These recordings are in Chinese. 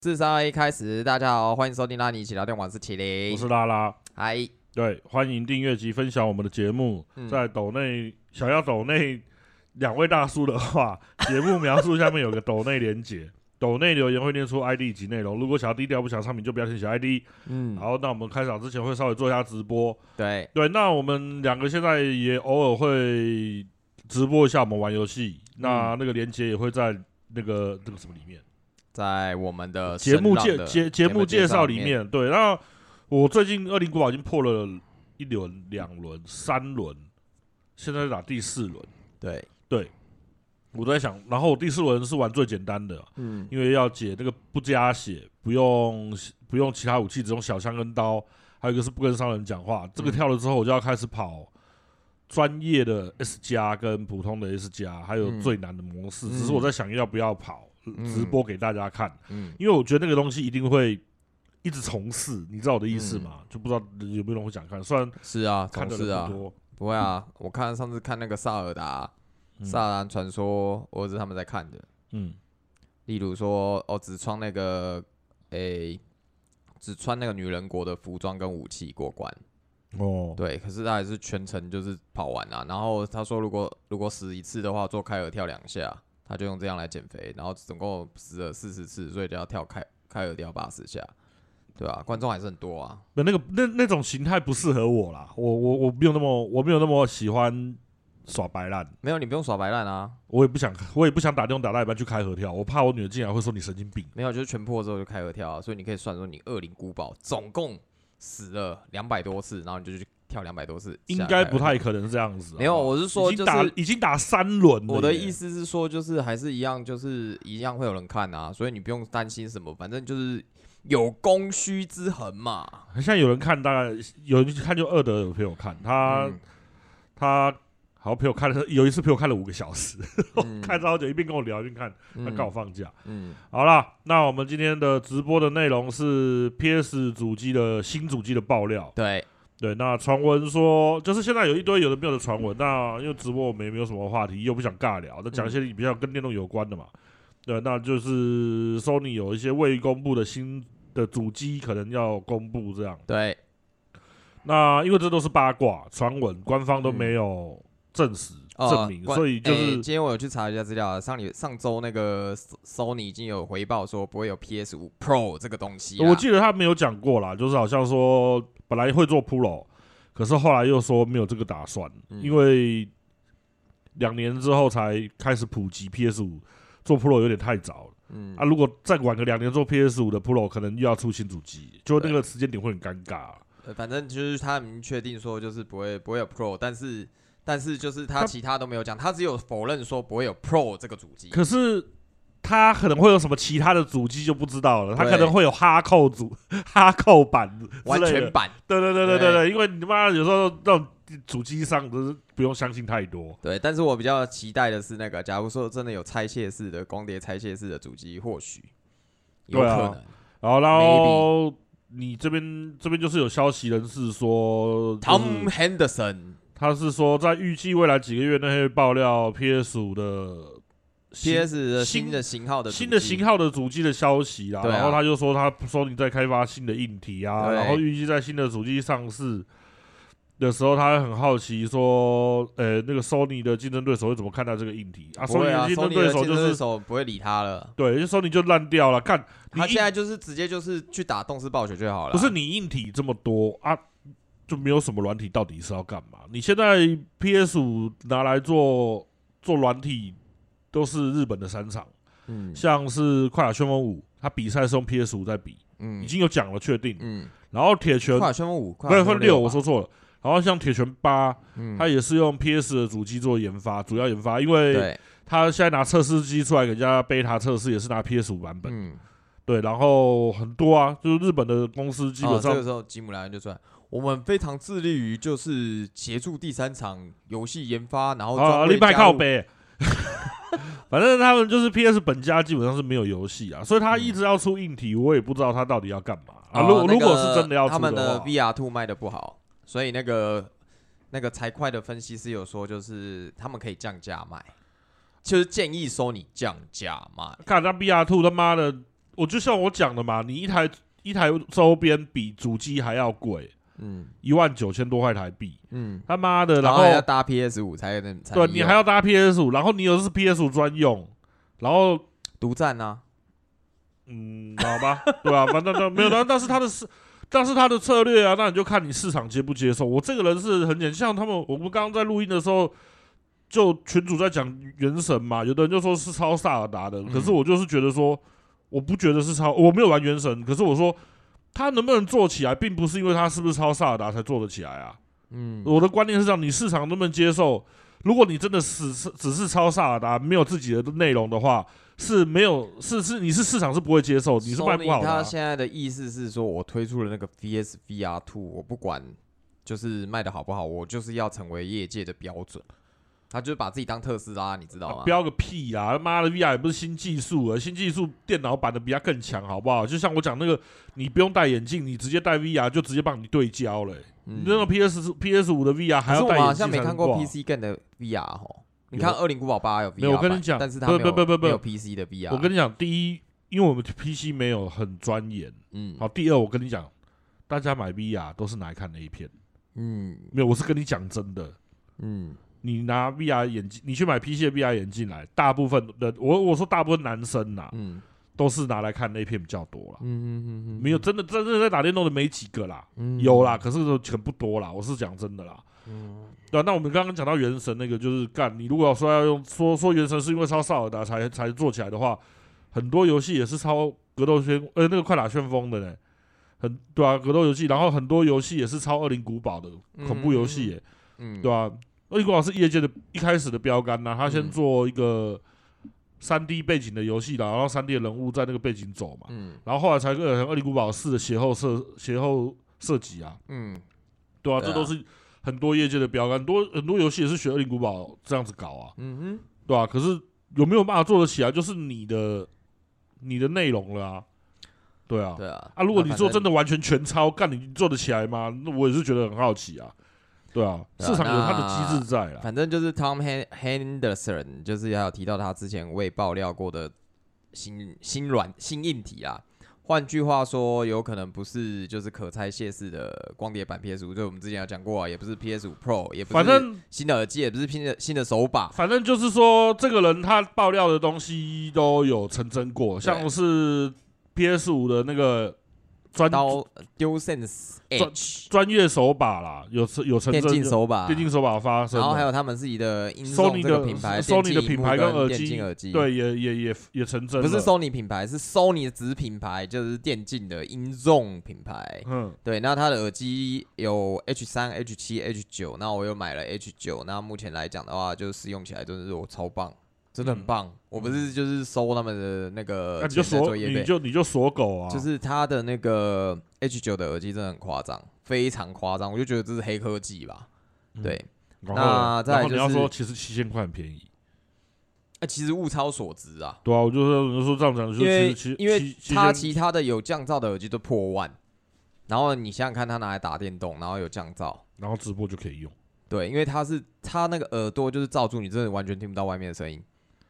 自杀一开始，大家好，欢迎收听《拉你一起聊天》，我是麒麟，我是拉拉，嗨，对，欢迎订阅及分享我们的节目。嗯在抖内想要抖内两位大叔 的话，节目描述下面有个抖内连结，抖内留言会念出 ID 及内容。如果想要低调不想唱名，就不要填写 ID。嗯，好，那我们开场之前会稍微做一下直播。对，对，那我们两个现在也偶尔会直播一下我们玩游戏，嗯那那个连结也会在那个那个什么里面。在我们的节目声浪介的节节目介绍绍里，面，对，那我最近恶灵古堡已经破了一轮、两轮、三轮，现在打第四轮，对，我都在想，然后我第四轮是玩最简单的，嗯，因为要解那个不加血，不用不用其他武器，只用小枪跟刀，还有一个是不跟商人讲话。这个嗯跳了之后，我就要开始跑专业的 S 加跟普通的 S 加，还有嗯最难的模式。嗯只是我在想要不要跑直播给大家看。嗯，因为我觉得那个东西一定会一直重试，你知道我的意嗯思吗？就不知道有没有人会想看，虽然是啊，看总的是人啊不，多。不会啊，我看上次看那个萨尔达、嗯萨尔达传说，我是他们在看的，嗯，例如说，哦，只穿那个，诶、只穿那个女人国的服装跟武器过关，哦，对，可是他还是全程就是跑完啊。然后他说，如果如果死一次的话，做开合跳两下，他就用这样来减肥。然后总共死了四十次，所以就要跳开开合跳八十下，对啊，观众还是很多啊。那那个那那种形态不适合我啦，我我我没有那么我没有那么喜欢耍白烂，没有，你不用耍白烂啊，我也不想我也不想打电动打到一半去开合跳，我怕我女儿进来会说你神经病。没有就是全破之后就开合跳啊。所以你可以算说，你恶灵古堡总共死了两百多次，然后你就去跳两百多次，应下该开合不跳太可能是这样子啊。没有，我是说已就经打是。已经打三轮了耶。我的意思是说，就是还是一样，就是一样会有人看啊，所以你不用担心什么，反正就是有供需之衡嘛。现在有人看，大概有人去看就二德有陪我看，他、 嗯他好像陪我看了，有一次陪我看了五个小时，嗯看超久，一边跟我聊一边看，他嗯刚好放假。嗯好啦，那我们今天的直播的内容是 PS 主机的新主机的爆料。对，对，那传闻说就是现在有一堆有的没有的传闻，那因为直播我们也没有什么话题，又不想尬聊，那讲一些比较跟电动有关的嘛。对，那就是 Sony 有一些未公布的新的主机可能要公布这样。对，那因为这都是八卦传闻，官方都嗯没有证实、呃证明，关所以就诶是、今天我有去查一下资料啊，上礼上周那个 Sony 已经有回报说不会有 PS 五 Pro 这个东西啦，我记得他没有讲过啦，就是好像说本来会做 Pro，可是后来又说没有这个打算，嗯因为两年之后才开始普及 PS 五，做 Pro 有点太早了、嗯啊！如果再晚个两年做 PS 五的 Pro，可能又要出新主机，就那对个时间点会很尴尬、啊呃反正就是他明确定说就是不会不会有 Pro，但是但是就是他他其他都没有讲，他只有否认说不会有 Pro 这个主机。可是它可能会有什么其他的主机就不知道了，它对可能会有哈扣组、哈扣版之类的完全版，对对对对对对对，因为你妈有时候那种主机上都是不用相信太多。对，但是我比较期待的是那个，假如说真的有拆卸式的光碟拆卸式的主机，或许有可对啊能。然后，然后你这边这边就是有消息人士说，就是 Tom Henderson 他是说在预计未来几个月内会爆料 PS 五的新 PS 的新新的型号的新的型号，号的主机的消息啦，对啊然后他就说他说你在开发新的硬体啊，对然后预计在新的主机上市的时候，他很好奇说，呃、那个 Sony 的竞争对手会怎么看待这个硬体啊不会？Sony 啊的竞争，Sony 的竞对手就争对是手不会理他了。对，因为 Sony 就烂掉了，干你他硬现在就是直接就是去打动视暴雪就好了。不是你硬体这么多啊，就没有什么软体到底是要干嘛？你现在 PS 五拿来做做软体，都是日本的三厂，嗯像是《快打旋风五》，它比赛是用 PS 五在比。已嗯经有讲了，确定。嗯，然后铁拳快打旋风五，快不打是旋会风六，吧我说错了。然后像铁拳八，嗯它也是用 PS 的主机做研发，主要研发，因为对，它现在拿测试机出来给人家 beta 测试，也是拿 PS 五版本。嗯，对，然后很多啊，就是日本的公司基哦本这个上时候吉姆莱恩就出来。我们非常致力于就是协助第三场游戏研发，然后啊，哦专立为派加靠入背。 反正他们就是 PS 本家基本上是没有游戏啊，所以他一直要出硬体，我也不知道他到底要干嘛啊。哦如果嗯那如果个是真的要他出们的的话， VR Two 卖的不好，所以那个那个财会的分析师有说，就是他们可以降价卖，就是建议收你降价卖。看那 VR Two 他妈的我就像我讲的嘛，你一台一台周边比主机还要贵，嗯一万九千多块台币，嗯，他妈的，然然后后还要搭 PS 五才能才哦对能你用还要搭 PS 五，然后你又是 PS 五专用，然后独占啊，嗯，好吧，对啊，反正那没有，但但是他的是，但是他的策略啊，那你就看你市场接不接受。我这个人是很简，像他们，我们刚刚在录音的时候，就群主在讲原神嘛，有的人就说是抄萨尔达的，可是我就是觉得说，我不觉得是抄，我没有玩原神，可是我说。他能不能做起来，并不是因为他是不是抄萨尔达才做得起来啊。嗯，我的观念是这样，你市场能不能接受？如果你真的只是只是抄萨尔达，没有自己的内容的话，是没有是是你是市场是不会接受，你是卖不好 Sony 的啊、他现在的意思是说，我推出了那个 VS VR Two，我不管就是卖的好不好，我就是要成为业界的标准。他就是把自己当特斯拉，你知道吗？啊标个屁呀、他妈的，VR 也不是新技术啊，新技术电脑版的比它更强，好不好？就像我讲那个，你不用戴眼镜，你直接戴 VR 就直接帮你对焦了欸、嗯你那个 PS PS 五的 VR 还可是要我戴们好眼镜像没才能看过挂 PC Game 的 VR 吼。你看《恶灵古堡八》有 VR 没有我跟你版讲但是它不没有不不不没有 PC 的 VR。我跟你讲，第一，因为我们 PC 没有很钻研，嗯好，第二，我跟你讲，大家买 VR 都是拿来看 A 片。嗯没有，我是跟你讲真的。嗯你拿 VR 眼镜，你去买 PC 的 VR 眼镜来，大部分的我我说大部分男生呐、嗯都是拿来看 A 片比较多啦。嗯嗯没有真的真的在打电动的没几个啦，嗯有啦，可是很不多啦。我是讲真的啦。嗯对、啊，那我们刚刚讲到原神那个，就是干你如果要说要用说说原神是因为抄萨尔达才才做起来的话，很多游戏也是抄格斗旋呃那个快打旋风的呢，很对啊，格斗游戏，然后很多游戏也是抄《恶灵古堡》的恐怖游戏耶、嗯对吧、啊？恶灵古堡是业界的一开始的标杆呐、啊他先嗯做一个三 D 背景的游戏啦，然后三 D 的人物在那个背景走嘛，嗯然后后来才有《恶灵古堡四》的斜后设斜后设计啊，嗯对啊，对啊这都是很多业界的标杆，很多很多游戏也是学《恶灵古堡》这样子搞啊，嗯哼对啊，可是有没有办法做得起来，就是你的你的内容了啊，对啊，对啊啊，如果你做真的的完全全抄，干你做得起来吗？那我也是觉得很好奇啊，对啊，对啊市场有它的那机制在啦。反正就是 Tom Han- Henderson，就是还有提到他之前未爆料过的新新软新硬体啊。换句话说，有可能不是就是可拆卸式的光碟版 PS 五，就我们之前有讲过啊，也不是 PS 五 Pro，也不是反正新的耳机，也不是新的新的手把。反正就是说，这个人他爆料的东西都有成真过，像是 PS 五的那个专刀呃 DualSense H 专业手把啦，有有成真电竞手把，电竞手把发生的，然后还有他们自己的 Sony Sony 这个的品牌电 Sony 竞的荧品幕牌跟跟耳电机竞耳机，对，也也也也成真不了，是 Sony 品牌，是 Sony 的子品牌，就是电竞的 InZone 品牌。嗯，对，那它的耳机有 H 三、H 七、H 九，那我又买了 H 九，那目前来讲的话，就是试用起来真的是我超棒，真的很棒。我不是就是收他们的那嗯那个你就钱在锁呃做业你费，就你就锁狗啊，就是它的那个 H 九的耳机真的很夸张，非常夸张，我就觉得这是黑科技吧。嗯对，然后那再来然后你要就是说其实七千块很便宜，那哎其实物超所值啊。对啊，我就说我就说这样讲，就因为是其实因为七七它千其他的有降噪的耳机都破万，然后你想想看，它拿来打电动，然后有降噪，然后直播就可以用，对，因为它是它那个耳朵就是罩住你，真的完全听不到外面的声音。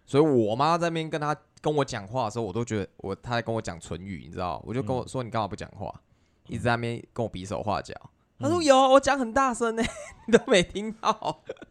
所以我妈在那边跟她跟我讲话的时候，我都觉得我她在跟我讲唇语，你知道，我就嗯跟我说你干嘛不讲话，一直在那边跟我比手画脚。她说嗯有，我讲很大声呢，你都没听到。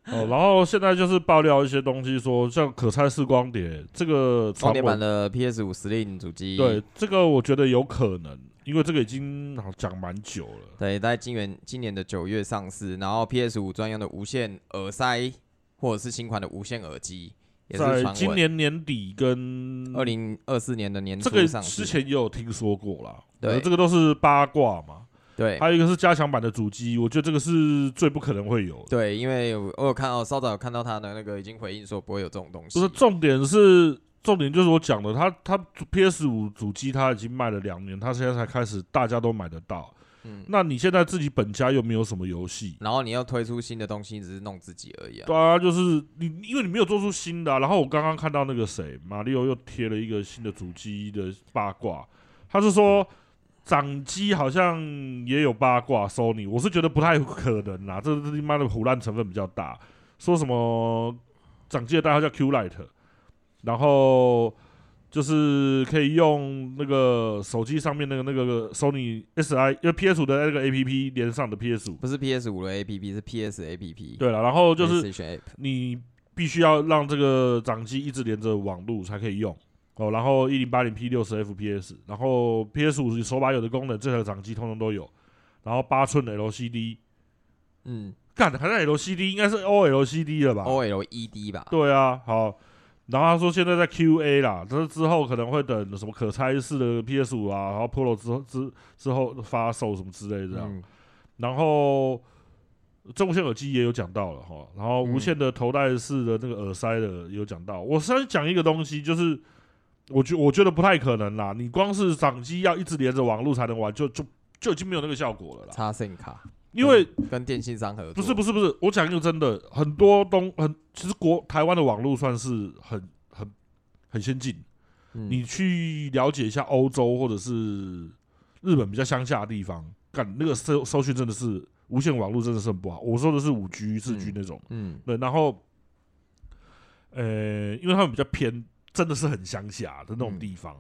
哦，然后现在就是爆料一些东西说，像可拆式光碟这个光传碟闻，版的 PS 五 Slim 主机，对这个我觉得有可能，因为这个已经好讲蛮久了。对，在今年今年的九月上市，然后 PS 五专用的无线耳塞，或者是新款的无线耳机，也是在传今闻年年底跟二零二四年的年这初个上之市。前也有听说过啦，对呃这个都是八卦嘛。对还有一个是加强版的主机，我觉得这个是最不可能会有的。对，因为我我有看到稍早有看到他的那个已经回应说不会有这种东西。不是重点是重点就是我讲的，它它 PS 五主机它已经卖了两年，它现在才开始大家都买得到。嗯那你现在自己本家又没有什么游戏，然后你要推出新的东西，只是弄自己而已啊。对啊，就是你，因为你没有做出新的啊、然后我刚刚看到那个谁，马里奥又贴了一个新的主机的八卦，他是说掌机好像也有八卦，Sony，我是觉得不太可能啦，这这他妈的胡乱成分比较大。说什么掌机的代号叫 Q Light，然后就是可以用那个手机上面那个那个 Sony SI，因为 PS 五的那个 APP 连上的 PS 五。不是 PS 五的 APP，是 PS APP。对了，然后就是 PlayStation App 你必须要让这个掌机一直连着网路才可以用哦。然后一零八零 P 六十 FPS，然后 PS 五手把有的功能，这台掌机通通都有。然后八寸的 LCD，嗯干还是 LCD，应该是 OLCD 了吧？哦，OLED E 吧。啊对啊，好。然后他说现在在 QA 啦，但是之后可能会等什么可拆式的 PS 五啊，然后 Pro 之后之之后发售什么之类的这样。嗯，然后这无线耳机也有讲到了哈，然后无线的头戴式的那个耳塞的也有讲到。我先讲一个东西，就是我觉我觉得不太可能啦，你光是掌机要一直连着网络才能玩，就就就已经没有那个效果了啦。插线卡，因为跟电信商合作。不是不是不是，我讲一个真的，很多东很其实国台湾的网络算是很很很先进，嗯你去了解一下欧洲或者是日本比较乡下的地方，干那个搜搜讯真的是无线网络真的是很不好。我说的是五 G、四 G 嗯那种，嗯对，然后呃，因为他们比较偏，真的是很乡下的那种嗯地方。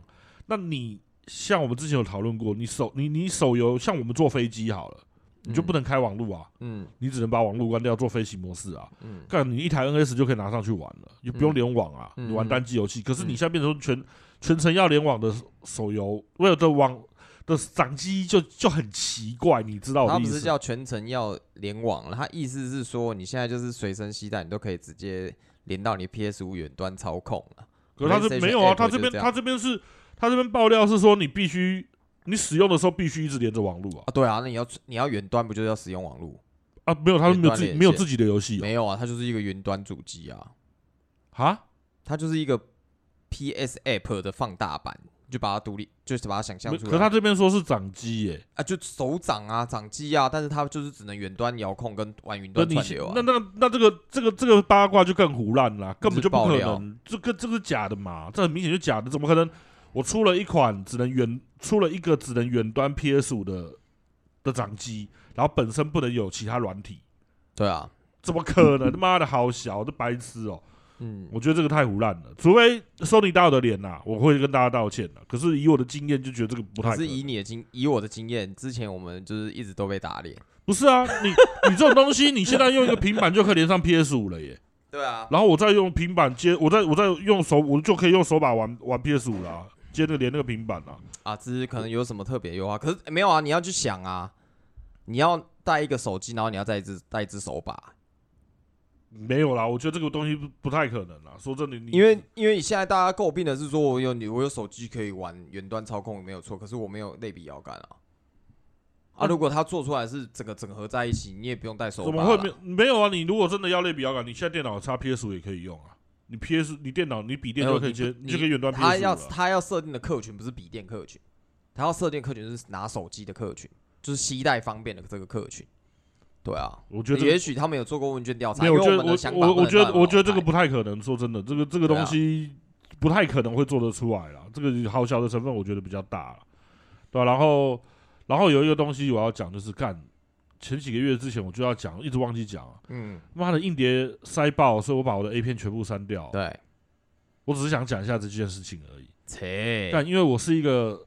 那你像我们之前有讨论过，你手你你手游像我们坐飞机好了，你就不能开网络啊，嗯你只能把网络关掉做飞行模式啊。嗯干你一台 NS 就可以拿上去玩了，也不嗯用联网啊，嗯你玩单机游戏。可是你嗯现在变成全全程要联网的手游，为了的网的掌机就就很奇怪，你知道我它的意不是思吗？叫全程要联网了，它意思是说你现在就是随身携带，你都可以直接连到你 PS 五远端操控了。可是他这 PlayStation 没有啊， App 他这就边这样他这边是他这边爆料是说你必须你使用的时候必须一直连着网络啊啊，对啊，那你要你要远端不就是要使用网络？啊，没有他们没有远端自己连线没有自己的游戏没有啊，它就是一个云端主机啊，啊啊，它就是一个 PS App 的放大版，就把它独立，就是把它想象没出可来。是他这边说是掌机耶、啊，就手掌啊、掌机啊，但是它就是只能远端遥控跟玩云那端你串流啊。那那那这个这个这个八卦就更胡乱啦，根本就不可这是爆能，这个这个是假的嘛，这很明显就假的，怎么可能？我出了一款只能远出了一个只能远端 PS 五的的掌机，然后本身不能有其他软体，对啊，怎么可能？他妈的好小，这白痴哦、嗯，我觉得这个太胡乱了，除非收你打我的脸呐、我会跟大家道歉的。可是以我的经验，就觉得这个不太可可能是以你的经，以我的经验，之前我们就是一直都被打脸。不是啊，你你这种东西，你现在用一个平板就可以连上 PS 五了耶。对啊，然后我再用平板接，我再我再用手，我就可以用手把玩玩 PS 五啦，接着连那个平板啦。啊，只是可能有什么特别优化，可是、欸没有啊，你要去想啊，你要带一个手机，然后你要带一只带一只手把，没有啦，我觉得这个东西不不太可能啦。说真的，你因为因为现在大家诟病的是说我有你我有手机可以玩远端操控没有错，可是我没有类比摇杆啊。啊，嗯如果它做出来是整个整合在一起，你也不用带手怎把么啦。会没有没有啊？你如果真的要类比摇杆，你现在电脑插 PS 五也可以用啊。你 PS 你电脑你笔电没有就可以你接，不你就可以远端他 PS 要五了。他要设定的客群不是笔电客群，他要设定的客群是拿手机的客群，就是携带方便的这个客群。对啊，我觉得也许他们有做过问卷调查，没有，我因为觉我得们的想法我不我能觉乱得乱我觉得这排个不太可能。说真的，这个这个对啊东西不太可能会做得出来啦。这个好笑的成分我觉得比较大了，对啊吧、然后然后有一个东西我要讲，就是干前几个月之前我就要讲，一直忘记讲啊。嗯，妈的，硬碟塞爆，所以我把我的 A 片全部删掉。对，我只是想讲一下这件事情而已。切，但因为我是一个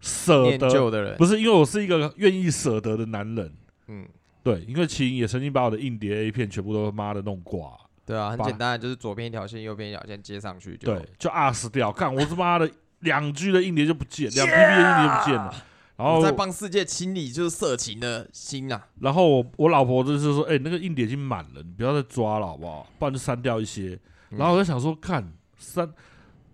舍念得，旧的人，不是因为我是一个愿意舍得的男人。嗯，对，因为秦也曾经把我的硬碟 A 片全部都妈的弄挂。对啊，很把简单，就是左边一条线，右边一条线接上去就对，就 R 死掉。干，我他妈的两 G 的硬碟就不见，两 PB 的硬碟就不见了。然我在后，帮世界清理就是色情的心啊，然后我我老婆就是说，哎、那个硬碟已经满了，你不要再抓了，好不好？不然就删掉一些。嗯然后我就想说，看删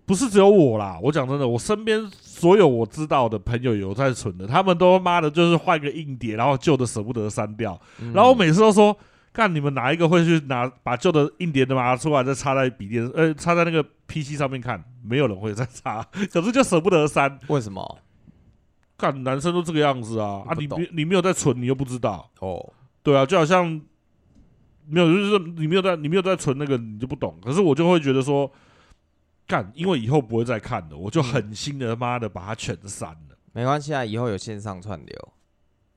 不是只有我啦，我讲真的，我身边所有我知道的朋友有在存的，他们都妈的就是换个硬碟，然后旧的舍不得删掉。嗯然后我每次都说，看你们哪一个会去拿把旧的硬碟的拿出来，再插在笔电，呃，插在那个 PC 上面看，没有人会再插， 可是就舍不得删。为什么？看男生都这个样子啊，啊我不你懂没你没有在存，你又不知道，哦，对啊，就好像没有，就是你没有在你没有在存那个，你就不懂。可是我就会觉得说，干，因为以后不会再看了，我就狠心的妈的把它全删了。没关系啊，以后有线上串流，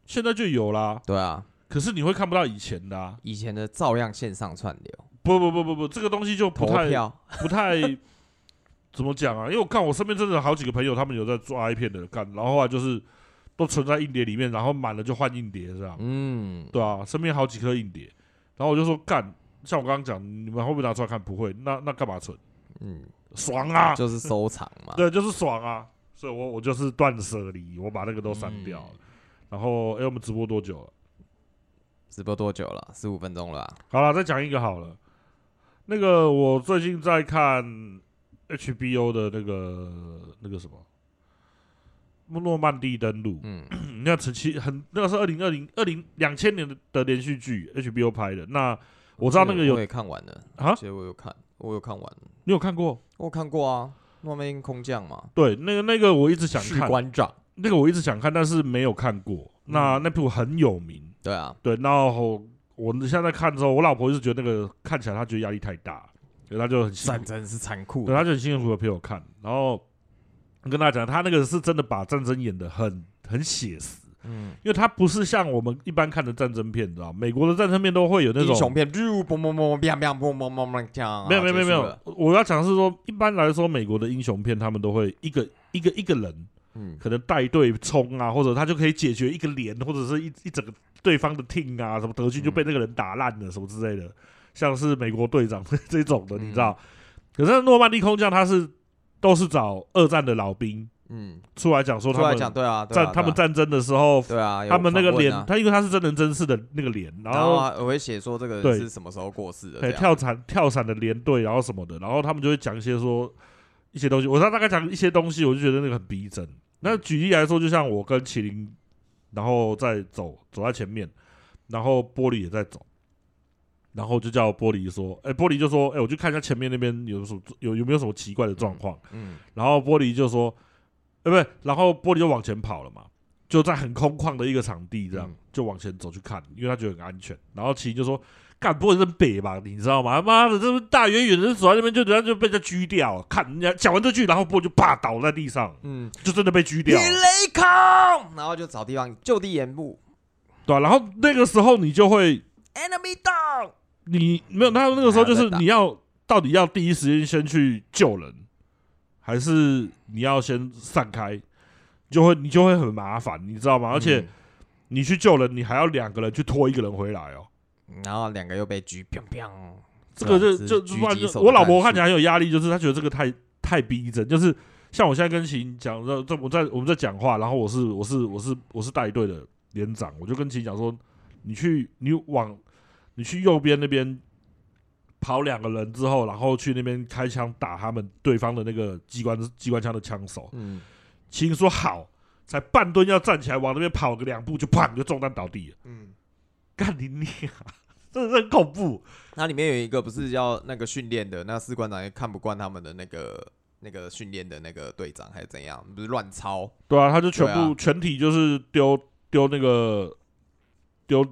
现在就有啦，对啊，可是你会看不到以前的、啊，以前的照样线上串流，不不不不不，这个东西就不投太票，不太怎么讲啊？因为我看我身边真的好几个朋友，他们有在做 i 片的干，然后后来就是都存在硬碟里面，然后满了就换硬碟这样。嗯，对啊，身边好几颗硬碟，然后我就说干，像我刚刚讲，你们会不会拿出来看？不会，那那干嘛存？嗯，爽啊！就是收藏嘛。对，就是爽啊！所以我我就是断舍离，我把那个都删掉嗯了。然后，哎、我们直播多久了？直播多久了？十五分钟了啊、好了，再讲一个好了。那个我最近在看 HBO 的那个那个什么《诺曼底登陆》，嗯， 那陈七很那个是二零二零二零两千年的的连续剧 HBO 拍的。那我知道那个有我也看完了啊其实我有看，我有看完，你有看过？我有看过啊，《诺曼空降》嘛，对，那个那个我一直想士看，官长，那个我一直想看，但是没有看过。嗯那那部很有名，对啊，对，然后我现在看之后，我老婆一直觉得那个看起来她觉得压力太大，对，她就很辛苦战争是残酷对，的，他就很辛苦的陪我看，然后我跟大家讲，他那个是真的把战争演的很很写实，嗯，因为他不是像我们一般看的战争片，你知道吗美国的战争片都会有那英雄种。片，咻嘣嘣嘣，砰砰砰砰砰砰，这样啊，没有没有没有没结束有了，我要讲的是说，一般来说，美国的英雄片他们都会一个一个一个人，嗯，可能带队冲啊，或者他就可以解决一个连，或者是一一整个对方的 team 啊，什么德军就被那个人打烂了，什么之类的，像是美国队长这种 的，你知道？嗯可是诺曼底空降他是都是找二战的老兵嗯，出来讲说出他来们讲，对啊，对啊战他们，对啊战争的时候，对啊，有他们那个访问脸啊，他因为他是真人真事的那个脸，然然后后啊我会写说这个人对是什么时候过世的，哎，这样跳伞跳伞的连队，然后什么的，然后他们就会讲一些说一些东西。我他大概讲一些东西，我就觉得那个很逼真。那嗯举例来说，就像我跟麒麟，然后再走走在前面，然后玻璃也在走，然后就叫玻璃说：“哎、玻璃就说，哎、我去看一下前面那边有什么有有没有什么奇怪的状况。嗯，然后玻璃就说：“哎、不对，然后玻璃就往前跑了嘛，就在很空旷的一个场地，这样、嗯就往前走去看，因为他觉得很安全。然后麒麟就说：‘干，玻璃真北吧，你知道吗？他妈的，这不大远远的走在那边，就人家就被人家狙掉了。看人家讲完这句，然后玻璃就啪倒在地上，嗯，就真的被狙比掉了。雷康，然后就找地方就地掩护对、啊，然后那个时候你就会， ，enemy down，你没有，他那个时候就还要是再打你要到底要第一时间先去救人，还是你要先散开，就会你就会很麻烦，你知道吗？而且。你去救人，你还要两个人去拖一个人回来哦。嗯然后两个又被狙，砰砰，这个对就啊就这就是不然狙击就手我老的婆战看起来很有压力，就是她觉得这个太太逼真，就是像我现在跟秦讲，这这我在我们在讲话，然后我是我是我是我是带队的连长，我就跟秦讲说，你去你往你去右边那边跑两个人之后，然后去那边开枪打他们对方的那个机关机关枪的枪手。嗯秦说好，才半蹲要站起来往那边跑个两步，就砰就中弹倒地了。嗯，干你娘！真的是很恐怖。那里面有一个不是要那个训练的，那士官长也看不惯他们的那个那个训练的那个队长还是怎样，不是乱抄，对啊，他就全部、对啊全体就是丢丢那个丢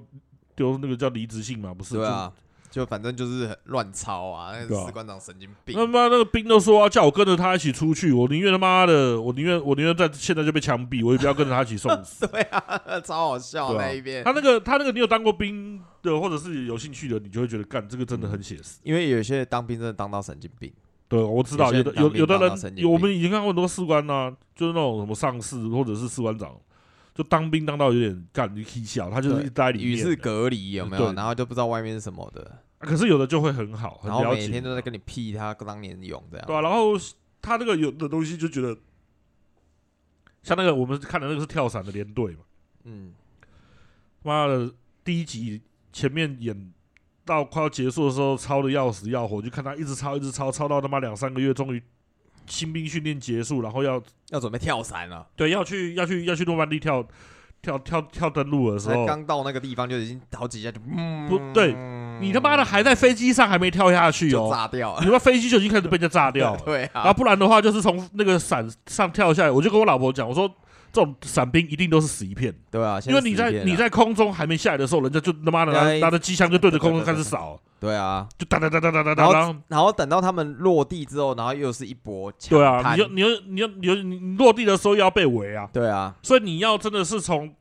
丢那个叫离职信嘛，不是？对啊，就反正就是很乱抄啊，那对啊个士官长神经就病是。，他妈那个兵都说、啊、叫我跟着他一起出去，我宁愿他妈的，我宁愿我宁愿在现在就被枪毙，我也不要跟着他一起送 死。对啊，超好笑对啊那一边他。那个他那个，你有当过兵的，或者是有兴趣的，你就会觉得干这个真的嗯很写实。因为有些当兵真的当到神经病，对，我知道有有些人的当有兵有的当到神人，经有我病们已经看过很多士官呐、就是那种什么上士或者是士官长，就当兵当到有点干你踢笑，他就是对一直待在里面与的。世隔离有没对有？然后就不知道外面是什么的，啊可是有的就会很好，很然后了每解，天都在跟你屁他当年勇这样。对啊，然后他那个有的东西就觉得，像那个我们看的那个是跳伞的连队嘛，嗯，妈的，第一集前面演到快要结束的时候，抄的要死要活，就看他一直抄一直抄，抄到他妈两三个月，终于新兵训练结束，然后要要准备跳伞了，对要去要去要去诺曼底跳跳跳跳登陆的时才候，刚到那个地方就已经好几下就嗯，不对，你他妈的还在飞机上还没跳下去就哦，炸掉了，你他妈飞机就已经开始被人家炸掉了。 对然后啊，不然的话就是从那个伞上跳下来。我就跟我老婆讲，我说这种伞兵一定都是死一片，对啊，因为你在你在在空中还没下来的时候，人家就他妈的拿哎拿着机枪就对着空中开始扫，对啊，就哒哒哒哒哒哒然哒。后然后然后等到他们落地之后，然后又是一波强对啊，攀你就你就你就你就你落地的时候又要被围啊，对啊，所以你要真的是从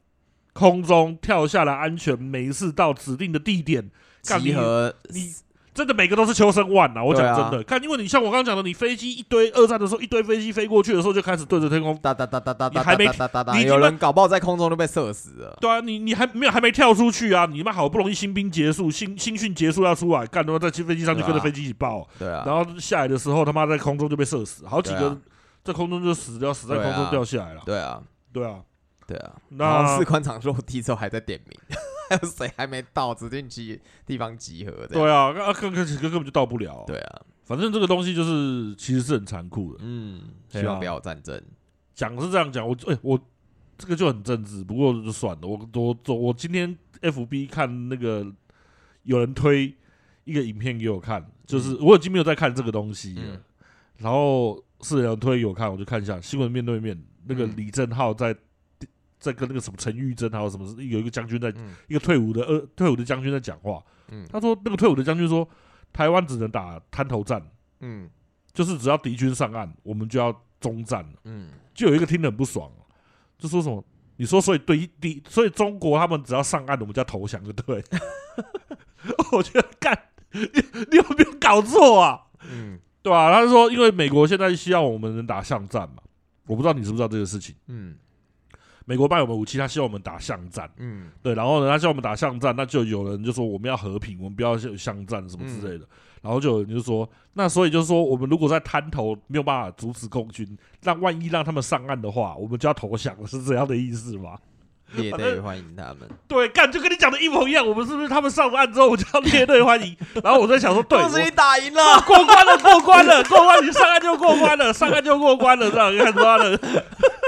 空中跳下来安全没事到指定的地点，干集合你真的每个都是秋生万呐、我讲对啊真的，看，因为你像我刚刚讲的，你飞机一堆，二战的时候一堆飞机飞过去的时候，就开始对着天空。哒哒哒哒哒你哒还哒没哒哒哒哒，你已经有慢人搞不好在空中就被射死了。对啊，你你还没有还没跳出去啊！你妈好不容易新兵结束，新新训结束要出来，干他妈在飞机上就跟着对啊飞机一起爆，对啊，然后下来的时候他妈在空中就被射死，好几对个啊在空中就死掉，死在空对中啊掉下来了。对啊，对啊，对啊。然后那士官长落地之后还在点名， 还有谁还没到指定集地方集合的？对啊，那根根根根本就到不了。对啊，反正这个东西就是其实是很残酷的。嗯，对啊希望不要有战争。讲是这样讲，我哎、我这个就很政治，不过就算了。我我我我今天 FB 看那个有人推一个影片给我看，就是、我已经没有在看这个东西了。嗯然后是有人推给我看，我就看一下新闻面对面那个嗯李正浩在。在跟那个什么陈玉珍还有什么有一个将军在嗯一个退伍的呃退伍的将军在讲话，嗯他说那个退伍的将军说台湾只能打滩头战，嗯就是只要敌军上岸，我们就要中战了。嗯，就有一个听得很不爽，啊就说什么？你说所以对敌，所以中国他们只要上岸，我们就要投降，就对。 我觉得干，你你有没有搞错啊？嗯对吧、他说，因为美国现在希望我们能打巷战嘛，我不知道你知不知道这个事情。嗯美国卖我们武器，他希望我们打巷战，嗯对，然后呢，他叫我们打巷战，那就有人就说我们要和平，我们不要有巷战什么之类的。然后就有人就说，那所以就是说，我们如果在滩头没有办法阻止共军，让万一让他们上岸的话，我们就要投降，是这样的意思吗？列反队正欢迎他们。对，干就跟你讲的一模一样。我们是不是他们上了岸之后，我就要列队欢迎？ 然后我在想说，对，恭喜你打赢了，过关了，过关了，过关，你上岸就过关了，上岸就过关了，这样看他了。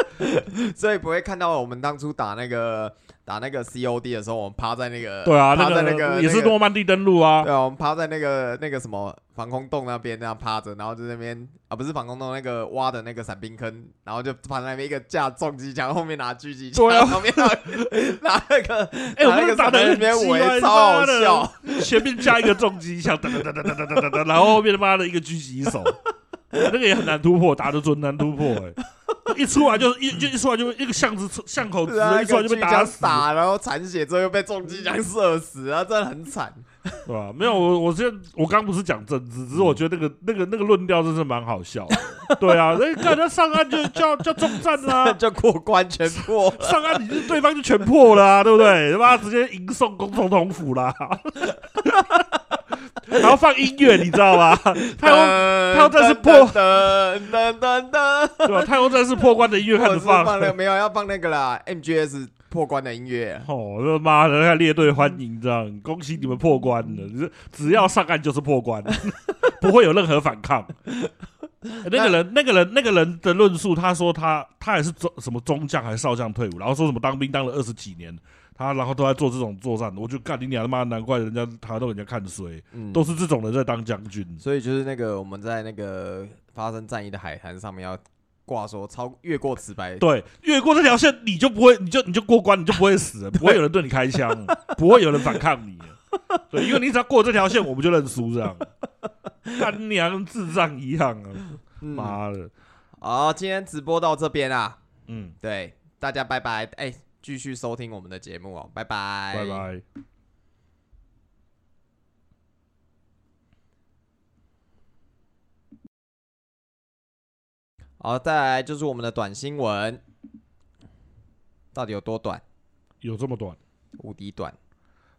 所以不会看到我们当初打那个打那个 COD 的时候，我们趴在那个对啊，趴那在个那个也是那个诺曼底登陆啊，对啊，我们趴在那个那个什么防空洞那边那样趴着，然后就在那边啊不是防空洞那个挖的那个伞兵坑，然后就趴在那边一个架重机枪，后面拿狙击枪，对啊旁边拿拿那个哎、我拿那们个打伞的在那很边鸡围，歪，超好妈的笑。。 前面加一个重机枪，哒哒哒哒哒哒哒哒，然后后面他妈的一个狙击手，那个也很难突破，打的准难突破、哎，一出来就一就一出来就一个巷子出巷口直对啊，的，一一出来个就狙被击打枪死，打，然后残血之后又被重机枪射死，啊，真的很惨。。对吧？没有，我我现在我刚不是讲政治，只是我觉得那个那个那个论调真是蛮好笑的，对啊，那看他上岸就叫叫重战 啊就过关全破，上岸，你就对方就全破了、啊，对不对？他妈直接迎送公总统府啦， 然后放音乐，你知 道吗？太空他他要再次破噔噔噔 噔，对吧、太空战士破关的音乐开或者始是放放那，个没有要放那个啦，MGS 破关的音乐， 啊哦，他妈的，那列队欢迎这样，恭喜你们破关了，嗯只只要上岸就是破关， 不会有任何反 抗。那个人，那个人，那个人的论述，他说他他也是中什么中将还是少将退伍，然后说什么当兵当了二十几年，他然后都在做这种作战，我就干你娘他妈，难怪人家他都人家看衰，嗯都是这种人在当将军。所以就是那个我们在那个发生战役的海滩上面要挂说超越过直白，对，越过这条线，你就不会，你就你就过关，你就不会死 了，不会有人对你开枪，不会有人反抗你。对，因为你只要过这条线，我们就认 输，这样，干娘智障一样啊！嗯，妈的，好，今天直播到这边啦，嗯，对，大家拜拜，哎，继续收听我们的节目哦，拜拜，拜。拜。好，再来就是我们的短新闻，到底有多短？有这么短？无敌短，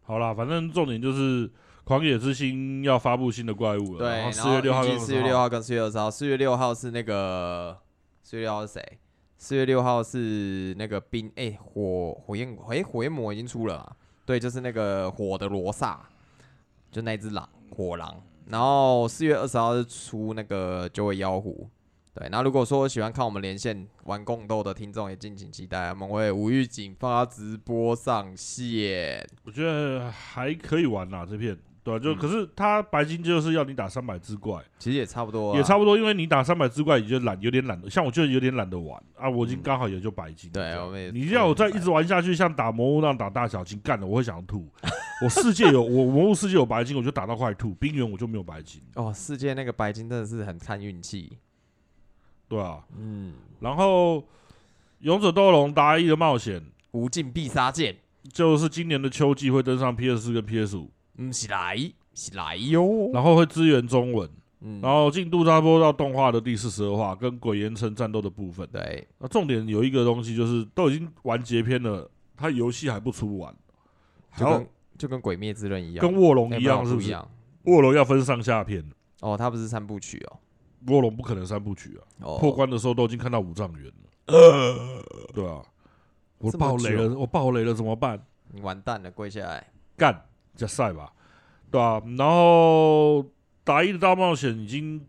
好啦，反正重点就是《狂野之心》要发布新的怪物了，对，然后然四后月六号预跟计四月六，号跟四月二十号，四月六号是那个四月六号是谁？四月六号是那个冰哎、火火焰哎、火焰魔已经出了啊，对，就是那个火的罗萨，就那只狼火狼。然后四月二十号是出那个九尾妖狐，对。那如果说喜欢看我们连线玩共斗的听众也敬请期待，我们会无预警发直播上线。我觉得还可以玩啦，这片。对、啊，就、嗯可是他白金就是要你打三百只怪，其实也差不多，啊也差。不多，因为你打三百只怪，你就懒，有点懒，像我就有点懒得玩啊，我已经刚好也就白金。嗯对这样我们也你让啊我再一直玩下去，像打魔物那样打大小金，干了我会想吐。我世界有我魔物世界有白金，我就打到快吐；冰原我就没有白金，哦，世界那个白金真的是很看运气。对啊。嗯，然后勇者斗龙达伊的冒险无尽必杀剑，就是今年的秋季会登上 PS 四跟 PS 五，嗯，起来，来哟，然后会支援中文，嗯然后进度差不多到动画的第四十二话跟鬼岩城战斗的部分。对，那重点有一个东西就是都已经完结篇了，它游戏还不出完，还就要跟就跟《鬼灭之刃》一样，跟卧龙哎一没有样，是不不一是？样？卧龙要分上下篇，哦，它不是三部曲哦，卧龙不可能三部曲啊。哦，破关的时候都已经看到五丈原了，对啊，我这么爆雷久了，我爆雷了怎么办？你完蛋了，跪下来，干加赛吧，对啊，然后达伊的大冒险已经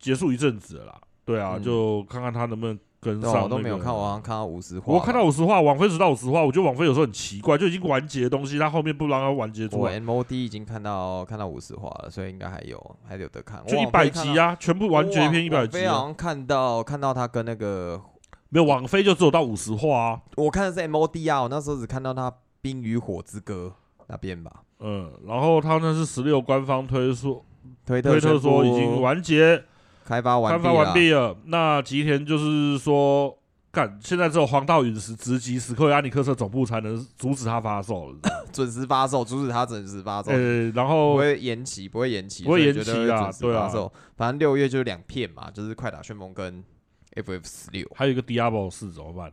结束一阵子了啦，对啊，嗯就看看他能不能跟对上、啊、我都没有看，我好。像看到五十话吧，我看到五十话，网飞只到五十话，我觉得网飞有时候很奇怪，就已经完结的东西，他后面不让它完结出我来， MOD 已经看到看到五十话了，所以应该还有还有得看，就我一往百回看集到，啊，全部完结篇一我往百集我好啊，像看到看到他跟那个，没有网飞就只有到五十话啊，我看的是 MOD 啊，我那时候只看到他《冰与火之歌》那边吧，嗯，然后他那是十六官方推出推特推特宣说布已经完结，开发完开毕发完啦毕了。那吉田就是说，干，现在只有黄道陨石直击史克亚尼克社总部才能阻止他发售了。 准时发售，阻止他准时发售。呃，然不后会延期，不会延期，不会所以延绝期会啦准时对发啊售反正六月就是两片嘛，就是快打旋风跟 FF 十六。还有一个 Diablo 四怎么办？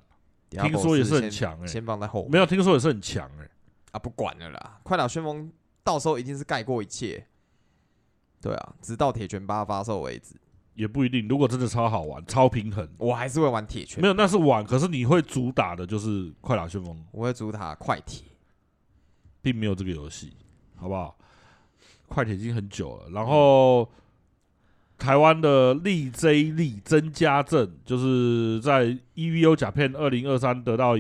听 Diablo 说也4是很先强哎先放在后面没有听说也是很强哎、啊，不管了啦，快打旋风到时候一定是盖过一切。对啊，直到铁拳八发售为止，也不一定。如果真的超好玩、超平衡，我还是会玩铁拳没，有那是玩，可是你会主打的就是快打旋风，我会主打快铁。并没有这个游戏，好不好？快铁已经很久了，然后。嗯台湾的力 J 力增加证，就是在 EVO 甲片二零二三得到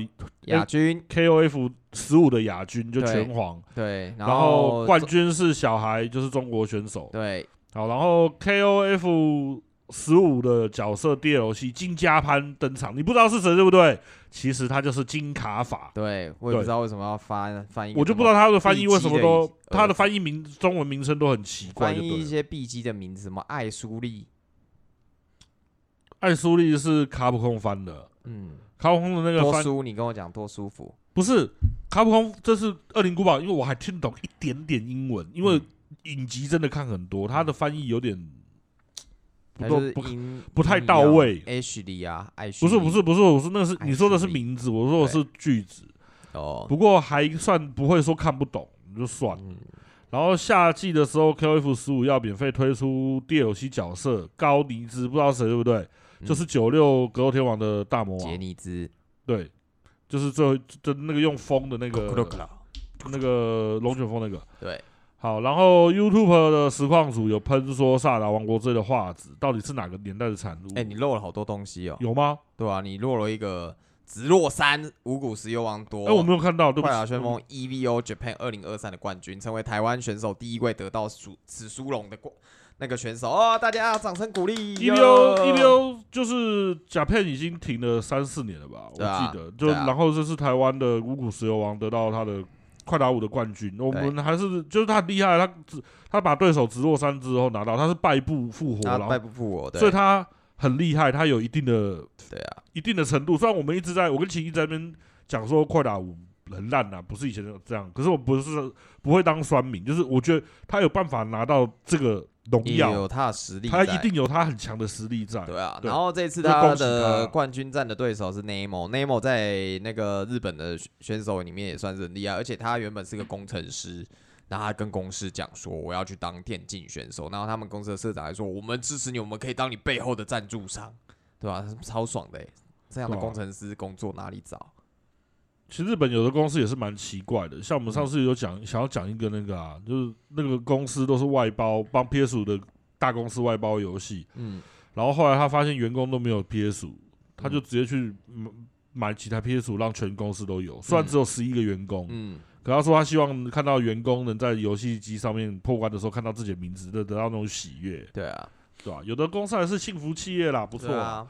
亚军 KOF 十五的亚军就对拳皇，对，然后冠军是小孩，就是中国选手。对好，然后 KOF 十五的角色 DLC 金加潘登场，你不知道是谁对不对？其实他就是金卡法，对，我也对不知道为什么要翻翻译，我就不知道他的翻译为什么地都基的意思他的翻译名中文名称都很奇怪呃翻就译对一了。些 B 机的名字，什么艾苏利，艾苏利是卡普空翻的，嗯，卡普空的那个多翻舒，你跟我讲多舒服，不是卡普空，这是《恶灵古堡》，因为我还听懂一点点英文，因为嗯影集真的看很多，它的翻译有点不那够就是不音不太到位 H 里啊，艾不是不是不是，我说那个是哎你说的是是你名字，我说的是句子，哦，不过还算不会说看不懂就算了。嗯，然后夏季的时候，KOF 十五要免费推出 DLC 角色高尼兹，不知道谁对不对？就是九六格斗天王的大魔嗯杰王，尼兹，对，就是最后就那个用风的那个那个龙卷风那个。对，好，然后 YouTube 的实况组有喷说《萨达王国之泪》的画质到底是哪个年代的产物？哎，你漏了好多东西哦，有吗？对啊，你落了一个直落三五谷石油王多，哎、我没有看到，对不快起。打旋风 EVO Japan 二零二三的冠军，成为台湾选手第一位得到属此殊荣的冠那个选手哦，大家掌声鼓励 EVO 哟 EVO 就是甲片已经停了三四年了吧？我对啊记得，就对啊然后这是台湾的五谷石油王得到他的快打五的冠军，我对们还是就是他很厉害，他只他把对手直落三之后拿到，他是败部复活，他然啊败后不复我，对所以他很厉害，他有一定的对啊，一定的程度。虽然我们一直在我跟秦毅在那边讲说快打五很烂啊，不是以前这样，可是我不是不会当酸民，就是我觉得他有办法拿到这个农也药有。他的实力在，他一定有他很强的实力在，对啊，对然后这次那恭他喜他的冠军战的对手是 Nemo，Nemo 在那个日本的选选手里面也算是很厉害，而且他原本是个工程师，然后他跟公司讲说我要去当电竞选手，然后他们公司的社长还说我们支持你，我们可以当你背后的赞助商，对吧、超爽的欸、这样的对啊工程师工作哪里找？其实日本有的公司也是蛮奇怪的，像我们上次有讲，想要讲一个那个啊，就是那个公司都是外包帮 PS 五的大公司外包游戏，嗯，然后后来他发现员工都没有 PS 五，他就直接去买买几台 PS 五，让全公司都有。虽然只有十一个员工，嗯，可他说他希望看到员工能在游戏机上面破关的时候看到自己的名字，得得到那种喜悦，对啊，对吧、有的公司还是幸福企业啦，不不错啊、啊，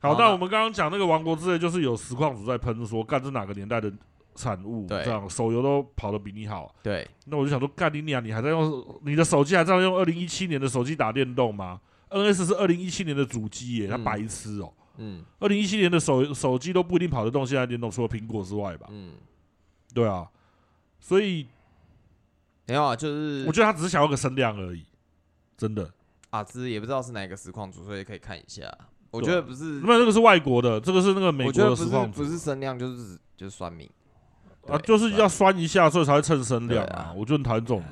好，好那那我们刚刚讲那个《王国之泪》，就是有实况组在喷说，干这哪个年代的产物？对这样手游都跑得比你好。对，那我就想说，干你娘，你还在用你的手机，还在用二零一七年的手机打电动吗？NS 是二零一七年的主机耶，他嗯白痴哦、嗯2二零一七年的手手机都不一定跑得动现在的电动，除了苹果之外吧？嗯，对啊，所以哎、没有啊，就是我觉得他只是想要个声量而已，真的。阿兹也不知道是哪个实况组，所以可以看一下。我对觉啊得不是，那这个是外国的，这个是那个美我国觉得的不实是况组不是声量，就是就是酸民对啊，就是酸要民酸一下，所以才会蹭声量对啊啊。我就很讨厌这种人。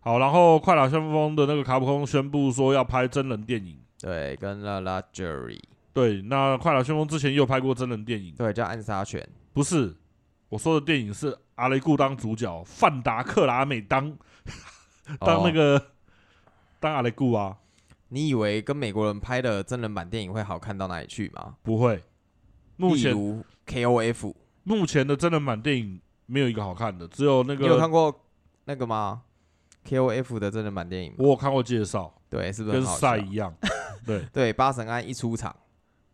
好，然后快打旋风的那个卡普空宣布说要拍真人电影。对，跟拉拉 Jerry 对，那快打旋风之前也有拍过真人电影，对叫暗杀拳，不是我说的电影是阿雷固当主角，范达克拉美当 当那哦个、当阿雷固啊，你以为跟美国人拍的真人版电影会好看到哪里去吗？不会。目例前如 KOF，目前的真人版电影没有一个好看的，只有那你有个看过那个吗？KOF 的真人版电影吗，我有看过介绍，对，是不是跟很好赛笑？一样。对，对，八神庵一出场，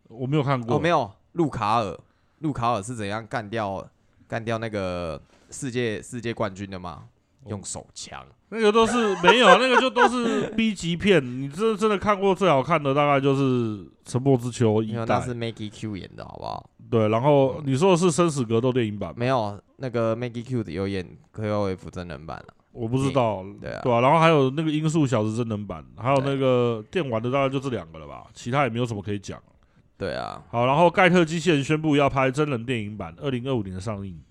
我没有看过。哦，没有，路卡尔，路卡尔是怎样干掉干掉那个世界世界冠军的吗？哦用手枪。那个都是没有，那个就都是 B 级片。你这真的看过最好看的大概就是《沉默之丘》因为一那代，是 Maggie Q 演的，好不好？对。然后嗯你说的是《生死格斗》电影版，没有，那个 Maggie Q 的有演 KOF 真人版了、啊我不知道，对啊，对啊，然后还有那个《音速小子》真人版，还有那个电玩的，大概就这两个了吧，其他也没有什么可以讲。对啊，好，然后盖特机器人宣布要拍真人电影版，二零二五年上映。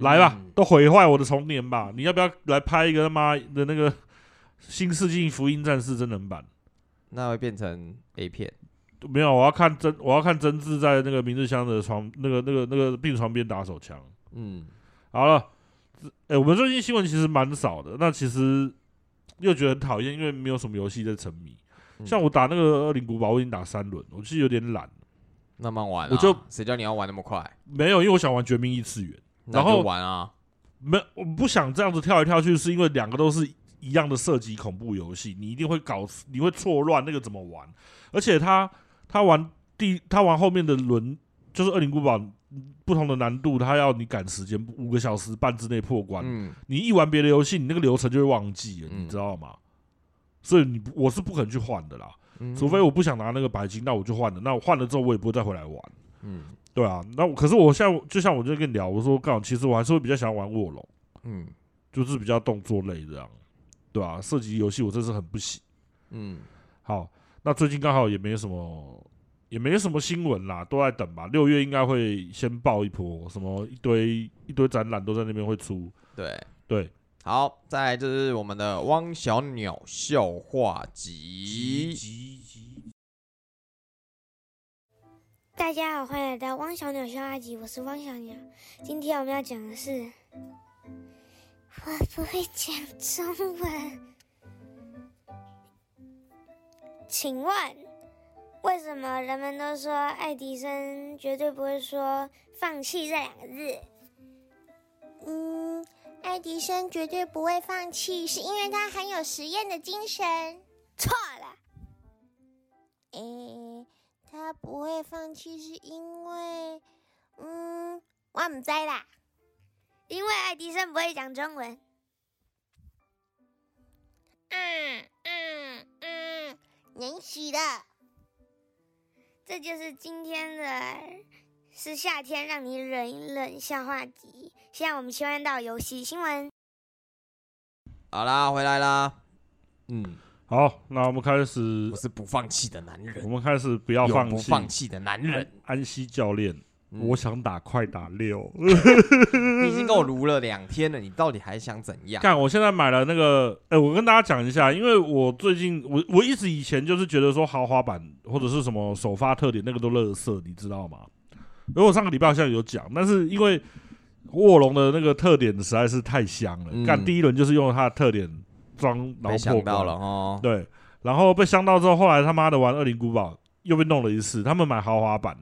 来吧嗯，都毁坏我的童年吧！你要不要来拍一个他妈的那个《新世纪福音战士》真人版？那会变成 A 片。没有，我要看真，我要看真志在那个明日香的床，那个、那个、那个病床边打手枪。嗯，好了，哎、我们最近新闻其实蛮少的，那其实又觉得很讨厌，因为没有什么游戏在沉迷。嗯像我打那个《恶灵古堡》，我已经打三轮，我其实有点懒，慢慢玩、啊，我就谁叫你要玩那么快？没有，因为我想玩《绝命异次元》，那然就后玩啊，没，我不想这样子跳来跳去，是因为两个都是一样的射击恐怖游戏，你一定会搞，你会错乱那个怎么玩，而且他他玩第他玩后面的轮就是《恶灵古堡》嗯不同的难度，他要你赶时间，五个小时半之内破关。嗯，你一玩别的游戏，你那个流程就会忘记了，嗯你知道吗？所以你不我是不可能去换的啦，嗯除非我不想拿那个白金，那我就换了。那我换了之后，我也不会再回来玩。嗯对啊，那我可是我现在就像我就跟你聊，我说刚好其实我还是会比较想要玩卧龙。嗯就是比较动作类这样，对吧、涉及游戏我真是很不行。嗯，好，那最近刚好也没什么，也没什么新闻啦，都在等吧。六月应该会先爆一波，什么一堆一堆展览都在那边会出。对。对，好，再来就是我们的汪小鸟笑话集。急急，大家好，欢迎来到汪小鸟笑话集，我是汪小鸟。今天我们要讲的是，我不会讲中文，请问为什么人们都说爱迪生绝对不会说“放弃”这两个字？嗯，爱迪生绝对不会放弃，是因为他很有实验的精神。错了，诶，他不会放弃是因为，嗯，我唔知啦。因为爱迪生不会讲中文。嗯嗯嗯，允许的。这就是今天的，是夏天让你忍一忍笑话集。现在我们切换到游戏新闻。好啦，回来啦。嗯，好，那我们开始我，是不放弃的男人我，们开始不要有放不弃。放弃的男人。安西教练，嗯我想打快打六。你已经给我撸了两天了，你到底还想怎样？看，我现在买了那个，哎、我跟大家讲一下，因为我最近我我一直以前就是觉得说豪华版或者是什么首发特点那个都垃圾，你知道吗？因为我上个礼拜好像有讲，但是因为卧龙的那个特点实在是太香了，嗯干、第一轮就是用它的特点装没脑破想到了哦。对，然后被香到之后，后来他妈的玩《恶灵古堡》又被弄了一次，他们买豪华版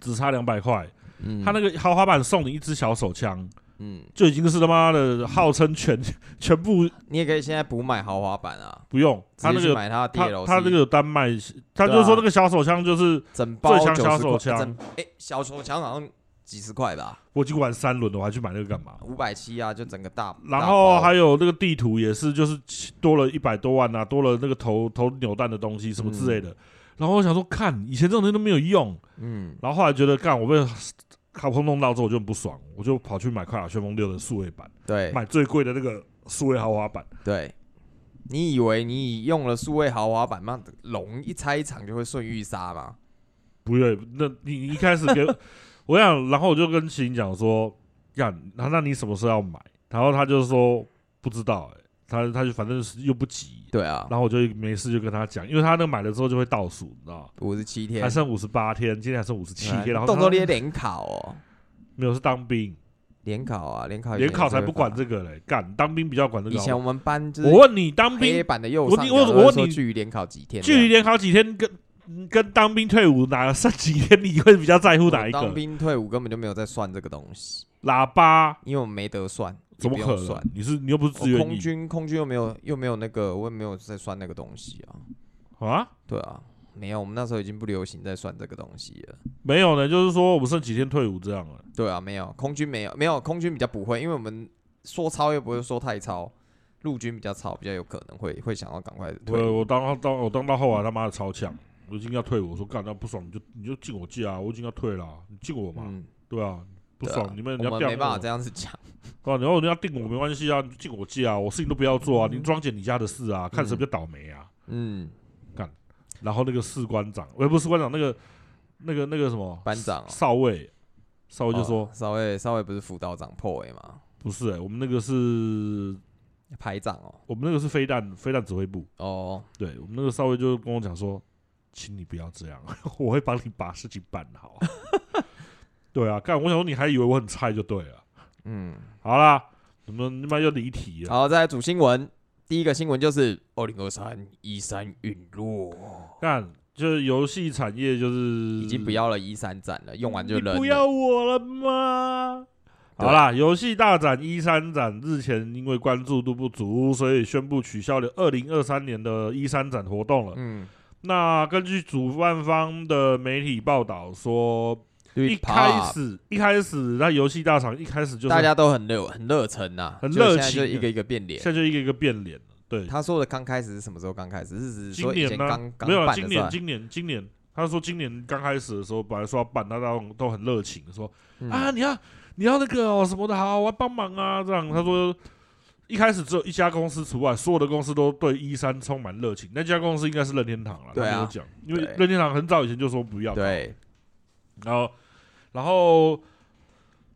只差两百块，嗯他那个豪华版送你一支小手枪。嗯，就已经是他妈的号称全 全部你也可以现在不买豪华版啊，不用，他直接那去个买他的他 DLC，他那个有单卖，他对啊就说那个小手枪就是整包最强90小手块枪整哎，小手枪好像几十块吧，我已经玩三轮了，我还去买那个干嘛？五百七啊，就整个大。然大后包还有那个地图也是，就是多了一百多万啊，多了那个头头扭蛋的东西什么嗯之类的。然后我想说，看以前这种东西都没有用，嗯然后后来觉得干我被卡碰碰到之后我就很不爽，我就跑去买快打旋风六的数位版，对买最贵的那个数位豪华版。对，你以为你用了数位豪华版，那龙一拆一场就会瞬玉杀吗？不愿意。那你你一开始 给我想，然后我就跟麒麟讲说，呀，那那你什么时候要买？然后他就说不知道、欸，他他就反正是又不急。对啊，然后我就没事就跟他讲，因为他那买了之后就会倒数，你知道吗？五十七天还，剩五十八天，今天还剩五十七天，然后动作列列联考哦，没有是当兵，联考啊，联考以前联考才也是不会管罚这个嘞，干当兵比较管这个以好前我不好。们班就是我问你，当黑兵板的右我上你角我都我会问说你距离联考几天这距样？离联考几天跟嗯跟当兵退伍哪剩几天，你会比较在乎我哪一当个？兵退伍根本就没有在算这个东西，喇叭因为我们没得算，也怎么不可用算能？？你是你又不是我志愿空役军空军又没有又没有那个，我也没有在算那个东西啊。啊？对啊，没有，我们那时候已经不流行在算这个东西了。没有呢，就是说我们剩几天退伍这样了。对啊，没有，空军没有，没有空军比较不会，因为我们说超又不会说太超，陆军比较超，比较有可能会会想要赶快退我伍。我当到当我当到后来他妈的超强，我已经要退伍，我说干那不爽你就你就进我借啊，我已经要退了啊、你进我嘛，嗯，对啊，不对啊爽、你们你我要们调没办法我这样子讲。对啊，然后你要定我没关系啊，你就进我借啊，我事情都不要做啊，你装检你家的事啊，看谁比较倒霉啊。嗯，然后那个士官长，我也不是士官长，那个那个那个什么班长哦少尉，少尉就说、哦稍微稍微不是辅导长破位嘛，不是、欸，我们那个是排长哦，我们那个是飞弹飞弹指挥部，哦，对我们那个少尉就跟我讲说，请你不要这样， 我会帮你把事情办好。啊 对啊，干，我想说你还以为我很菜就对了。嗯，好啦，怎么你妈又离题了？好，再来主新闻，第一个新闻就是二零二三一三陨落，干，就是游戏产业就是已经不要了一三展了，用完就嗯你扔了。不要我了吗？对好啦，游戏大展一三展日前因为关注度不足，所以宣布取消了二零二三年的一三展活动了。嗯，那根据主办方的媒体报道说，一一开始一开始那游戏大厂一开始就是啊大家都很热很热忱呐、很就热现在情就啊一个一个变脸现。在就一个一个变脸了。对，他说的刚开始是什么时候刚开始？是指今说以年前呢、刚刚没有啊办今的时候年，今年今年，他说今年刚开始的时候，本来说要办，大家都很热情，说、嗯啊你要你要那个哦什么的，好，我要帮忙啊这样。他说一开始只有一家公司除外，所有的公司都对一三充满热情。那家公司应该是任天堂了，对啊他没有讲，因为对任天堂很早以前就说不要搞对，然后，然后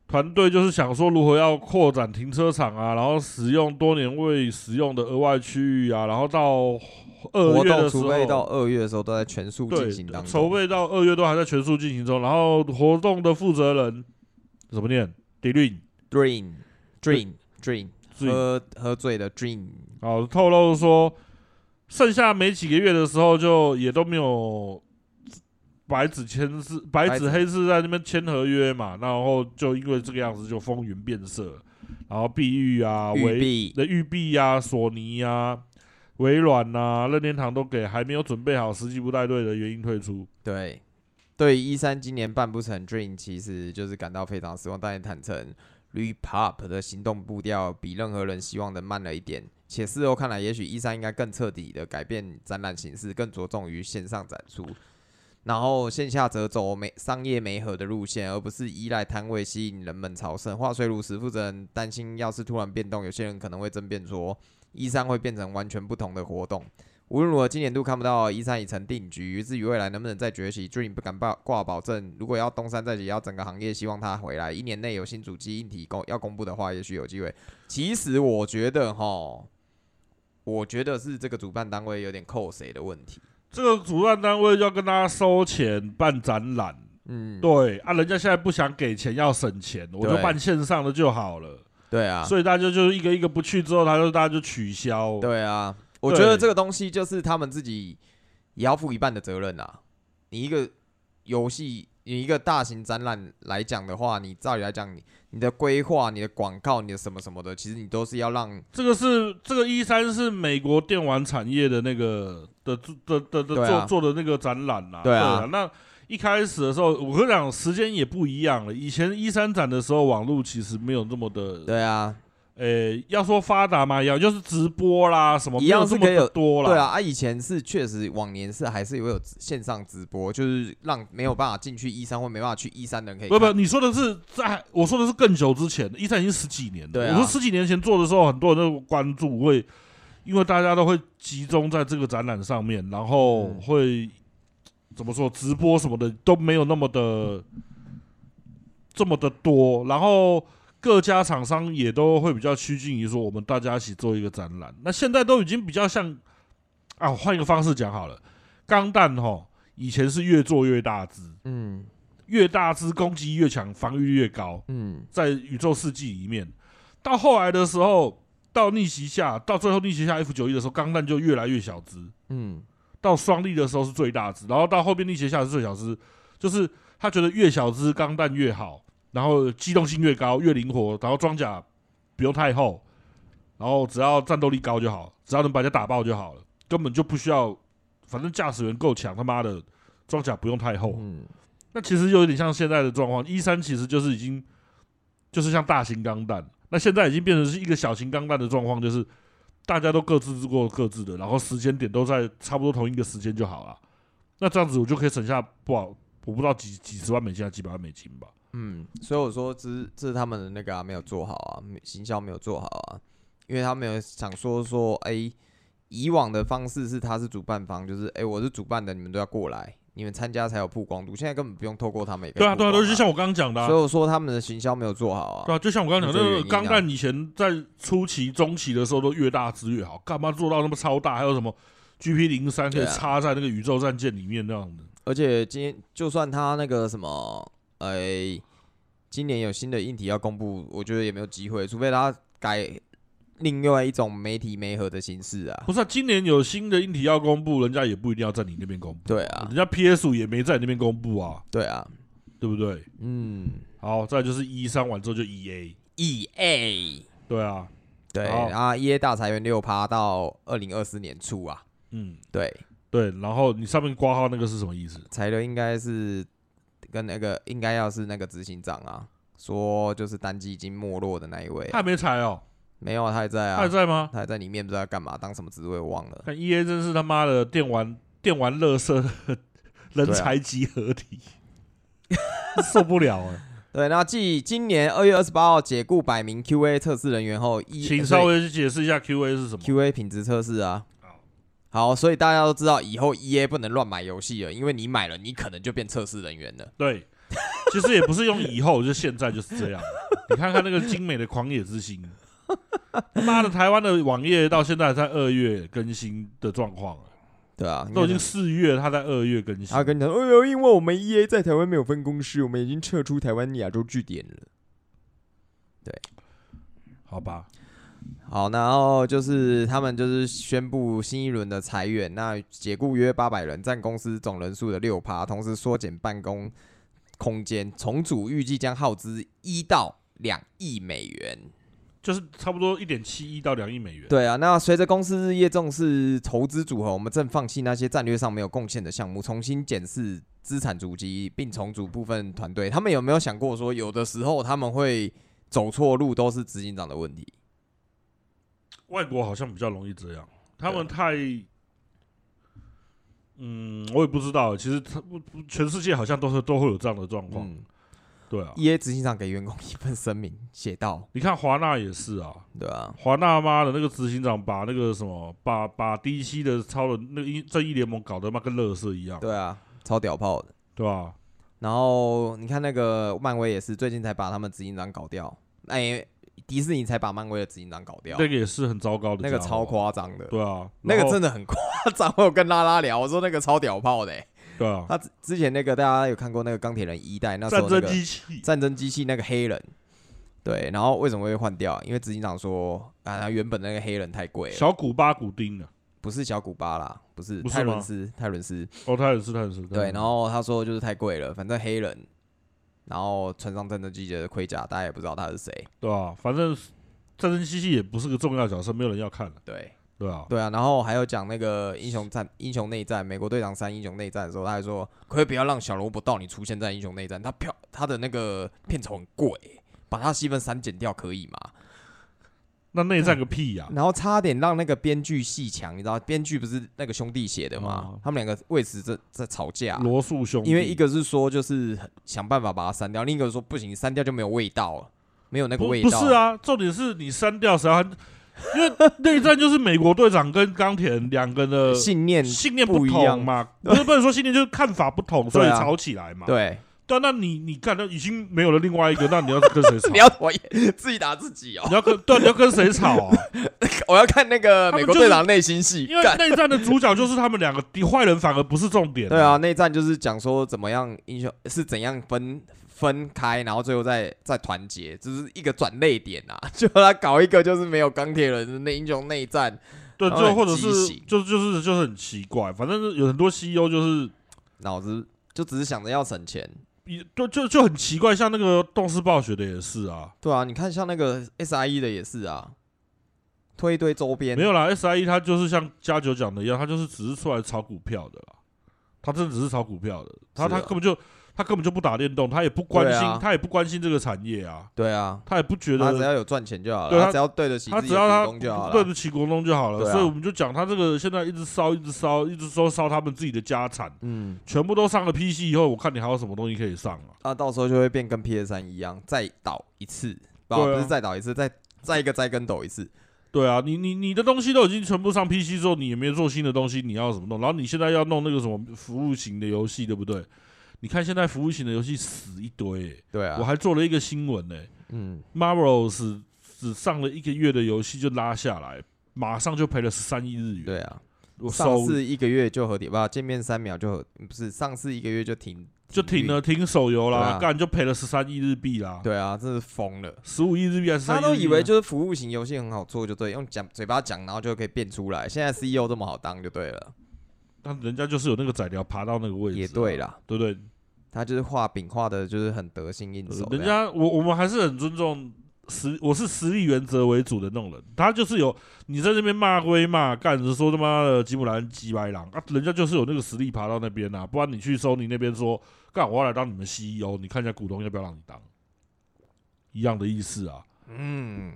团队就是想说如何要扩展停车场啊，然后使用多年未使用的额外区域啊，然后呃到二活月动的时储备到候，二月的时候都在全速进行对，当筹中。备到二月都还在全速进行中。然后活动的负责人怎么念 d i l i n Dream Dream Dream 自己喝喝醉的 Dream，哦透露说，剩下没几个月的时候就也都没有。白纸签字，白白纸纸黑字在那边签合约嘛，然后就因为这个样子就风云变色了，然后碧玉啊、玉微璧的育碧呀、啊索尼呀、微软呐、任天堂都给还没有准备好实际不带队的原因退出。对。对于一三今年办不成 Dream，其实就是感到非常失望，但也坦诚 Repop 的行动步调比任何人希望的慢了一点。且事后看来，也许一三应该更彻底的改变展览形式，更着重于线上展出，然后线下则走媒商业媒合的路线，而不是依赖摊位吸引人们朝圣。话虽如此，负责人担心，要是突然变动，有些人可能会争辩说，一三会变成完全不同的活动。无论如何，今年度看不到一三已成定局。至于未来能不能再崛起，Dream 不敢挂挂保证。如果要东山再起，要整个行业希望它回来。一年内有新主机硬体公要公布的话，也许有机会。其实我觉得哈，我觉得是这个主办单位有点扣谁的问题。这个主办单位就要跟大家收钱办展览，嗯，对啊，人家现在不想给钱，要省钱，我就对办线上的就好了。对啊，所以大家就是一个一个不去之后，他就大家就取消。对啊，我觉对得这个东西就是他们自己也要负一半的责任啊。你一个游戏，你一个大型展览来讲的话，你照理来讲，你你的规划、你的广告、你的什么什么的，其实你都是要让这个是这个一三是美国电玩产业的那个的的的的对啊做做的那个展览啦、对啊那一开始的时候，我跟你讲，时间也不一样了。以前一三展的时候，网络其实没有那么的对啊，呃，要说发达嘛，一样就是直播啦，什么一样没有这是可以么有多啦，对啊，啊，以前是确实往年是还是会有线上直播，就是让没有办法进去一三或没办法去一三的人可以不看。不，你说的是在我说的是更久之前，一战已经十几年了。对啊我说十几年前做的时候，很多人都关注会，因为大家都会集中在这个展览上面，然后嗯会、怎么说直播什么的都没有那么的这么的多，然后各家厂商也都会比较趋近于说我们大家一起做一个展览。那现在都已经比较像啊，我换一个方式讲好了，钢弹吼以前是越做越大只。嗯越大只，攻击越强，防御力越高，嗯在宇宙世纪里面，到后来的时候，到逆袭下，到最后逆袭下 F 九一的时候，钢弹就越来越小只，嗯，到双力的时候是最大只，然后到后面逆袭下是最小只，就是他觉得越小只钢弹越好，然后机动性越高，越灵活，然后装甲不用太厚，然后只要战斗力高就好，只要能把人家打爆就好了，根本就不需要，反正驾驶员够强，他妈的装甲不用太厚，嗯那其实有点像现在的状况，一三其实就是已经就是像大型钢弹，那现在已经变成是一个小型钢弹的状况，就是大家都各自过各自的，然后时间点都在差不多同一个时间就好了。那这样子我就可以省下不好，我不知道几几十万美金还是几百万美金吧。嗯，所以我说这是这是他们的那个、啊、没有做好啊，没行销没有做好啊，因为他们有想说说，哎、以往的方式是他是主办方，就是哎、我是主办的，你们都要过来，你们参加才有曝光度，现在根本不用透过他们也可以对啊，曝对啊，光对啊，就像我刚刚讲的、啊所以，我说他们的行销没有做好啊。对啊，就像我刚刚讲这个的，那原个因啊钢弹以前在初期、中期的时候都越大只越好，干嘛做到那么超大？还有什么 GP 零三可以对啊插在那个宇宙战舰里面那样的？而且今天就算他那个什么，哎、今年有新的硬体要公布，我觉得也没有机会，除非他改另外一种媒体媒合的形式啊不。是、啊，今年有新的硬体要公布，人家也不一定要在你那边公布，对啊人，家 PS 五也没在你那边公布啊，对啊，对不对？嗯好，再来就是一三完之后就 EA， ，E A，对啊，对好啊，E A 大裁员六趴到二零二四年初啊，嗯，对，对，然后你上面挂号那个是什么意思？裁的应该是跟那个应该要是那个执行长啊，说就是单机已经没落的那一位啊，他还没裁哦，没有啊，他还在他啊，还在吗？他还在里面不知道要干嘛，当什么职位我忘了。看 EA 真是他妈的电玩电玩乐色 人才集合体，啊受不了哎、 对，那继今年二月二十八号解雇百名 QA 测试人员后，，E 一请稍微去哦解释一下 QA 是什么？ QA 品质测试啊。好，所以大家都知道以后 EA 不能乱买游戏了，因为你买了，你可能就变测试人员了。对，其实也不是用以后，就现在就是这样。你看看那个精美的《狂野之心》，妈的，台湾的网页到现在才二月更新的状况，对啊，都已经四月，它在二月更新他。跟你讲，哎呦，因为我们 EA 在台湾没有分公司，我们已经撤出台湾亚洲据点了。好吧，好，然后就是他们就是宣布新一轮的裁员，那解雇约八百人，占公司总人数的六趴，同时缩减办公空间，重组预计将耗资一到两亿美元。就是差不多一点七亿到两亿美元。对啊，那随着公司日夜重视投资组合，我们正放弃那些战略上没有贡献的项目，重新检视资产主机，并重组部分团队。他们有没有想过说，有的时候他们会走错路，都是执行长的问题？外国好像比较容易这样，他们啊太……嗯，我也不知道。其实他不不全世界好像都是都会有这样的状况。嗯对啊， ，EA 执行长给员工一份声明，写道，你看华纳也是啊，对啊，华纳妈的那个执行长把那个什么，把把 DC 的超人那个英正义联盟搞得妈跟乐色一样，对啊，超屌炮的。对吧？然后你看那个漫威也是，最近才把他们执行长搞掉，哎、迪士尼才把漫威的执行长搞掉，那个也是很糟糕的家那伙，个超夸张的。对啊，那个然后真的很夸张，我有跟拉拉聊，我说那个超屌炮的、欸。对啊，他之之前那个大家有看过那个钢铁人一代，那时战候那争个机器，战争机器那个黑人，对，然后为什么会换掉？因为执行长说啊，他原本那个黑人太贵了，小古巴古丁啊，不是小古巴啦，不是嗯不是泰吗伦斯，泰伦斯，哦，他也是，他也是，对，然后他说就是太贵了，反正黑人，然后穿上战争机器的盔甲，大家也不知道他是谁，对啊，反正战争机器也不是个重要角色，没有人要看了，对。对啊，对啊，然后还有讲那个英雄战、英雄内战，美国队长三英雄内战的时候，他还说，可不可以不要让小萝卜到你出现在英雄内战，他欸票他的那个片酬很贵，把他戏份删减掉可以吗？那内战个屁呀、然后差点让那个编剧戏强，你知道编剧不是那个兄弟写的吗？哦他们两个为此在在吵架，罗素兄弟，因为一个是说就是很想办法把它删掉，另一个说不行，删掉就没有味道了，没有那个不味不道。是，啊，重点是你删掉谁还？因为内战就是美国队长跟钢铁人两 个的信念信念不一样 同嘛，不是不能说信念，就是看法不同，所以对啊吵起来嘛。对，对啊，那你你看，那已经没有了另外一个，那你要跟谁 吵？你要我也自己打自己 哦。你要跟对啊，你要跟谁 吵啊？我要看那个他们美国就是队长内心戏，因为干内战的主角就是他们两个，敌坏人反而不是重点。对啊，，内战就是讲说怎么样英雄是怎样分分开，然后最后再再团结，就是一个转泪点啊。 就他搞一个就是没有钢铁人的内英雄内战，对，他们就很或者畸是形就就是就是很奇怪，反正是有很多 CEO 就是脑子就只是想着要省钱。也就就就很奇怪，像那个动视暴雪的也是啊，对啊，你看像那个 SIE 的也是啊，推一堆周边，没有啦，SIE 它就是像加九讲的一样，它就是只是出来炒股票的啦，它真的只是炒股票的，它是它啊根本就它根本就不打电动，它也不关对心啊，它也不关心这个产业啊，对啊，它也不觉他只得。要有赚钱就好对了，啊他他只要对得起它自己只的要它股东就好对了。得起股东就好了，对啊所以我们就讲它这个现在一直烧，一直烧，一直说烧他们自己的家产，嗯，全部都上了 PC 以后，我看你还有什么东西可以上啊？那到时候就会变跟 PS 三一样，再倒一次，不对啊不是再倒一次，再再一个再跟抖一次。对啊，你你你的东西都已经全部上 PC 之后，你也没做新的东西，你要怎么弄？然后你现在要弄那个什么服务型的游戏，对不对？你看现在服务型的游戏死一堆欸、对啊，我还做了一个新闻呢、欸、嗯， ，Marvels 只上了一个月的游戏就拉下来，马上就赔了十三亿日元。对啊，我上手市一个月就合体，吧，见面三秒就合，不是上市一个月就停，就停了，。停手游对啦，啊干、就赔了十三亿日币啦，对啊，真是疯了。十五亿日币还是13亿日币啊？他都以为就是服务型游戏很好做，就对，用讲嘴巴讲，然后就可以变出来。现在 E CEO 这么好当就对了，那人家就是有那个宰僚爬到那个位置啊、也对啦，对不对？他就是画饼画的，就是很得心应手这样。人家我我们还是很尊重实，我是实力原则为主的那种人。他就是有你在那边骂归骂，干着说他妈的吉姆兰吉白狼啊，人家就是有那个实力爬到那边啊，不然你去收你那边说干，我要来当你们 CEO，你看一下股东要不要让你当，一样的意思啊。嗯，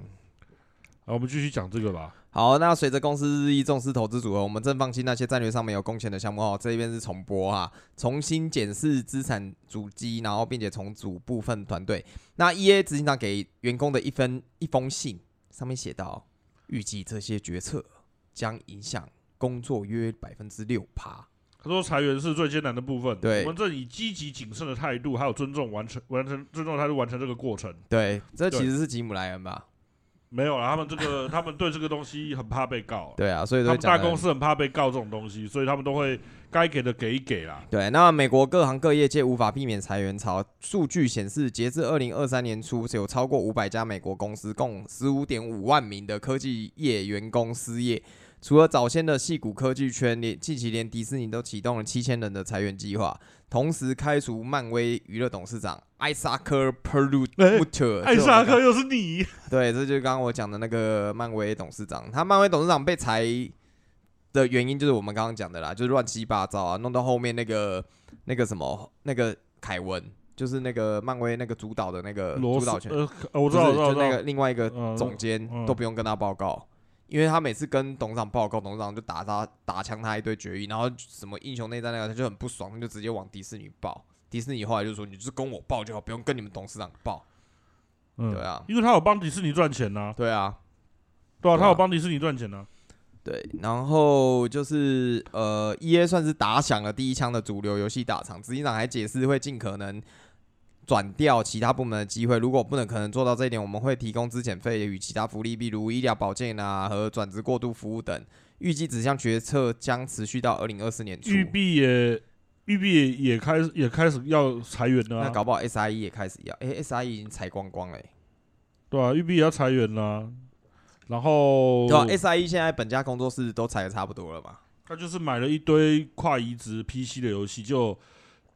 啊，我们继续讲这个吧。好，那随着公司日益重视投资组合，我们正放弃那些战略上没有贡献的项目哦。这边是重播哈，重新检视资产主机，然后并且重组部分团队。那 E A 执行长给员工的一封一封信，上面写到，预计这些决策将影响工作约百分之六趴。他说裁员是最艰难的部分，对我们正以积极谨慎的态度，还有尊重完成完成尊重的态度完成这个过程。对，这对其实是吉姆莱恩吧？没有啦，他们这个 他们对这个东西很怕被告啊、对啊，所以他说们讲大得公很司很怕被告这种东西，所以他们都会该给的给一给啦。对，那美国各行各业界无法避免裁员潮。数据显示，截至二零二三年初，有超过五百家美国公司，共十五点五万名的科技业员工失业。除了早先的戏骨科技圈，连近期连迪士尼都启动了七千人的裁员计划，同时开除漫威娱乐董事长艾萨克·普鲁哎特。艾萨克又是你， 对，这就是刚刚我讲的那个漫威董事长，他漫威董事长被裁的原因就是我们刚刚讲的啦，就是乱七八糟啊，弄到后面那个那个什么那个凯文，就是那个漫威那个主导的那个罗主斯导权，呃，呃我不知是，道，我知道，就我知那个道。另外一个嗯总监嗯都不用跟他报告。因为他每次跟董事长报告，董事长就打他打枪他一堆决议，然后什么英雄内战那个他就很不爽，他就直接往迪士尼报。迪士尼后来就说：“你就是跟我报就好，不用跟你们董事长报。”对嗯，啊，因为他有帮迪士尼赚钱呐，对啊，对对啊，啊他有帮迪士尼赚钱呐。对，然后就是呃，E A 算是打响了第一枪的主流游戏大厂，执行长还解释会尽可能转掉其他部门的机会，如果不能可能做到这一点，我们会提供资遣费与其他福利，例如医疗保健啊和转职过渡服务等。预计此项决策将持续到二零二四年初。育碧也，育碧也也开始也开始要裁员了那啊，搞不好 S I E 也开始要，哎，S I E 已经裁光光了欸、对啊，育碧也要裁员啦。然后对吧、s I E 现在本家工作室都裁的差不多了嘛？他就是买了一堆跨移植 PC 的游戏，就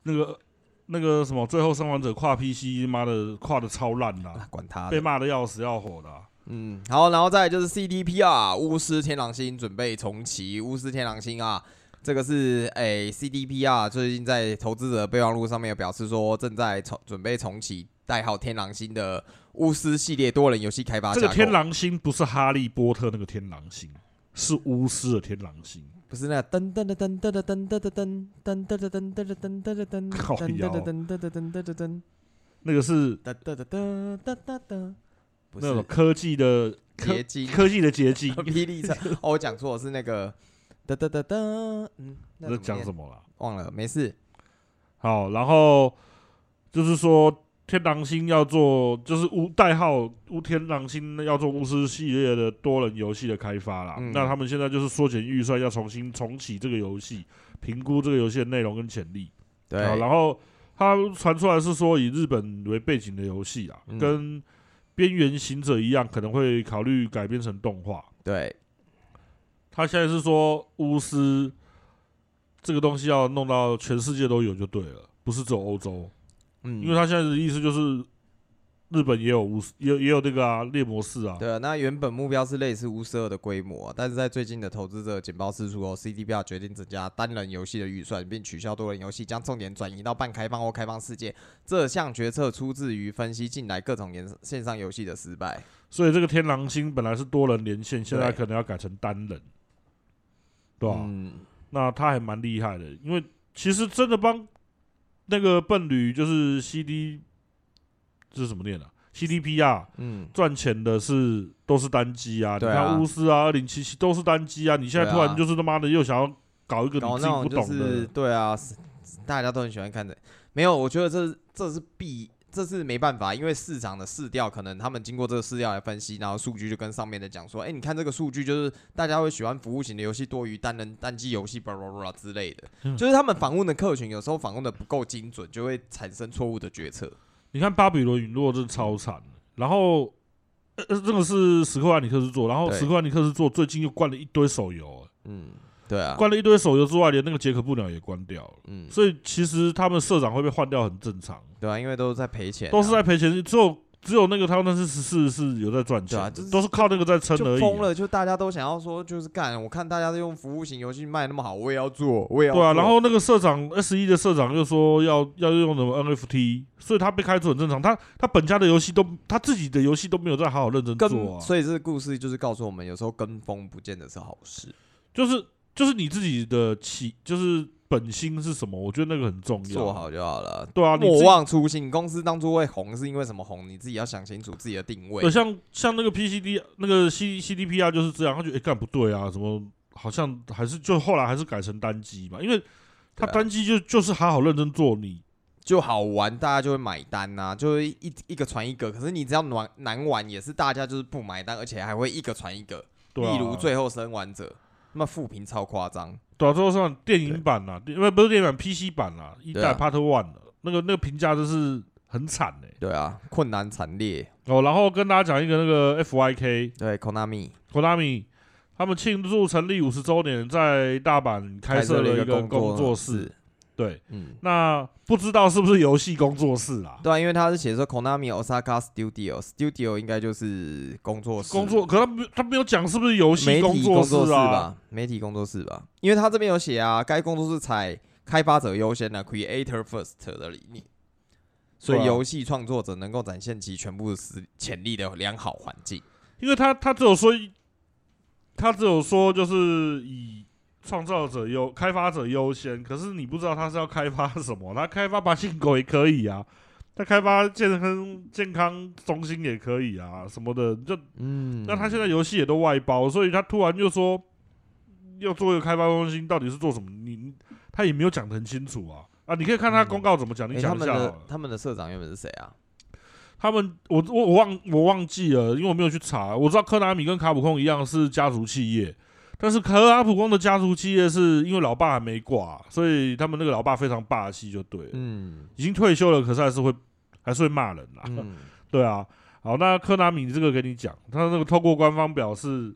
那个那个什么《最后生还者》跨 PC，妈的跨的超烂啦。 啊，管他的被骂的要死要活的啊、嗯，好，然后再来就是 CDPR 巫师天狼星准备重启。巫师天狼星啊，这个是诶、CDPR 最近在投资者备忘录上面有表示说，正在重准备重启代号天狼星的巫师系列多人游戏开发这架个构。天狼星不是哈利波特那个天狼星，是巫师的天狼星。不是那个噔噔噔噔噔噔噔噔噔噔噔噔噔噔噔噔噔噔噔靠噔腰噔噔噔噔噔噔噔噔那个是哒哒哒哒哒哒哒，不那种是科技的科结晶。科技的结晶 霹雳车。哦，我讲错，是那个哒哒哒哒，嗯，那你在怎讲念什么啦？忘了，没事。好，然后就是说天狼星要做，就是巫代号巫天狼星要做巫师系列的多人游戏的开发啦。嗯那他们现在就是缩减预算，要重新重启这个游戏，评估这个游戏的内容跟潜力。对，好，啊然后它传出来是说以日本为背景的游戏啊，嗯跟《边缘行者》一样，可能会考虑改编成动画。对，他现在是说巫师这个东西要弄到全世界都有就对了，不是只有欧洲，嗯，因为他现在的意思就是日本也有巫师，也有也有那个啊猎魔士啊，对啊，那原本目标是类似巫师二的规模、啊但是在最近的投资者简报释出哦后，CDPR 决定增加单人游戏的预算，并取消多人游戏，将重点转移到半开放或开放世界。这项决策出自于分析近来各种线线上游戏的失败。所以这个天狼星本来是多人连线，现在对可能要改成单人，对啊吧、嗯，那他还蛮厉害的，因为其实真的帮那个笨驴就是 CD，这是怎么念啊？CDP 啊，嗯，赚钱的是都是单机啊，你对啊看巫师啊、二零七七都是单机啊，你现在对啊突然就是他妈的又想要搞一个你搞自啊那种己不就懂的，是对啊，是大家都很喜欢看的。没有，我觉得这是这是必，这是没办法，因为市场的市调可能他们经过这个市调来分析，然后数据就跟上面的讲说，哎、你看这个数据就是大家会喜欢服务型的游戏多于单人单机游戏，巴拉巴拉之类的，嗯就是他们访问的客群有时候访问的不够精准，就会产生错误的决策。你看《巴比伦陨落》真的超惨的，然后呃呃，这个是史克兰尼克斯做，然后对史克兰尼克斯做最近又灌了一堆手游，嗯，对啊，灌了一堆手游之外，连那个杰克布鸟也关掉了，嗯，所以其实他们社长会被换掉很正常。对啊，因为都是在赔钱啊、都是在赔钱，只有只有那个汤姆是是是有在赚钱对啊的，就是都是靠那个在撑就而已疯啊、了，就大家都想要说，就是干，我看大家都用服务型游戏卖那么好，我也要做，我也要对啊，做然后那个社长 S 一的社长又说要要用什么 NFT，所以他被开除很正常。他他本家的游戏都他自己的游戏都没有在好好认真跟做啊，所以这个故事就是告诉我们，有时候跟风不见得是好事。就是就是你自己的起就是本心是什么，我觉得那个很重要。做好就好了，对啊，你自莫己忘初心。公司当初会红是因为什么红？你自己要想清楚自己的定位对，。像像那个 PCD 那个 C CDP 啊，就是这样，他觉得哎干、不对啊，怎么好像还是就后来还是改成单机嘛，因为他对啊单机就就是好好认真做你，就好玩，大家就会买单呐、就会一一个传一个。可是你只要难难玩，也是大家就是不买单，而且还会一个传一个。对啊，例如最后生还者，那么负评超夸张。对啊，最后上电影版啦、因为不是电影版 PC 版啦、一对代啊 Part One 了，那个那个评价真是很惨哎、对啊，困难惨烈。哦，然后跟大家讲一个那个 FYK 对，Konami Konami。他们庆祝成立五十周年，在大阪开设了一个个工作室。室，对，嗯，那不知道是不是游戏工作室啊？对啊，因为他是写说 Konami Osaka Studio，Studio 应该就是工作室。工作，可他没他没有讲是不是游戏媒体工作室啊？吧，媒体工作室吧，因为他这边有写啊，该工作室采开发者优先的 （creator first） 的理念，所对以啊游戏创作者能够展现其全部实潜力的良好环境。因为他他只有说，他只有说就是以创造者优开发者优先，可是你不知道他是要开发什么， 他开发八性狗也可以啊，他开发健康健康中心也可以啊，什么的，就嗯那他现在游戏也都外包，所以他突然就说要做一个开发中心，到底是做什么？你你他也没有讲得很清楚啊啊！你可以看他公告怎么讲，你他讲一们下好哦的了。他们的社长原本是谁啊？他们，我我我忘我忘记了，因为我没有去查。我知道科达米跟卡普空一样是家族企业，但是科达普空的家族企业是因为老爸还没挂，所以他们那个老爸非常霸气，就对了，嗯已经退休了，可是还是会还是会骂人啦。嗯， 对啊，好，那科达米这个给你讲，他那个透过官方表示，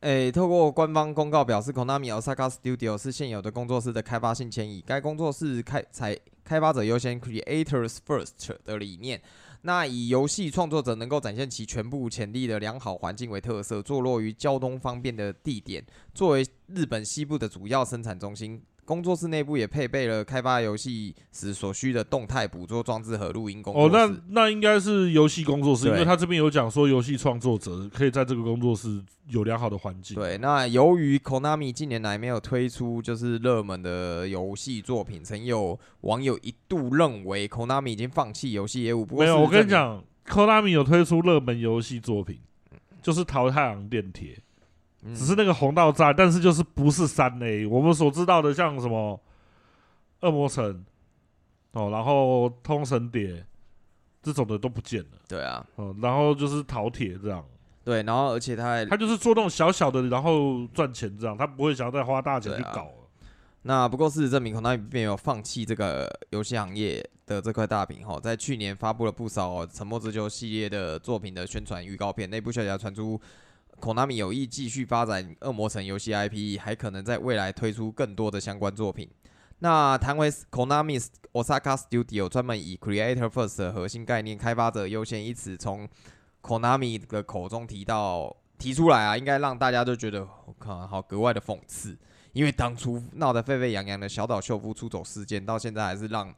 诶、哎透过官方公告表示，Konami Osaka Studio 是现有的工作室的开发性迁移。该工作室开采开发者优先 （Creators First） 的理念。那以游戏创作者能够展现其全部潜力的良好环境为特色，坐落于交通方便的地点，作为日本西部的主要生产中心。工作室内部也配备了开发游戏时所需的动态捕捉装置和录音工作哦，室。那那应该是游戏工作室，因对为他这边有讲说，游戏创作者可以在这个工作室有良好的环境。对，那由于 Konami 近年来没有推出就是热门的游戏作品，曾有网友一度认为 Konami 已经放弃游戏业务。不过没有，事实我证跟你明，讲，Konami 有推出热门游戏作品，就是《淘太郎电铁》，嗯只是那个红到炸，但是就是不是三 A。我们所知道的，像什么《恶魔城》哦，然后《通神蝶》这种的都不见了对啊，哦，然后就是《淘铁》这样，对，然后而且他还他就是做那种小小的，然后赚钱这样，他不会想要再花大钱去对啊搞了。那不过事实证明，Konami 并没有放弃这个游戏行业的这块大饼哈，在去年发布了不少《沉默之丘》系列的作品的宣传预告片，内部消息还传出。Konami 有意继续发展《恶魔城》游戏 IP，还可能在未来推出更多的相关作品。那谈回 Konami Osaka Studio 专门以 Creator First 的核心概念、开发者优先一词从 Konami 的口中提到提出来啊，应该让大家都觉得我靠，好格外的讽刺。因为当初闹得沸沸扬扬的小岛秀夫出走事件，到现在还是让《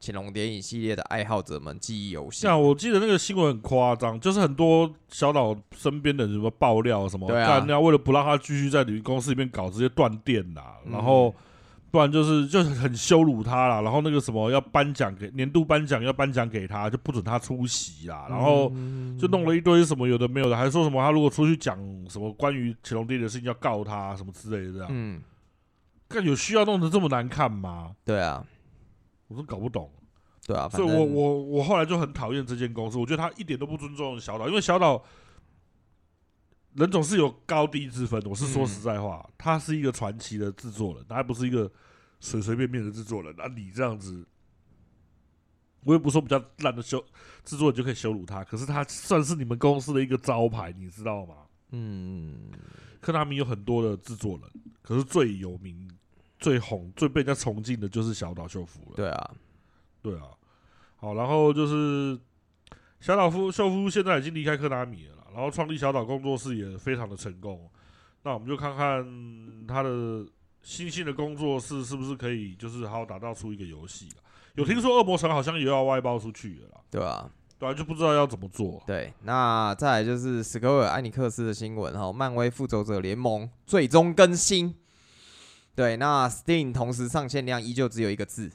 潜龙谍影》系列的爱好者们记忆犹新。像我记得那个新闻很夸张，就是很多小岛身边的人什么爆料什么，对啊干掉为了不让他继续在旅公司里面搞，直接断电啦，嗯然后不然就是就是很羞辱他啦，然后那个什么要颁奖给年度颁奖要颁奖给他，就不准他出席啦，然后嗯就弄了一堆什么有的没有的，还说什么他如果出去讲什么关于乾隆帝的事情要告他什么之类的这样，嗯，干有需要弄得这么难看吗？对啊，我真搞不懂。对啊，反所以正我我我后来就很讨厌这间公司，我觉得他一点都不尊重小岛，因为小岛人总是有高低之分的。我是嗯说实在话，他是一个传奇的制作人，他还不是一个随随便便的制作人。那、你这样子，我也不说比较烂的羞制作人就可以羞辱他，可是他算是你们公司的一个招牌，你知道吗？嗯，科纳米有很多的制作人，可是最有名、最红、最被人家崇敬的就是小岛秀夫了。对啊，对啊，好，然后就是小岛夫秀夫现在已经离开科达米了啦，然后创立小岛工作室也非常的成功。那我们就看看他的新兴的工作室是不是可以，就是好好打造出一个游戏啦有听说恶魔城好像也要外包出去了啦，对啊，对啊，就不知道要怎么做。啊对。那再来就是史科尔艾尼克斯的新闻哈，漫威复仇者联盟最终更新。对，那 Steam 同时上线量依旧只有一个字，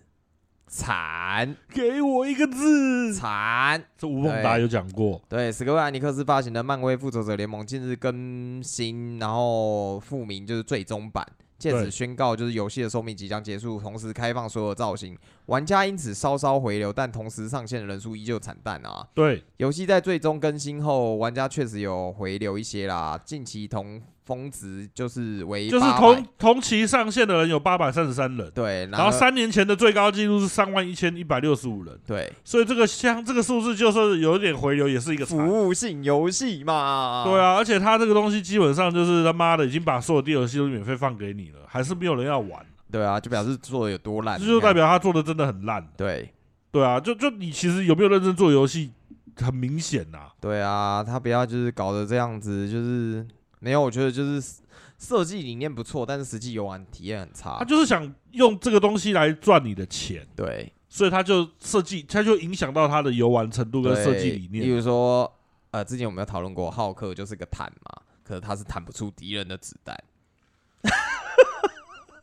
惨给我一个嗯字，惨。这吴孟达有讲过，对，史克威尔艾尼克斯发行的《漫威复仇者联盟》近日更新，然后复名就是最终版，借对此宣告就是游戏的寿命即将结束，同时开放所有造型，玩家因此稍稍回流，但同时上线的人数依旧惨淡啊。对，游戏在最终更新后，玩家确实有回流一些啦，近期同峰值就是为就是800同同期上线的人有八百三十三人，对，然然后三年前的最高纪录是三万一千一百六十五人。对所以这个像这个数字就是有一点回流，也是一个服惨。务性游戏嘛，对，啊，而且它这个东西基本上就是他妈的已经把所有 DLC 都免费放给你了，还是没有人要玩，对啊，就表示做的有多烂，这就你看代表他做的真的很烂。对。对啊，就就你其实有没有认真做游戏，很明显呐、对啊，他不要就是搞得这样子，就是没有，我觉得就是设计理念不错，但是实际游玩体验很差他。啊就是想用这个东西来赚你的钱，对，所以他就设计，他就影响到他的游玩程度跟对设计理例念。啊如说，呃，之前我们有讨论过，浩克就是个坦嘛，可是他是弹不出敌人的子弹。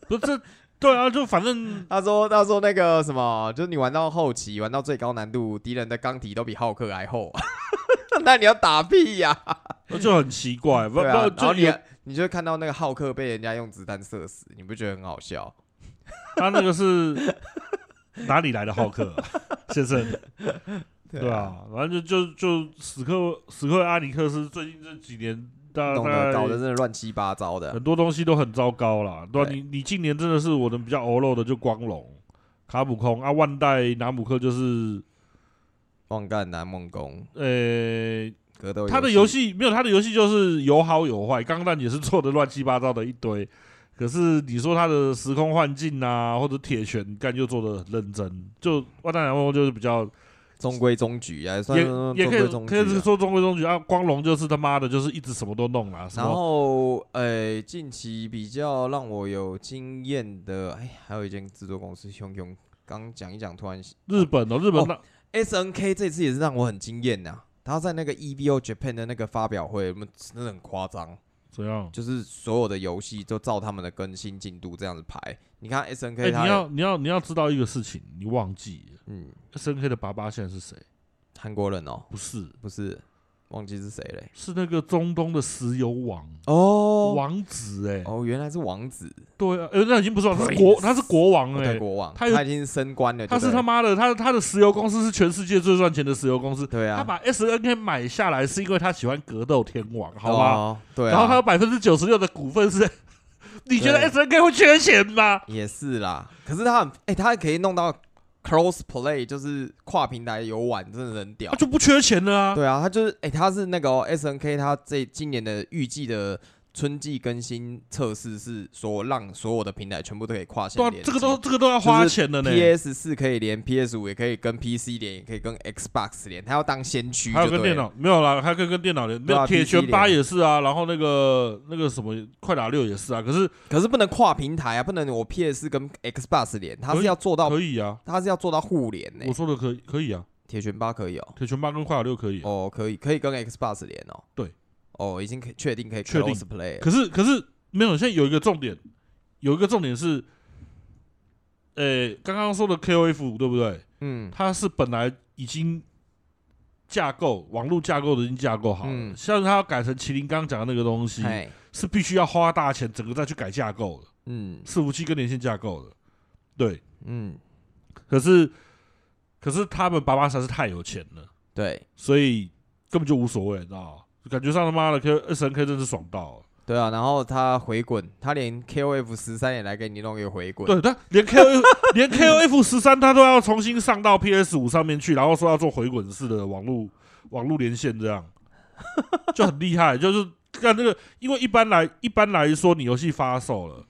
不是这，对啊，就反正 他说，他说那个什么，就是你玩到后期，玩到最高难度，敌人的钢体都比浩克还厚， 那你要打屁呀、就很奇怪，不不对啊，然就后你也还你就会看到那个浩克被人家用子弹射死，你不觉得很好笑？他那个是哪里来的浩克、先生？对啊，反正就就就史克史克阿尼克斯最近这几年，大弄大得搞得真概的乱七八糟的。很多东西都很糟糕啦。对、啊，对你你近年真的是我能比较欧漏的就光荣、卡普空啊，万代拿姆克就是忘干南梦宫呃、格斗，他的游戏没有他的游戏就是有好有坏，钢弹也是做的乱七八糟的一堆。可是你说它的时空幻境啊，或者铁拳干又做的很认真，就万代南梦宫就是比较中规中矩啊，也算也中也可以规中可矩啊、以说中规中矩啊。光荣就是他妈的，就是一直什么都弄啊啦，什然么后，诶、近期比较让我有经验的，哎，还有一间制作公司熊熊，刚讲一讲，突然日本哦，日本哦那、 S N K 这次也是让我很惊艳呐。他在那个 E B O Japan 的那个发表会，我们真的很夸张，怎样？就是所有的游戏都照他们的更新进度这样子排。你看 S N 哎、 K 你他、要你要你要知道一个事情，你忘记了嗯， S N K 的爸爸现在是谁？韩国人哦，不是，不是，忘记是谁嘞？是那个中东的石油王、哦，王子哎、哦，原来是王子，对啊，哎、那已经不是王，他是 Prince 国他是国王哦哎、对，国王，他他已有经升官了，他对不是他对妈的，他他的石油公司是全世界最赚钱的石油公司。对啊，他把 S N K 买下来是因为他喜欢格斗天王，好吗？哦对啊，然后他有百分之九十六的股份是， 你觉得对 S N K 会缺钱吗？也是啦，可是他很，哎、他可以弄到 cross play，就是跨平台游玩，真的很屌他。就不缺钱了啊。对啊，他就是，哎、他是那个、哦、S N K，他这今年的预计的春季更新测试是说让所有的平台全部都可以跨线对啊连，接，这个都这个都要花钱的呢。 P S 四可以连，P S 五也可以跟 P C 连，也可以跟 Xbox 连，他要当先驱还有就跟对电了。脑没有啦，还可以跟电脑连。对啊那铁 PC 拳八连也是啊，然后那个那个什么快打六也是啊，可是可是不能跨平台啊，不能我 P S 跟 Xbox 连，他可是以要做到，可以啊，他是要做到互联呢、我说的可以可以啊，铁拳八可以哦、铁拳八跟快打六可以啊。哦，可以，可以跟 Xbox 连哦。对，哦，已经可以确定可以确定 cross play 了。可是可是没有，现在有一个重点，有一个重点是，呃、刚刚说的 KOF 对不对？嗯，它是本来已经架构网络架构的已经架构好了，嗯像它要改成麒麟刚讲的那个东西，哎，是必须要花大钱整个再去改架构的，嗯伺服器跟连线架构的，对。嗯，可是可是他们爸爸实在是太有钱了，对所以根本就无所谓，你知道吗？感觉上他妈的 K S N K 真是爽到了。对啊，然后他回滚，他连 KOF 十三也来给你弄一个回滚。对，但连 K O 连 K O F 十三，它都要重新上到 P S 五上面去，然后说要做回滚式的网络网络连线，这样就很厉害。就是干这个，因为一般来一般来说，你游戏发售了，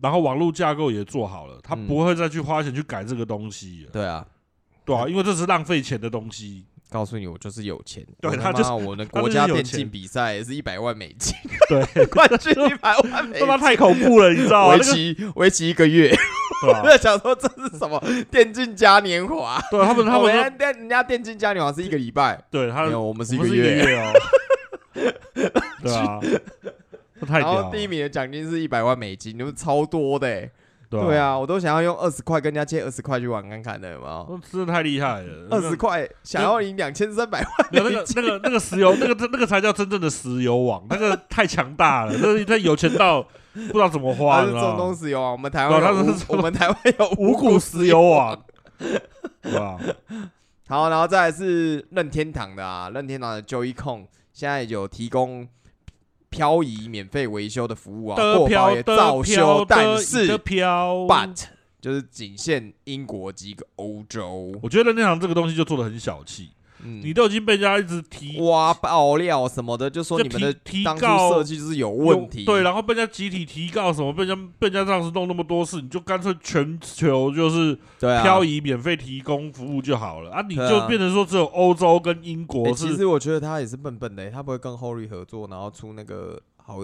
然后网络架构也做好了，他嗯不会再去花钱去改这个东西了，对啊，对啊，因为这是浪费钱的东西。告诉你，我就是有钱。对我他他就是妈我的他国就是家有电钱竞比赛也是一百万美金， 对，冠军一百万美他妈金。太恐怖了，你知道吗？为那个期为期一个月，对我啊，在想说这是什么电竞嘉年华？对啊他 们他哦们人家说电人家电竞嘉年华是一个礼拜，对他没有，我们是一我个们是一个月。 月哦，对啊，这太然屌后了，第一名的奖金是一百万美金，就是超多的、欸。对对。啊，我都想要用二十块跟人家借二十块去玩看看的，有没有？哦真的太厉害了，二十块想要赢两千三百万，没有那个那个那个石油，那个那个才叫真正的石油王，那个太强大了，那那有钱到不知道怎么花，他你是知中道东吗？石油啊，我们台湾有对他是五中东我们台湾有五五谷股石石油油王王。，对吧？好，然后再来是任天堂的啊，任天堂的 Joy-Con 现在有提供漂移免费维修的服务啊，的过保飘也照的修飘，但的是飘 but 就是仅限英国及欧洲，我觉得任天堂这个东西就做的很小气，嗯你都已经被人家一直提挖爆料什么的，就说就你们提的提当初告设计就是有问题，对，然后被人家集体提告什么，被人家被人家这样子弄那么多事，你就干脆全球就是对啊，漂移免费提供服务就好了啊！你对啊就变成说只有欧洲跟英欸国是其实我觉得他也是笨笨的欸、他不会跟 Holy 合作，然后出那个好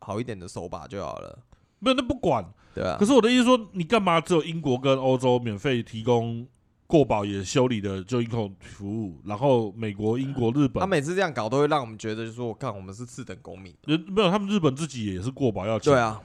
好一点的手把就好了，没有那不管，对啊可，是我的意思说，你干嘛只有英国跟欧洲免费提供过保也修理的就医控服务，然后美国、英国、日他本，每次这样搞都会让我们觉得，就是说我看我们是次等公民。人没有他们日本自己也是过保要钱，对，啊，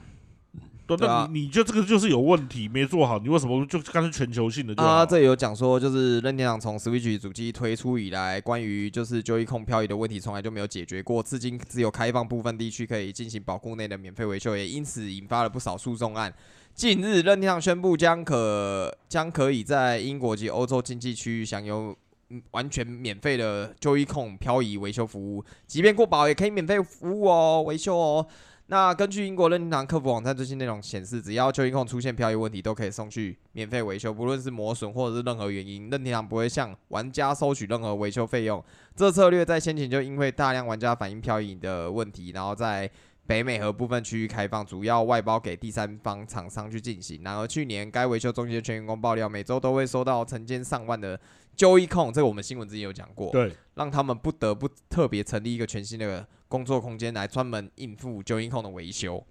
对，对那啊你你就这个就是有问题，没做好，你为什么就干脆全球性的就好啊，这里有讲说，就是任天堂从 Switch 主机推出以来，关于就是 Joy-Con 漂移的问题，从来就没有解决过，至今只有开放部分地区可以进行保护内的免费维修，也因此引发了不少诉讼案。近日，任天堂宣布将可将可以在英国及欧洲经济区域享有嗯完全免费的 Joy-Con 漂移维修服务，即便过保也可以免费服务哦，维修哦。那根据英国任天堂客服网站最新内容显示，只要旧音控出现漂移问题，都可以送去免费维修，不论是磨损或者是任何原因，任天堂不会向玩家收取任何维修费用。这策略在先前就因为大量玩家反映漂移的问题，然后在北美和部分区域开放，主要外包给第三方厂商去进行。然而，去年该维修中心的全员工爆料，每周都会收到成千上万的纠一控，这个我们新闻之前有讲过，对，让他们不得不特别成立一个全新的工作空间来专门应付纠音控的维修。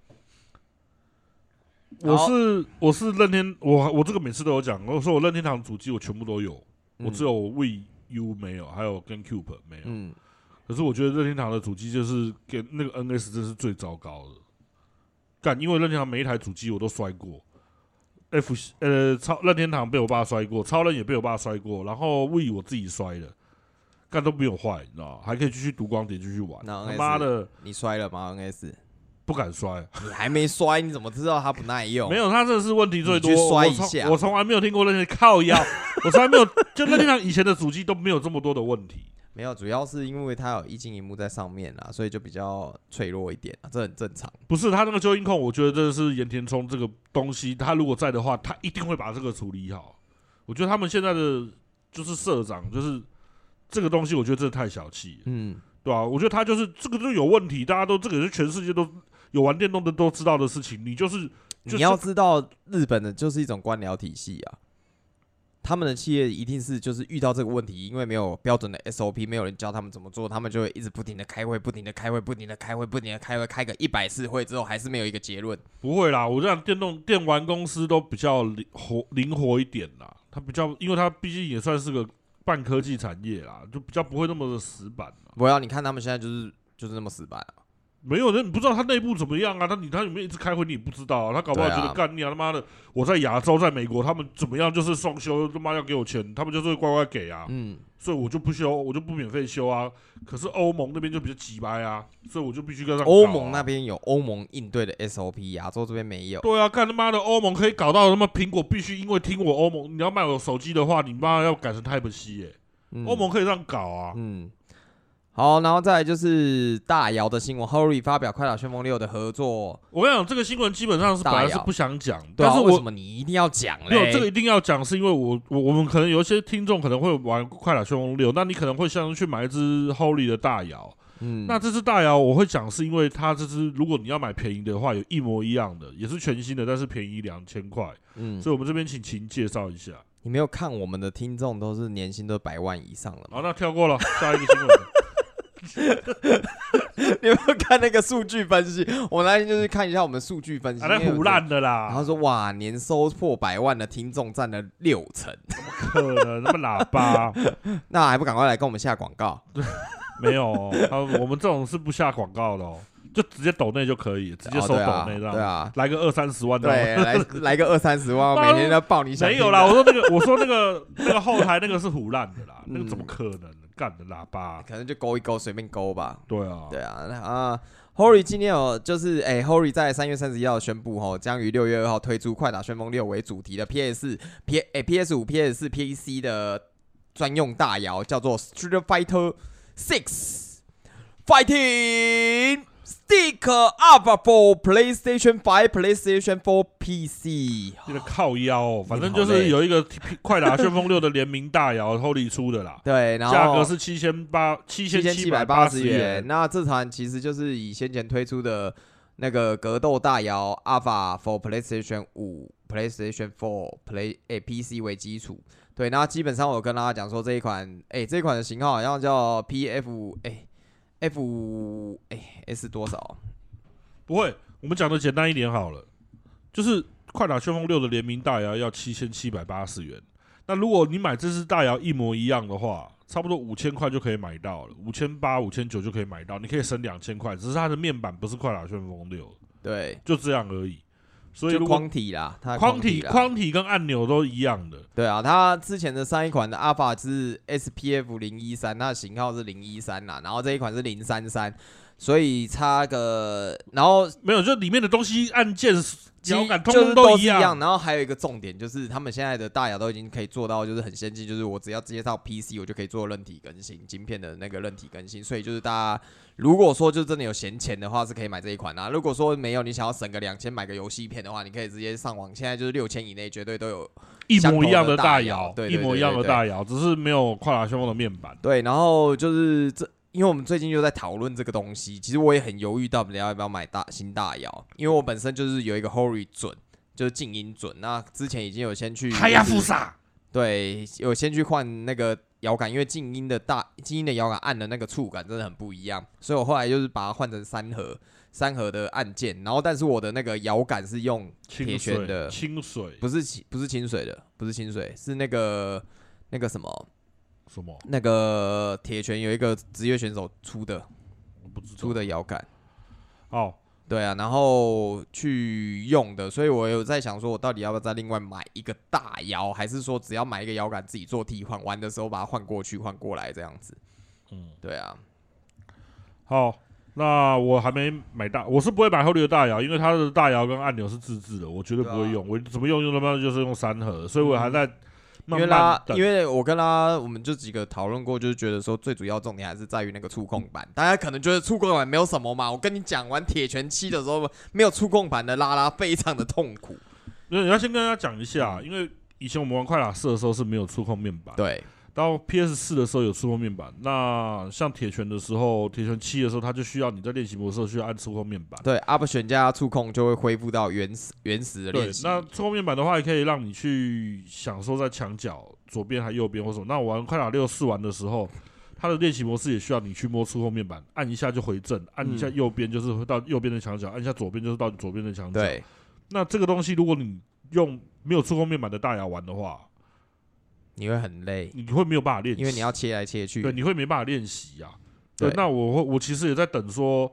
我好是我是任天，我我这个每次都有讲，我说我任天堂主机我全部都有，我只有 Wii U 没有，还有跟 Cube 没有。嗯，可是我觉得任天堂的主机就是跟那个 NS 真是最糟糕的，干，因为任天堂每一台主机我都摔过，F 呃超任天堂被我爸摔过，超人也被我爸摔过，然后 Wii 我自己摔的，干都没有坏，你知道吗？还可以继续读光碟继续玩，那他 NS 妈的你摔了吗？NS，不敢摔，你还没摔，你怎么知道它不耐用？没，有，他这是问题最多。你去摔我一从下我从来没有听过那些靠腰，我从来没有就任天堂以前的主机都没有这么多的问题。没有，主要是因为它有液晶屏幕在上面啦，所以就比较脆弱一点啊，这很正常。不是他那个纠音控，我觉得这是岩田聪这个东西，他如果在的话，他一定会把这个处理好。我觉得他们现在的就是社长，就是这个东西，我觉得真的太小气了，嗯，对吧、我觉得他就是这个就有问题，大家都这个是全世界都有玩电动的都知道的事情，你就是就你要知道，日本的就是一种官僚体系啊。他们的企业一定是就是遇到这个问题，因为没有标准的 SOP，没有人教他们怎么做，他们就会一直不停的开会，不停的开会，不停的开会，不停的开会，开个一百次会之后还是没有一个结论。不会啦，我让电动电玩公司都比较灵活灵活一点啦，它比较，因为它毕竟也算是个半科技产业啦，就比较不会那么的死板啦。我要你看他们现在就是就是那么死板啊、没有人，你不知道它内部怎么样啊？他你他有没有一直开会，你也不知道啊。他搞不好对啊觉得干你啊，他妈的！我在亚洲，在美国，他们怎么样就是双休，他妈要给我钱，他们就是会乖乖给啊，嗯，所以我就不休，我就不免费休啊。可是欧盟那边就比较急掰啊，所以我就必须跟他啊欧盟那边。边有欧盟应对的 SOP，亚洲这边没有。对啊，干他妈的欧盟可以搞到他妈苹果必须因为听我欧盟，你要卖我手机的话，你妈要改成 Type C 耶、嗯欧、盟可以这样搞啊。嗯，好，然后再来就是大姚的新闻，Hurry 发表《快打旋风六》的合作，我跟你讲，这个新闻基本上是本大来是摇不想讲，对但啊，是为什我么你一定要讲没有嘞？这个一定要讲，是因为我我我们可能有一些听众可能会玩快打旋风六，那你可能会想去买一只 Holy 的大摇。嗯，那这只大摇我会讲，是因为它这只如果你要买便宜的话，有一模一样的，也是全新的，但是便宜两千块，嗯，所以我们这边请秦介绍一下。你没有看我们的听众都是年薪都百万以上了好，吗？ 那跳过了 下一个新闻。啊你有没有看那个数据分析？我那天就是看一下我们数据分析，啊，那因为我觉胡得。烂的啦！然后说哇，年收破百万的听众占了六成，可能那么喇叭 那还不赶快来跟我们下广告？没有哦、啊，我们这种是不下广告的哦，就直接抖内就可以，直接哦收对抖啊，内这样，对 啊，来个二三十万的哦。对，来来个二三十万，妈的每天都报你想 没有听啦，的嗯我说那个， 我说那个那个后台那个是胡烂的啦，那个怎么可能干的喇叭？可能就勾一勾，随便勾吧。对啊，对啊，那啊，Hori 今天有就是哎、h o r i 在三月三十一号宣布吼，将于六月二号推出《快打旋风六》为主题的 PS、P 哎、PS 五、PS 四、PC 的专用大摇，叫做 Street Fighter Six Fighting Stick Up for PlayStation Five、PlayStation Four、PC。那个靠腰哦，反正就你好是累有一个 快打旋风六的联名大摇 Holy 出的啦，对， 然后价格是七千八七七千七七百八八十元元。。那这款其实就是以先前推出的那个格斗大摇 Alpha for PlayStation 五、PlayStation Four、Play 诶 PC 为基础。对，那基本上我有跟大家讲说这一款，诶，这一款的型号好像叫 PF 诶 F 五诶 S 多少？不会，我们讲的简单一点好了，就是快打旋风六的联名大摇要七千七百八十元。那如果你买这只大摇一模一样的话，差不多五千块就可以买到了，五千八、五千九就可以买到，你可以省两千块，只是它的面板不是快打旋风六，对，就这样而已。所以就如果框体啦，它的框体啊体、啦。框体跟按钮都一样的，对啊，它之前的上一款的 Alpha 是 SPF 零一三，它的型号是零一三啦，然后这一款是零三三，所以差个，然后没有，就里面的东西按键其摇杆通就是通都一是一样。样。然后还有一个重点就是，他们现在的大雅都已经可以做到，就是很先进，就是我只要接到 PC，我就可以做韧体更新，晶片的那个韧体更新。所以就是大家如果说就真的有闲钱的话，是可以买这一款啊。如果说没有，你想要省个两千买个游戏片的话，你可以直接上网，现在就是六千以内绝对都有。一模一样相同的的大大摇摇，对一对模对一样的对大摇，只是没有快打旋风的面板。对，然后就是这因为我们最近就在讨论这个东西，其实我也很犹豫到底要不要买大新大窑，因为我本身就是有一个 Hori 准，就是静音准。那之前已经有先去海亚富萨，对，有先去换那个摇杆，因为静音的大静音的摇杆按的那个触感真的很不一样，所以我后来就是把它换成三核三核的按键，然后但是我的那个摇杆是用清铁圈的水，，清水不是清不是清水的，不是清水，是那个那个什么什么？那个铁拳有一个职业选手出的我不知出道。的摇杆，哦，对啊，然后去用的，所以我有在想说，我到底要不要再另外买一个大摇，还是说只要买一个摇杆自己做替换，玩的时候把它换过去换过来这样子？嗯，对啊，好，那我还没买大，我是不会买后力的大摇，因为它的大摇跟按钮是自制的，我绝对不啊会用。我怎么用用的嘛，就是用三核，所以我还在因慢为慢拉，等。嗯因为我跟拉，我们就几个讨论过，就是觉得说最主要重点还是在于那个触控板。大家可能觉得触控板没有什么嘛，我跟你讲，玩铁拳七的时候没有触控板的拉拉非常的痛苦。那你要先跟大家讲一下，因为以前我们玩快打四的时候是没有触控面板，对，到 PS 四的时候有触控面板。那像铁拳的时候，铁拳七的时候，它就需要你在练习模式的时候需要按触控面板。对，up 选加触控就会恢复到原始原始的对练，习。那触控面板的话，也可以让你去享受在墙角左边还右边或什么。那我玩快打六试玩的时候，它的练习模式也需要你去摸触控面板，按一下就回正，按一下嗯右边就是会到右边的墙角，按一下左边就是到左边的墙角。，对，那这个东西如果你用没有触控面板的大牙玩的话，你会很累，你会没有办法练习，因为你要切来切去。对，你会没办法练习呀。对，对那我会，我其实也在等说，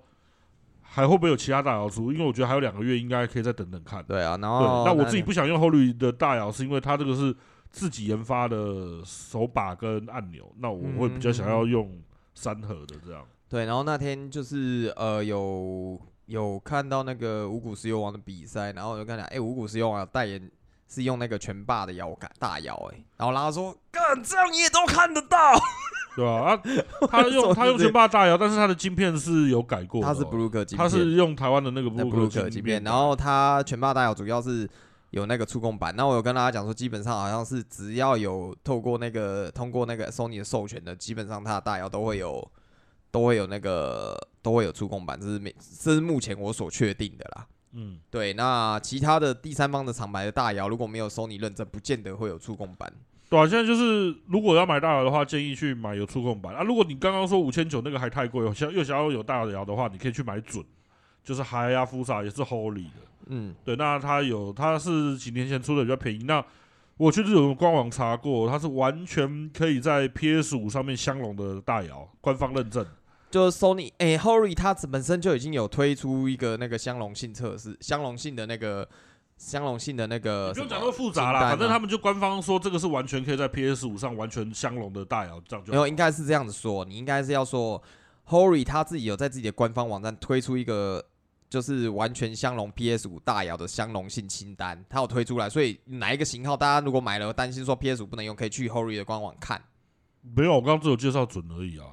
还会不会有其他大摇出？因为我觉得还有两个月，应该可以再等等看。对啊，然对，后那我自己不想用后绿的大摇，是因为它这个是自己研发的手把跟按钮，那我会比较嗯想要用三核的这样。对，然后那天就是呃有有看到那个五谷石油王的比赛，然后我就看到，哎、五谷石油王有代言是用那个拳霸的摇杆大摇，哎，然后拉拉说，干这样你也都看得到，对吧、啊， 他为什么用他用是这全霸大摇，但是他的晶片是有改过的哦，他是布鲁克晶他片，是用台湾的那个那布布鲁鲁克克晶晶片片，的，然后他拳霸大摇主要是。有那个触控板，那我有跟大家讲说，基本上好像是只要有透过那个通过那个 Sony 的授权的，基本上它的大摇都会有都会有那个都会有触控板，这是没这是目前我所确定的啦。嗯，对，那其他的第三方的厂牌的大摇，如果没有 Sony 认证，不见得会有触控板。对啊，现在就是如果要买大摇的话，建议去买有触控板啊。如果你刚刚说五千九那个还太贵，我想又想要有大摇的话，你可以去买准，就是海亚夫萨也是 Holy 的。嗯，对，那它有，它是几年前出的比较便宜。那我去日本官网查过，它是完全可以在 PS 五上面相容的大摇，官方认证。就是 Sony，哎、h o r y 它本身就已经有推出一个那个相容性测试，相容性的那个相容性的那个你不什用么清单啊，讲那么复杂啦，反正他们就官方说这个是完全可以在 PS 五上完全相容的大摇，这样就没好有，应该是这样子说，你应该是要说 Hori 他自己有在自己的官方网站推出一个。就是完全相容 PS 五大摇的相容性清单，它有推出来，所以哪一个型号大家如果买了担心说 PS 五不能用，可以去 Hori 的官网看。没有，我刚刚只有介绍准而已啊。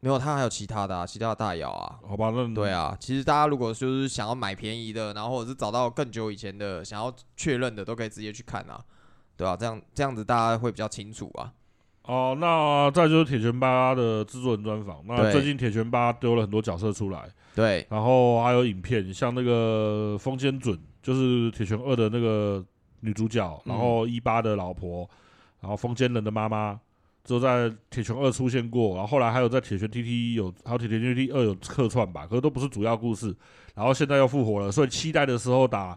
没有，它还有其他的、啊，其他的大摇啊，好吧，那对，啊，其实大家如果就是想要买便宜的，然后或者是找到更久以前的想要确认的，都可以直接去看啊，对啊，这样这样子大家会比较清楚啊。哦，那再就是铁拳八的制作人专访。那对最近铁拳八丢了很多角色出来，对，然后还有影片，像那个风间准，就是《铁拳二》的那个女主角，嗯然后一八的老婆，然后风间人的妈妈，只有在《铁拳二》出现过，然后后来还有在《铁拳 TT》有，还有《铁拳 TT 二》有客串吧，可是都不是主要故事，然后现在又复活了，所以期待的时候打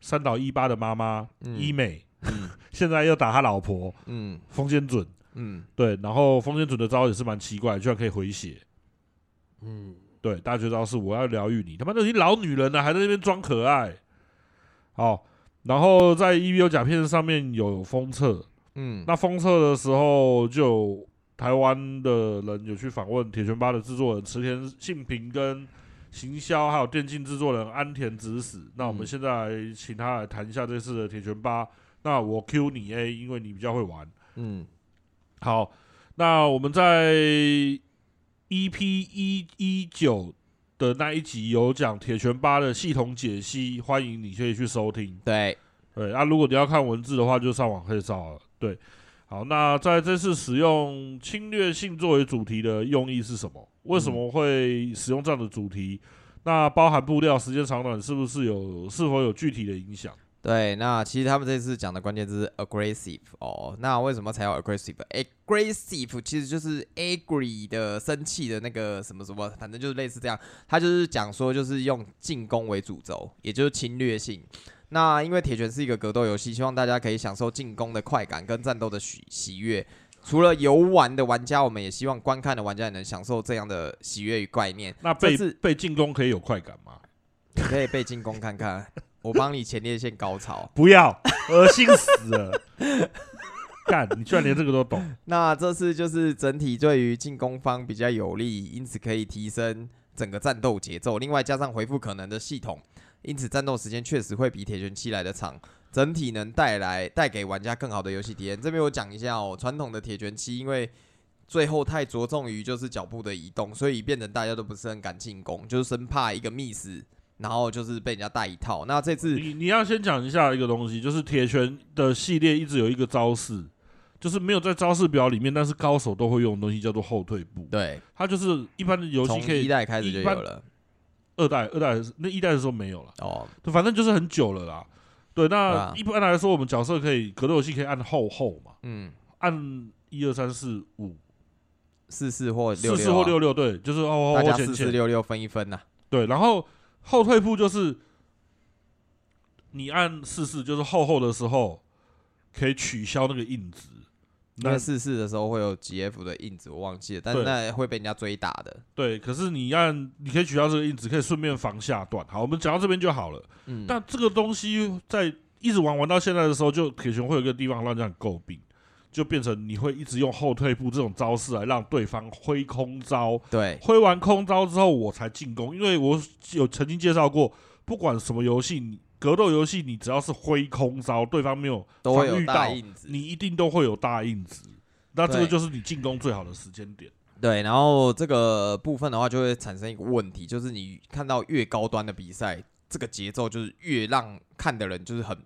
三岛一八的妈妈、嗯一美，现在又打他老婆嗯风间准，嗯对，然后风间准的招也是蛮奇怪，居然可以回血。嗯，对，大家绝招是我要疗愈你，他妈都已经老女人了，啊还在那边装可爱。好，然后在 EVO 甲片上面有封测，嗯，那封测的时候就有台湾的人有去访问铁拳八的制作人池田信平跟行销还有电竞制作人安田直史。那我们嗯现在来请他来谈一下这次的铁拳八。那我 Q 你 A，因为你比较会玩。嗯好，那我们在 EP 一一九的那一集有讲铁拳八的系统解析，欢迎你可以去收听。对，对啊，如果你要看文字的话，就上网可以找了。对，好，那在这次使用侵略性作为主题的用意是什么？为什么会使用这样的主题？那包含布料时间长短是不是有是否有具体的影响？对，那其实他们这次讲的关键字是 aggressive 哦。那为什么才有 aggressive？aggressive 其实就是 angry 的生气的那个什么什么，反正就是类似这样。他就是讲说，就是用进攻为主轴，也就是侵略性。那因为铁拳是一个格斗游戏，希望大家可以享受进攻的快感跟战斗的喜喜悦。除了游玩的玩家，我们也希望观看的玩家也能享受这样的喜悦与概念。那这被次被进攻可以有快感吗？你可以被进攻看看，我帮你前列腺高潮。不要，恶心死了！ 干，你居然连这个都懂？那这次就是整体对于进攻方比较有利，因此可以提升整个战斗节奏。另外加上回复可能的系统，因此战斗时间确实会比铁拳七来的长，整体能带来带给玩家更好的游戏体验。这边我讲一下哦，传统的铁拳七因为最后太着重于就是脚步的移动，所以变成大家都不是很敢进攻，就是生怕一个 miss，然后就是被人家带一套。那这次你你要先讲一下一个东西，就是铁拳的系列一直有一个招式，就是没有在招式表里面，但是高手都会用的东西叫做后退步。对它就是一般的游从戏可一以代开始就一有般了二代，二代还是那一代的时候没有了，哦，对，反正就是很久了啦。对，对那啊一般来说，我们角色可以格斗游戏可以按后后嘛，嗯，按一二三四五四四或六四六四或啊六六，对，就是哦后后大后家前四四前，六六分一分呐、对，然后后退步就是你按四四，就是后后的时候可以取消那个硬直，因为那四四的时候会有 GF 的印子，我忘记了，但对那会被人家追打的。对，可是你按你可以取消这个硬直，可以顺便防下段。好，我们讲到这边就好了。嗯，但这个东西在一直玩玩到现在的时候，就铁拳会有一个地方让人家很诟病，就变成你会一直用后退步这种招式来让对方挥空招，对挥完空招之后我才进攻，因为我有曾经介绍过，不管什么游戏，你格斗游戏你只要是挥空招，对方没有都会防有御大到印子。你一定都会有大印子。那这个对就是你进攻最好的时间点。对，然后这个部分的话，就会产生一个问题，就是你看到越高端的比赛，这个节奏就是越让看的人就是很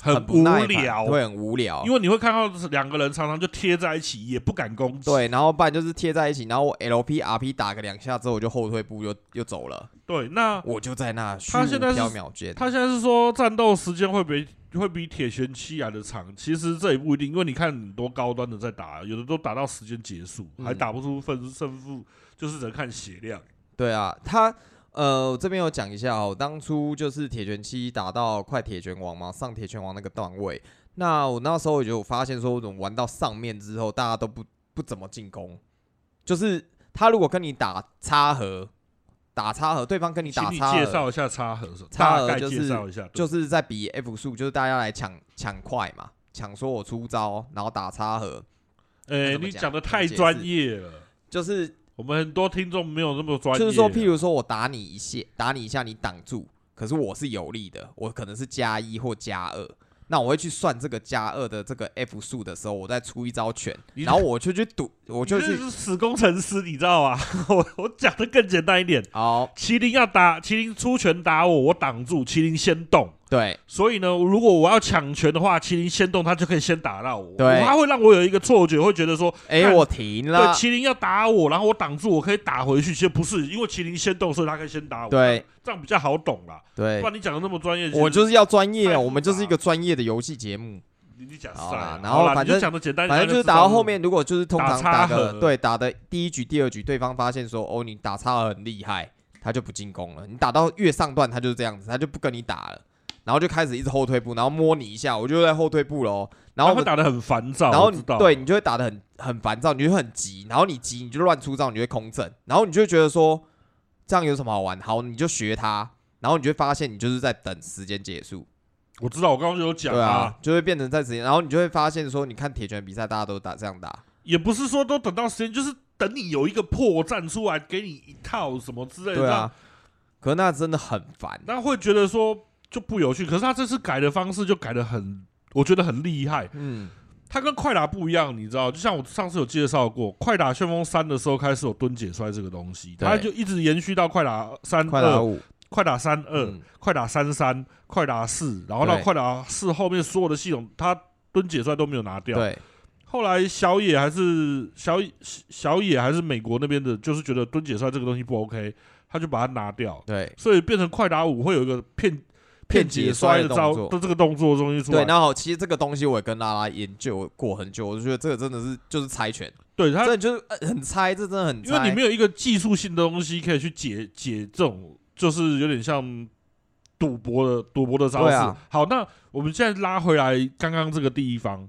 很不无耐烦聊，会很无聊。因为你会看到两个人常常就贴在一起，也不敢攻击。对，然后不然就是贴在一起，然后我 LP、RP 打个两下之后，我就后退步又又走了，对，那我就在那虚无他现在是缥缈间。他现在是说战斗时间会比会比铁拳七来的长，其实这也不一定，因为你看很多高端的在打，有的都打到时间结束，嗯还打不出分胜负，就是只能看血量。对啊，他呃这边有讲一下哦，当初就是铁拳七打到快铁拳王嘛，上铁拳王那个段位，那我那时候我就有发现说，我怎么玩到上面之后，大家都不不怎么进攻，就是他如果跟你打插合，打插合，对方跟你请打你插介合，绍一下插盒是吧，插大盒概就是介绍一下，对就是在比 F 数，就是大家来抢抢快嘛，抢说我出招，然后打插合，呃，那怎么你讲讲的太专业了，就是我们很多听众没有那么专业。就是说，譬如说我打你一下，打你一下，你挡住，可是我是有力的，我可能是加一或加二，那我会去算这个加二的这个 F 数的时候，我再出一招拳，你然后我就去赌，我我就去是死工程师，你知道吗？ 我我讲的更简单一点，好，麒麟要打麒麟出拳打我，我挡住，麒麟先动。对所以呢，如果我要抢拳的话，麒麟先动，他就可以先打到我。对他会让我有一个错觉，会觉得说，哎、看我停对，了，麒麟要打我，然后我挡住，我可以打回去。其实不是，因为麒麟先动，所以他可以先打我。，对这样比较好懂啦。不对，然你讲的那么专业，其实我就是要专太业，啊复我们就是一杂个专业的游戏节目，你你讲好晒啦啊，然后好啦反你就正讲的简单一点，反正就是打到后面，如果就是通常打打插个合对打的第一局、第二局，对方发现说哦你打插合很厉害，他就不进攻了。你打到越上段，他就是这样子，他就不跟你打了，然后就开始一直后退步，然后摸你一下，我就在后退步喽。然然后后我会们啊打的很烦躁。然后我你知道对你就会打得很很烦躁，你就会很急，然后你急你就乱出招，你就会空阵，然后你就会觉得说这样有什么好玩？好，你就学他，然后你就会发现你就是在等时间结束。我知道，我刚刚就有讲对啊，，就会变成在时间，然后你就会发现说，你看铁拳比赛大家都打这样打，也不是说都等到时间，就是等你有一个破绽出来，给你一套什么之类的。对这样啊，可那真的很烦。那会觉得说就不有趣。可是他这次改的方式就改的很，我觉得很厉害。嗯，他跟快打不一样，你知道？就像我上次有介绍过，快打旋风三的时候开始有蹲解摔这个东西，对他就一直延续到快打三快打二、五，快打三二、嗯，快打三三、快打四，然后到对快打四后面所有的系统，他蹲解摔都没有拿掉。对，后来小野还是小野小野还是美国那边的，就是觉得蹲解算这个东西不 OK，他就把它拿掉，对所以变成快打舞会有一个骗骗解解摔的的招动作的这个动作东西出对，来，然后其实这个东西我也跟拉拉研究过很久，我就觉得这个真的是就是猜拳，对他这就是呃很猜，这真的很因为猜，你没有一个技术性的东西可以去解解这种，就是有点像赌博的赌博的招式。对啊好，那我们现在拉回来刚刚这个地方，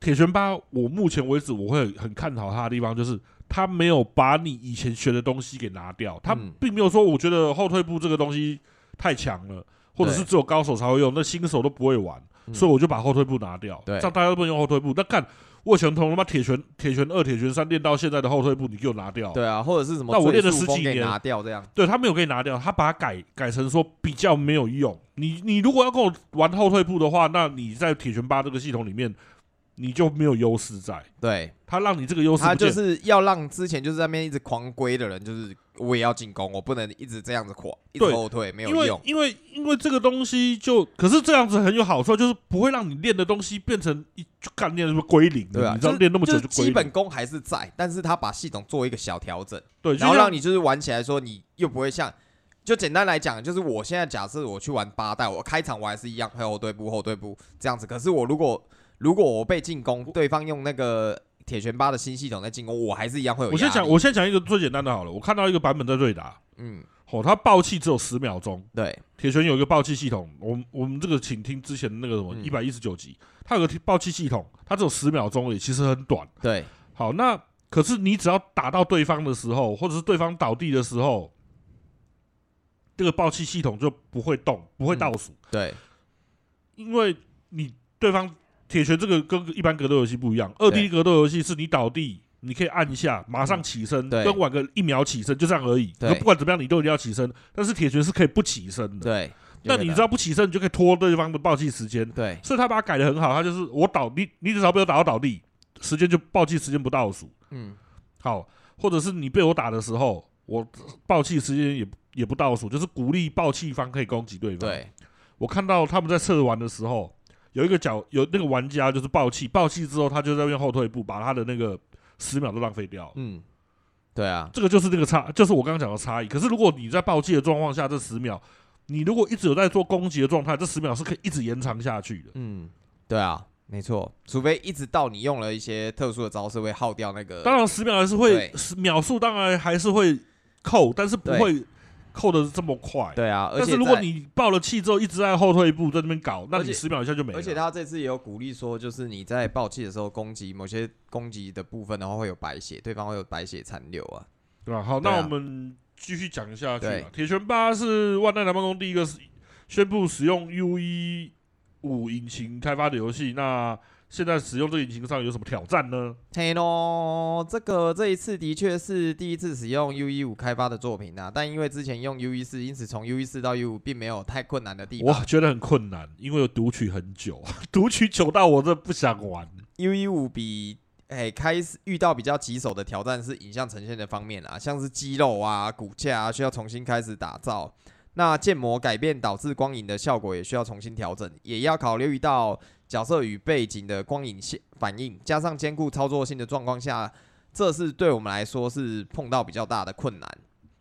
铁拳八，我目前为止我会很看好他的地方就是。他没有把你以前学的东西给拿掉，他嗯并没有说我觉得后退步这个东西太强了，或者是对只有高手才会用，那新手都不会玩，嗯所以我就把后退步拿掉，对这样大家都不能用后退步。那干我以前从他妈铁拳、铁拳二、铁拳三练到现在的后退步，你给我拿掉。对啊，或者是什么那我练了最速十风几给年拿掉这样，对，他没有给你拿掉，他把它改改成说比较没有用。你你如果要跟我玩后退步的话，那你在铁拳八这个系统里面，你就没有优势在。对他让你这个优势他不见就是要让之前就是在那边一直狂归的人，就是我也要进攻，我不能一直这样子垮，一直对后退没有因为用，因为因为这个东西就，可是这样子很有好处，就是不会让你练的东西变成一就干练什么归零的，对啊，你知道就是练那么久就是归基零本，功还是在，但是他把系统做一个小调整。对，就然后像让你就是玩起来说你又不会像，就简单来讲，就是我现在假设我去玩八代，我开场我还是一样会后退步后退步这样子，可是我如果如果我被进攻，对方用那个铁拳八的新系统在进攻，我还是一样会有压我力。先讲，我先讲一个最简单的好了。我看到一个版本在对打，嗯，哦，它爆气只有十秒钟。对，铁拳有一个爆气系统，我们我们这个请听之前那个什么嗯一百一十九集，它有个爆气系统，它只有十秒钟而已，其实很短。对，好，那可是你只要打到对方的时候，或者是对方倒地的时候，这个爆气系统就不会动，不会倒数，对，嗯因为你对方铁拳这个跟一般格斗游戏不一样，二 D 对格斗游戏是你倒地。你可以按一下，马上起身，对跟晚个一秒起身，就这样而已。对就不管怎么样，你都一定要起身。但是铁拳是可以不起身的。对。 那就你可以知道不起身，你就可以拖对方的暴气时间打？。对，所以他把它改的很好，他就是我倒地，你只要被我打到倒地，时间就暴气时间不倒数。嗯，好，或者是你被我打的时候，我暴气时间也也不倒数，就是鼓励暴气方可以攻击对方。，对，我看到他们在测玩的时候，有一个角有那个玩家就是暴气，暴气之后他就在那边后退一步，把他的那个十秒都浪费掉了。嗯，对啊，这个就是那个差，就是我刚刚讲的差异。可是如果你在暴击的状况下，这十秒，你如果一直有在做攻击的状态，这十秒是可以一直延长下去的。嗯，对啊，没错，除非一直到你用了一些特殊的招式会耗掉那个，当然，十秒还是会呃对十秒数，当然还是会扣，但是不会扣的这么快。对啊，而但且是如果在你爆了气之后一直在后退一步，在那边搞，那而你且十秒一下就没了。而且他这次也有鼓励说，就是你在爆气的时候攻击某些攻击的部分的话，会有白血，对方会有白血残留啊。对吧？好，对那啊我们继续讲下去对吧。铁拳八是万代南梦宫第一个宣布使用 U 一五引擎开发的游戏。那现在使用这个引擎上有什么挑战呢？嘿喽，这个这一次的确是第一次使用 U 一五开发的作品啊，但因为之前用 U 一四，因此从 U 一四到 U 五并没有太困难的地我方。觉得很困难，因为我读取很久， 读取久到我这不想玩。 U 一五比哎、开始遇到比较棘手的挑战是影像呈现的方面啊，像是肌肉啊、骨架啊需要重新开始打造。那建模改变导致光影的效果也需要重新调整，也要考虑到角色与背景的光影线反应，加上兼顾操作性的状况下，这是对我们来说是碰到比较大的困难。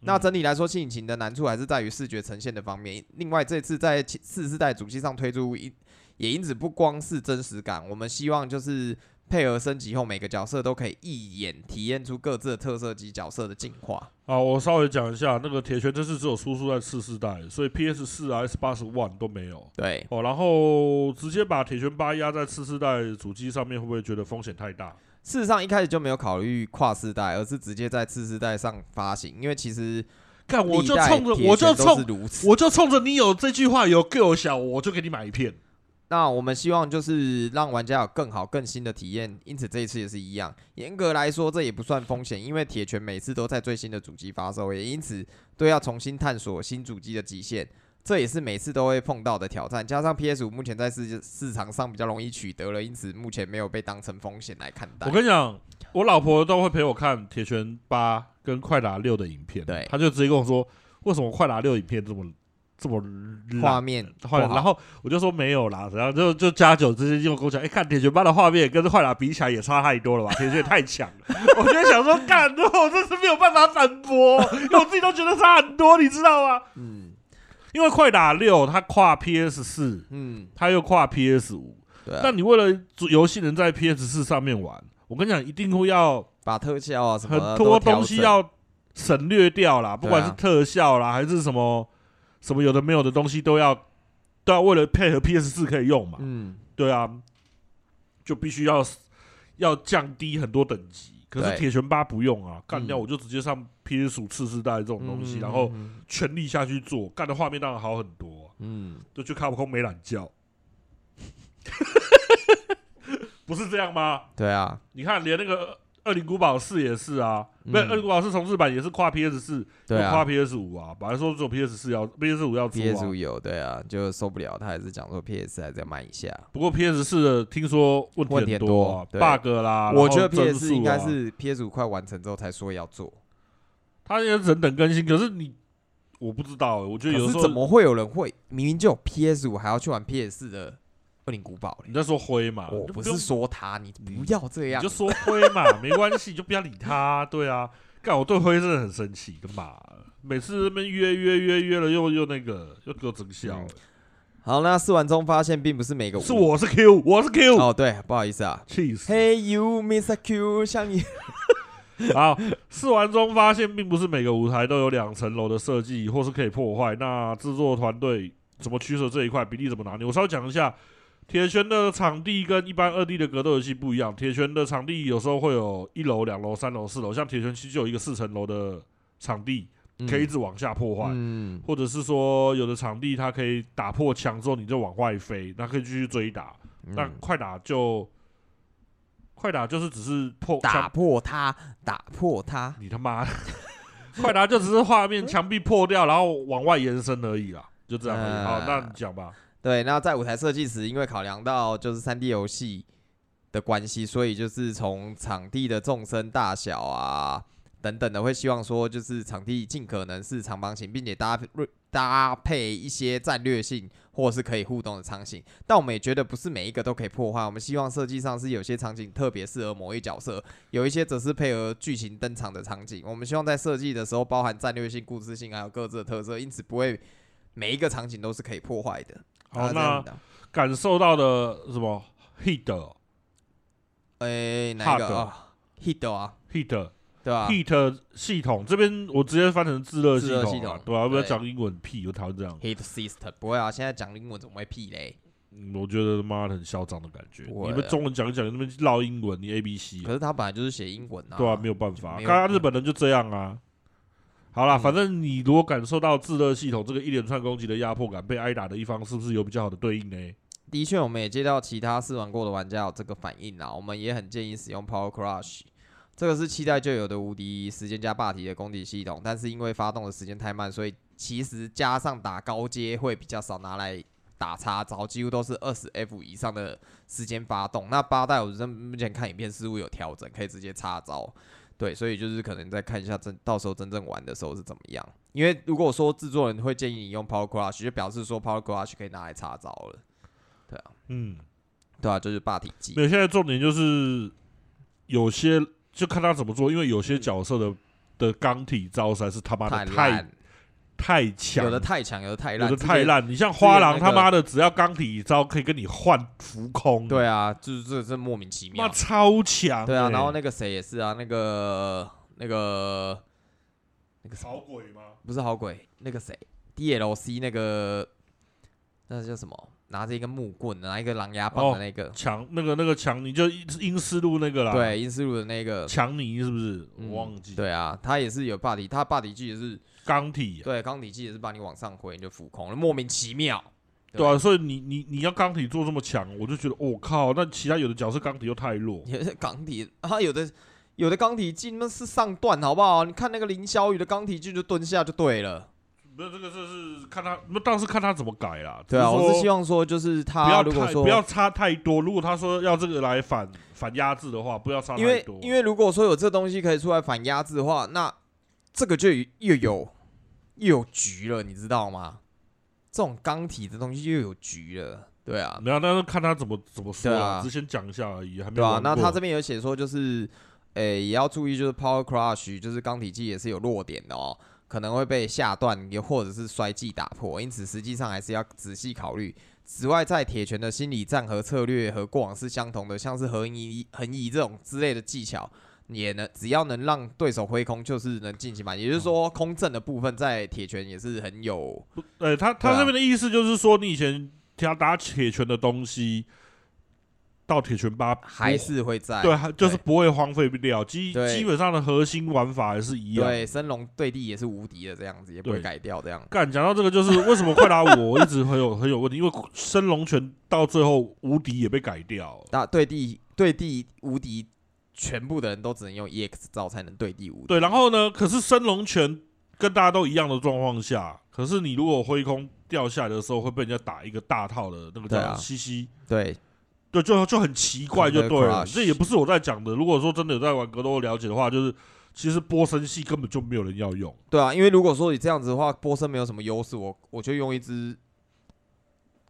那整体来说，新引擎的难处还是在于视觉呈现的方面。另外，这次在其次世代主机上推出一，也因此不光是真实感，我们希望就是配合升级后，每个角色都可以一眼体验出各自的特色及角色的进化。啊，我稍微讲一下，那个铁拳这次只有输出在次世代，所以 PS 四啊、S 八十 One 都没有。对，哦，然后直接把铁拳八压在次世代主机上面，会不会觉得风险太大？事实上一开始就没有考虑跨世代，而是直接在次世代上发行，因为其实看，我历就代冲着铁拳我就都是冲如此。我就冲着你有这句话有够小，我就给你买一片。那我们希望就是让玩家有更好、更新的体验，因此这一次也是一样。严格来说，这也不算风险，因为铁拳每次都在最新的主机发售，也因此都要重新探索新主机的极限，这也是每次都会碰到的挑战。加上 PS 五目前在市市场上比较容易取得了，因此目前没有被当成风险来看待我。跟你讲，我老婆都会陪我看《铁拳八》跟《快打六》的影片，对她就直接跟我说，为什么《快打六》影片这么这么画懒面不后来，然好，后我就说没有啦，然后就就加九之间就跟我讲，哎、看铁拳班的画面跟坏啦比起来也差太多了吧？铁拳也太强 了，我就想说，干，我真是没有办法反驳，因为我自己都觉得差很多，你知道吗？嗯因为快打六它跨 PS 四，嗯，它又跨 PS 五，对啊那，你为了游戏能在 PS 四上面玩，我跟你讲，一定会要把特效啊什么很的多都调东西整要省略掉啦，不管是对啊特效啦，还是什么什么有的没有的东西，都要都要为了配合 PS 四可以用嘛。嗯对啊，就必须要要降低很多等级。可是对铁拳八不用啊，干掉嗯我就直接上 PS 五次世代这种东嗯西，然后嗯全力下去做，干的画面当然好很多啊、嗯就去卡普空没懒 觉，不是这样吗？对啊，你看，连那个《恶灵古堡四》也是啊，不是《嗯恶灵古堡四》重置版也是跨 PS 四，对跨啊 PS 五啊。本来说只有 PS 四要 PS 五要出，PS 五啊，有对啊，就受不了，他还是讲说 PS 还是要慢一下。不过 PS 四的听说问问题题很很多啊多对，bug 啦，我觉得然后帧 PS 数应该啊是 PS 五快完成之后才说要做，它也是人等更新，可是你我不知道欸，我觉可得有的是时怎候么会有人会明明就有 PS 五还要去玩 PS 四的《恶灵古堡》你嘞？在说灰嘛，我啊你哦就不用是说啊他，你不要这你样就，说灰 嘛，没关系，你就不要理他，对啊。干，我对灰真的很生气，干嘛？每次那边约约约约了，又又那个，又给我整笑嗯欸、好，那试完中发现并不是每个是五我是 Q，我是 Q，哦，对，不好意思啊。气死！ Hey you, Mr. Q，像你好，试玩中发现，并不是每个舞台都有两层楼的设计，或是可以破坏。那制作团队怎么取舍这一块比例怎么拿捏？我稍微讲一下，铁拳的场地跟一般二 D 的格斗游戏不一样。铁拳的场地有时候会有一楼、两楼、三楼、四楼，像铁拳七就有一个四层楼的场地，可以一直往下破坏。嗯或者是说，有的场地它可以打破墙之后，你就往外飞，那可以继续追打。嗯那快打就快打就是只是破墙打破它，打破它，你他妈的， 快拿就只是画面墙壁破掉，然后往外延伸而已啦，就这样而已。嗯好，那你讲吧。对，那在舞台设计时，因为考量到就是三 D 游戏的关系，所以就是从场地的纵深大小啊等等的，会希望说就是场地尽可能是长方形，并且搭配搭配一些战略性或是可以互动的场景。但我们也觉得不是每一个都可以破坏，我们希望设计上是有些场景特别适合某一角色，有一些则是配合剧情登场的场景。我们希望在设计的时候包含战略性、故事性还有各自的特色，因此不会每一个场景都是可以破坏的。好，啊这那样的感受到的什么 hit 哦诶、哪一 Hug 个啊？Hit 啊， hit 对吧、 hit 系统这边我直接翻成自热系自热系统啊统，对吧？要不要对讲英文屁，我讨厌这样。 h i t system 不会啊，现在讲英文怎么会屁嘞？嗯我觉得他妈的很嚣张的感觉。不会你们中文讲一讲，你那边唠英文，你 A B C，可是他本来就是写英文啊。对啊，没有办法，没有刚刚日本人就这样啊。好啦，嗯反正你如果感受到自热系统这个一连串攻击的压迫感，被挨打的一方是不是有比较好的对应呢？的确，我们也接到其他试玩过的玩家有这个反应啊，我们也很建议使用 Power Crush。这个是期待就有的无敌时间加霸体的攻击系统，但是因为发动的时间太慢，所以其实加上打高阶会比较少拿来打叉招，几乎都是二十 F 以上的时间发动。那八代我认目前看影片似乎有调整，可以直接插招。对，所以就是可能再看一下真到时候真正玩的时候是怎么样。因为如果说制作人会建议你用 Power Crush，就表示说 Power Crush 可以拿来插招了。嗯，对啊，就是霸体技没。有。现在重点就是有些就看他怎么做，因为有嗯些角色的的钢体招实在是他妈的太烂，太强，有的太强，有的太有烂，的太直接。烂。你像花之郎前那他个妈的，只要钢体招可以跟你换浮空，对，啊，就是这这莫名其妈妙。超强欸。对啊，然后那个谁也是啊，那个那个那个什么好鬼吗？不是好鬼，那个谁 DLC 那个那叫什么？拿着一根木棍，拿一个狼牙棒的哦那个，强那个那个强，你就阴湿路那个啦。对，英斯路的那个，强尼是不是？嗯我忘记。，对啊，他也是有霸体，他霸体技也是钢体、啊。对钢体技也是把你往上挥，你就浮空了，莫名其妙。对对啊，所以你你你要钢体做这么强，我就觉得我、哦靠，那其他有的角色钢体又太弱。有些钢体啊，有的有的钢体镜那是上段，好不好？你看那个林小雨的钢体镜就蹲下就对了。没有这个，这是看他，那倒是看他怎么改啦。对啊，只说我是希望说就是不他要如果太说不要差太多。如果他说要这个来反反压制的话，不要差因太为多。因为如果说有这东西可以出来反压制的话，那这个就又有又有局了，你知道吗？这种钢体的东西又有局了，对啊，没有，那是看他怎么怎么说对啊，啊只是先讲一下而已，还没对啊，玩那他过这边有写说，就是，诶、也要注意，就是 Power Crush，就是钢体技也是有弱点的哦，可能会被下断，也或者是摔技打破，因此实际上还是要仔细考虑。此外，在铁拳的心理战和策略和过往是相同的，像是横移、横移这种之类的技巧，也能只要能让对手挥空，就是能进行满。也就是嗯说，空阵的部分在铁拳也是很有呃，他对他啊这边的意思就是说，你以前他打铁拳的东西，到铁拳八不还是会在对，还就是不会荒废不掉，基对基本上的核心玩法还是一样。对升龙对地也是无敌的这样子，也不会对改掉这样。干，讲到这个，就是 为什么快打我我一直很有很有问题，因为升龙拳到最后无敌也被改掉，那对地对地无敌，全部的人都只能用 EX 招才能对地无敌。对，然后呢，可是升龙拳跟大家都一样的状况下，可是你如果挥空掉下来的时候，会被人家打一个大套的那个对叫啊西西。对对，就就很奇怪，就 Thunder 对了。 Crush 这也不是我在讲的。如果说真的有在玩格斗了解的话，就是其实波声系根本就没有人要用。对啊，因为如果说你这样子的话，波森没有什么优势，我我就用一只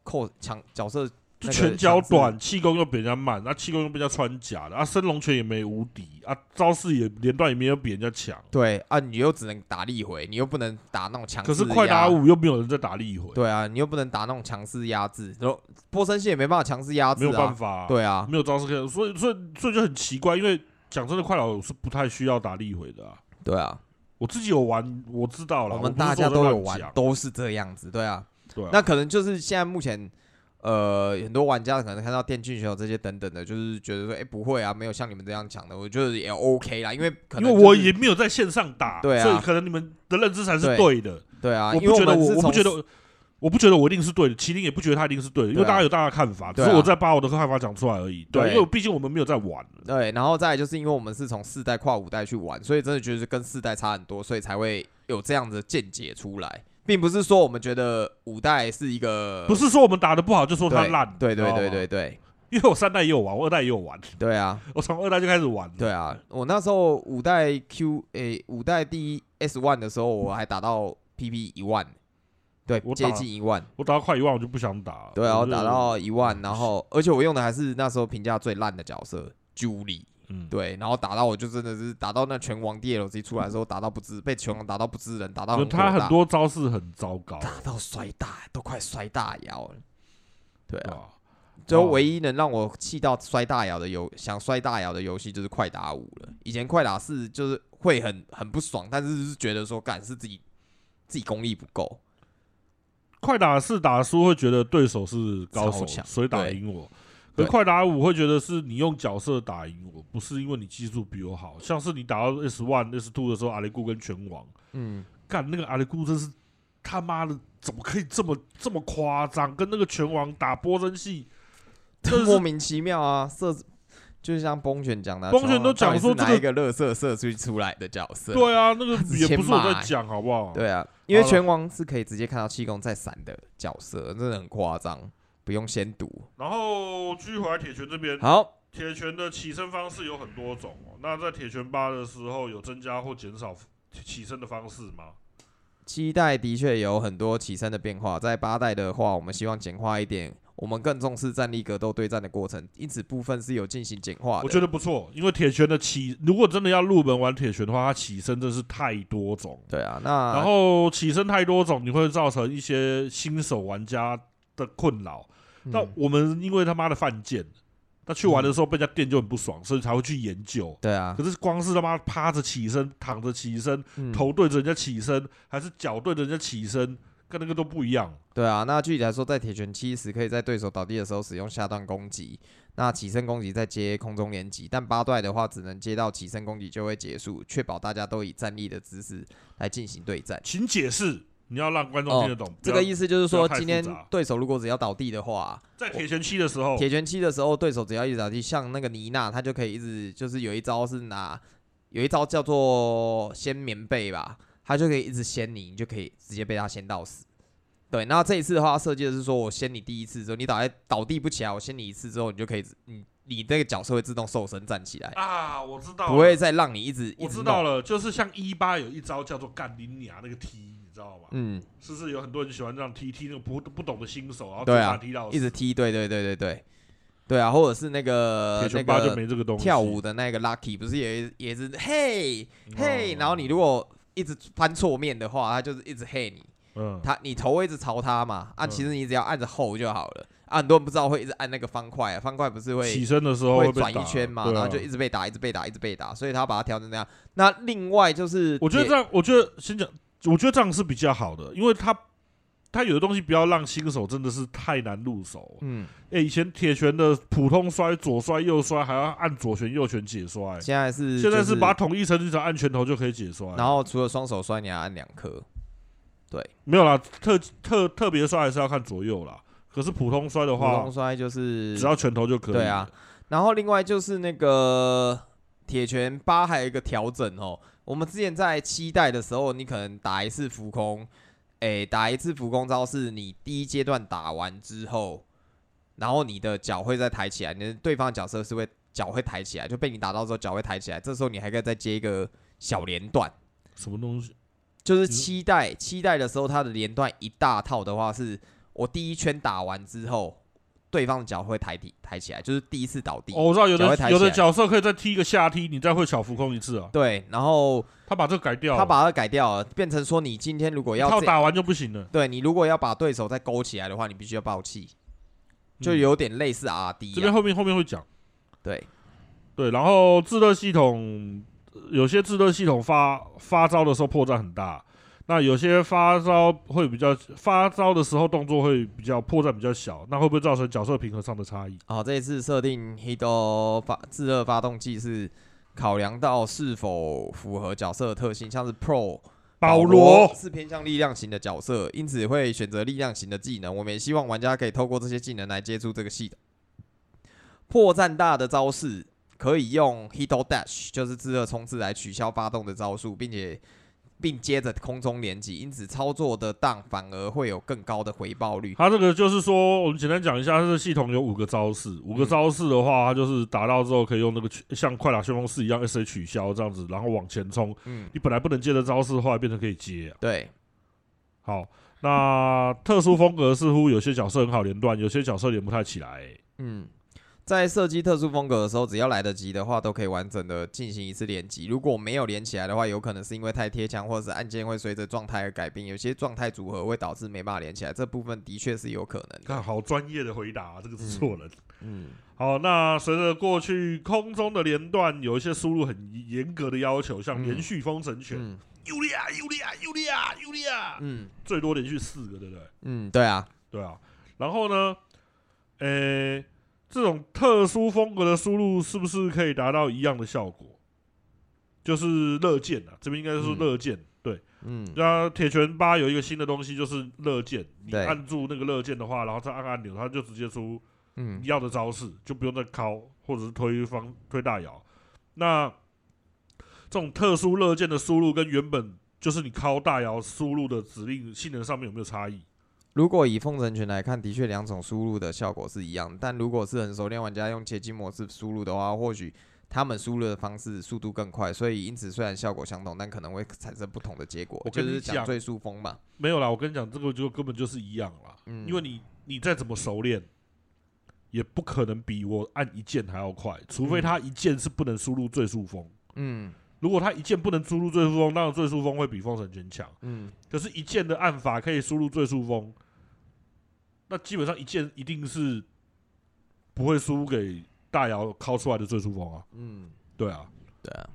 扣强角色就那个拳脚强制短，气功又比人家慢，那、气功又被人家穿甲的，啊，升龙拳也没无敌，啊，招式也连段也没有比人家强。对啊，你又只能打力回，你又不能打那种强可势是快打压五又没有人在打力回，对啊，你又不能打那种强势压制，然后波森系也没办法强势压制没啊，有办法、对啊，没有招式可以，所以所以所以就很奇怪，因为讲真的，快打我是不太需要打力回的、啊。对啊，我自己有玩，我知道了。我们不是大说家在都乱有玩讲，都是这样子，对啊，对啊、那可能就是现在目前，呃，很多玩家可能看到电竞选手这些等等的，就是觉得说，哎、不会啊，没有像你们这样讲的，我觉得也 OK 啦，因为可能、因为我也没有在线上打，对啊所以可能你们的认知才是对对的。对啊，我因不为觉得们我，是我不从觉得，我不觉得我一定是对的。麒麟也不觉得他一定是对的，因为对啊大家有大家的看法，只对啊是我在把我的看法讲出来而已。对啊，对因为毕竟我们没有在玩。对，然后再来就是因为我们是从四代跨五代去玩，所以真的觉得跟四代差很多，所以才会有这样的见解出来，并不是说我们觉得五代是一个不是说我们打的不好就说呃对他烂，对对你知道对吗对，对因为我三代也有玩，我二代也有玩，对啊，我从二代就开始玩。对啊，我那时候五代 Q 诶、五代第一 S one 的时候，我还打到 PP 一万，对我，打接了近一万，我打到快一万我嗯就不想打了。对啊，我就打到一万，然后而且我用的还是那时候评价最烂的角色 Julie，嗯，对，然后打到我就真的是打到那拳王 DLC 出来的时候，打到不知被拳王打到不知啊人，打啊到就很他火很大多招式很糟糕，打到摔大，都快摔大摇了，对对啊，吧？最后哦唯一能让我气到摔大摇的游，想摔大摇的游戏就是快打五了。以前快打四就是会很很不爽，但是是觉得说干是自己自己功力不够，快打四打输会觉得对手是高手超，强所以打对赢我。可是对快打五会觉得是你用角色打赢我，不是因为你技术比我好。像是你打到 S one、S two 的时候，阿雷固跟拳王 嗯，干那个阿雷固真是他妈的，怎么可以这么这么夸张？跟那个拳王打波真系，这莫是名其妙啊，射就是像崩拳讲的啊，崩拳拳王都讲到说底是这哪个一个乐色射出出来的角色，对啊，那个直也接不是我骂在讲，好不好？ 对啊，因为好了拳王是可以直接看到气功在闪的角色，真的很夸张，不用先读。然后继续回来铁拳这边，好，铁拳的起身方式有很多种哦。那在铁拳八的时候，有增加或减少起身的方式吗？七代的确有很多起身的变化，在八代的话，我们希望简化一点，我们更重视战力格斗对战的过程，因此部分是有进行简化的。我觉得得不错，因为铁拳的起，如果真的要入门玩铁拳的话，它起身真是太多种，对啊，那然后起身太多种，你会造成一些新手玩家的困扰。嗯那我们因为他妈的犯贱，那去玩的时候被人家电就很不爽，所以才会去研究。对嗯啊，可是光是他妈趴着起身、躺着起身、嗯头对着人家起身，还是脚对着人家起身，跟那个都不一样。对啊，那具体来说，在铁拳七时可以在对手倒地的时候使用下段攻击，那起身攻击再接空中连击，但八段的话只能接到起身攻击就会结束，确保大家都以站立的姿势来进行对战。请解释，你要让观众听得懂。哦这个意思，思就是不说，要太今天复杂对手如果只要倒地的话，在铁拳七的时候，铁拳七的时候，对手只要一直打地，像那个妮娜，她就可以一直就是有一招是拿，有一招叫做掀棉被吧，她就可以一直掀你，你就可以直接被她掀到死。对，那这一次的话，设计的是说我掀你第一次之后，你倒在倒地不起来，我掀你一次之后，你就可以自，你你那个角色会自动瘦身站起来，啊，我知道了，不会再让你一直一我直知道弄了，就是像一八有一招叫做干你娘那个踢，你知知道吗？嗯，是不是有很多人喜欢这样踢踢那个不不懂的新手，然后对啊踢到一直踢，对对对对对，对啊，或者是那个铁那拳八就个没这个东西。跳舞的那个 Lucky 不是也也是嘿嗯嘿，然后你如果一直翻错面的话，他就是一直嘿你，嗯，他你头会一直朝他嘛，啊，嗯其实你只要按着后就好了，啊，很多人不知道会一直按那个方块，啊方块不是会起身的时候会被转打一圈嘛，对啊然后就一直被打，一直被打，一直被打，所以他把它调成那样。那另外就是铁，我觉得这样，我觉得先讲，我觉得这样是比较好的，因为他他有的东西不要让新手真的是太难入手。嗯，哎、以前铁拳的普通摔、左摔、右摔，还要按左拳、右拳解摔，现在是哎现在就是把它统一成你只要按拳头就可以解摔。然后除了双手摔，你还按两颗，没有啦，特特特别摔还是要看左右啦。可是普通摔的普话通，摔就是只要拳头就可以。对啊，然后另外就是那个铁拳八还有一个调整哦，我们之前在七代的时候，你可能打一次浮空，诶，打一次浮空招是你第一阶段打完之后，然后你的脚会再抬起来，你的对方的角色是会脚会抬起来，就被你打到之后脚会抬起来，这时候你还可以再接一个小连段。什么东西？就是期待期待的时候，它的连段一大套的话，是我第一圈打完之后，对方的脚会抬地抬起来，就是第一次倒地。哦，我知道有脚会的抬起来有的角色可以再踢一个下踢，你再会小浮空一次啊。对，然后他把这个改掉了，他把它改掉了，变成说你今天如果要套这打完就不行了。对你如果要把对手再勾起来的话，你必须要爆气，就嗯有点类似 R 这 D、边啊。后面后面会讲。对，对，然后自热系统呃有些自热系统发发招的时候破绽很大，那有些发招会比较发招的时候动作会比较破绽比较小，那会不会造成角色平衡上的差异？好，这一次设定 Hido 发自热发动机是考量到是否符合角色的特性，像是 Pro 保罗是偏向力量型的角色，因此会选择力量型的技能。我们也希望玩家可以透过这些技能来接触这个系统。破绽大的招式可以用 Hito Dash，就是自热冲刺来取消发动的招数，并且并接着空中连击，因此操作的当反而会有更高的回报率。它这个就是说，我们简单讲一下，它这个系统有五个招式，五个嗯招式的话，它就是打到之后可以用那个取像快打旋风式一样 S A 取消这样子，然后往前冲。嗯，你本来不能接的招式，后来变成可以接啊、对，好，那特殊风格似乎有些角色很好连段，有些角色连不太起来欸、嗯，在射击特殊风格的时候，只要来得及的话，都可以完整的进行一次连击。如果没有连起来的话，有可能是因为太贴墙，或者是按键会随着状态而改变，有些状态组合会导致没办法连起来，这部分的确是有可能的。看，好专业的回答、这个制作人。嗯，好，那随着过去空中的连段有一些输入很严格的要求，像嗯连续封神拳，啊嗯尤利亚、尤利亚、尤利亚、尤利亚，嗯啊最多连续四个，对不对？嗯，对啊，对啊。然后呢，呃，这种特殊风格的输入是不是可以达到一样的效果？就是乐剑啊，这边应该是嗯乐剑。对，啊嗯那铁拳八有一个新的东西，就是乐剑。你对按住那个乐剑的话，然后再按按钮，它就直接出嗯你要的招式，就不用再敲或者是推方推大摇。那这种特殊热键的输入跟原本就是你敲大摇输入的指令性能上面有没有差异？如果以封神拳来看，的确两种输入的效果是一样，但如果是很熟练玩家用切击模式输入的话，或许他们输入的方式速度更快，所以因此虽然效果相同，但可能会产生不同的结果我。就跟你是讲讲最速风嘛，没有啦，我跟你讲，这个就根本就是一样啦，嗯，因为你你再怎么熟练，也不可能比我按一键还要快，除非嗯他一键是不能输入最速风。嗯如果他一键不能输入最速风，当然最速风会比封神拳强。嗯可是，一键的按法可以输入最速风，那基本上一键一定是不会输给大姚敲出来的最速风啊。嗯，对啊，对啊，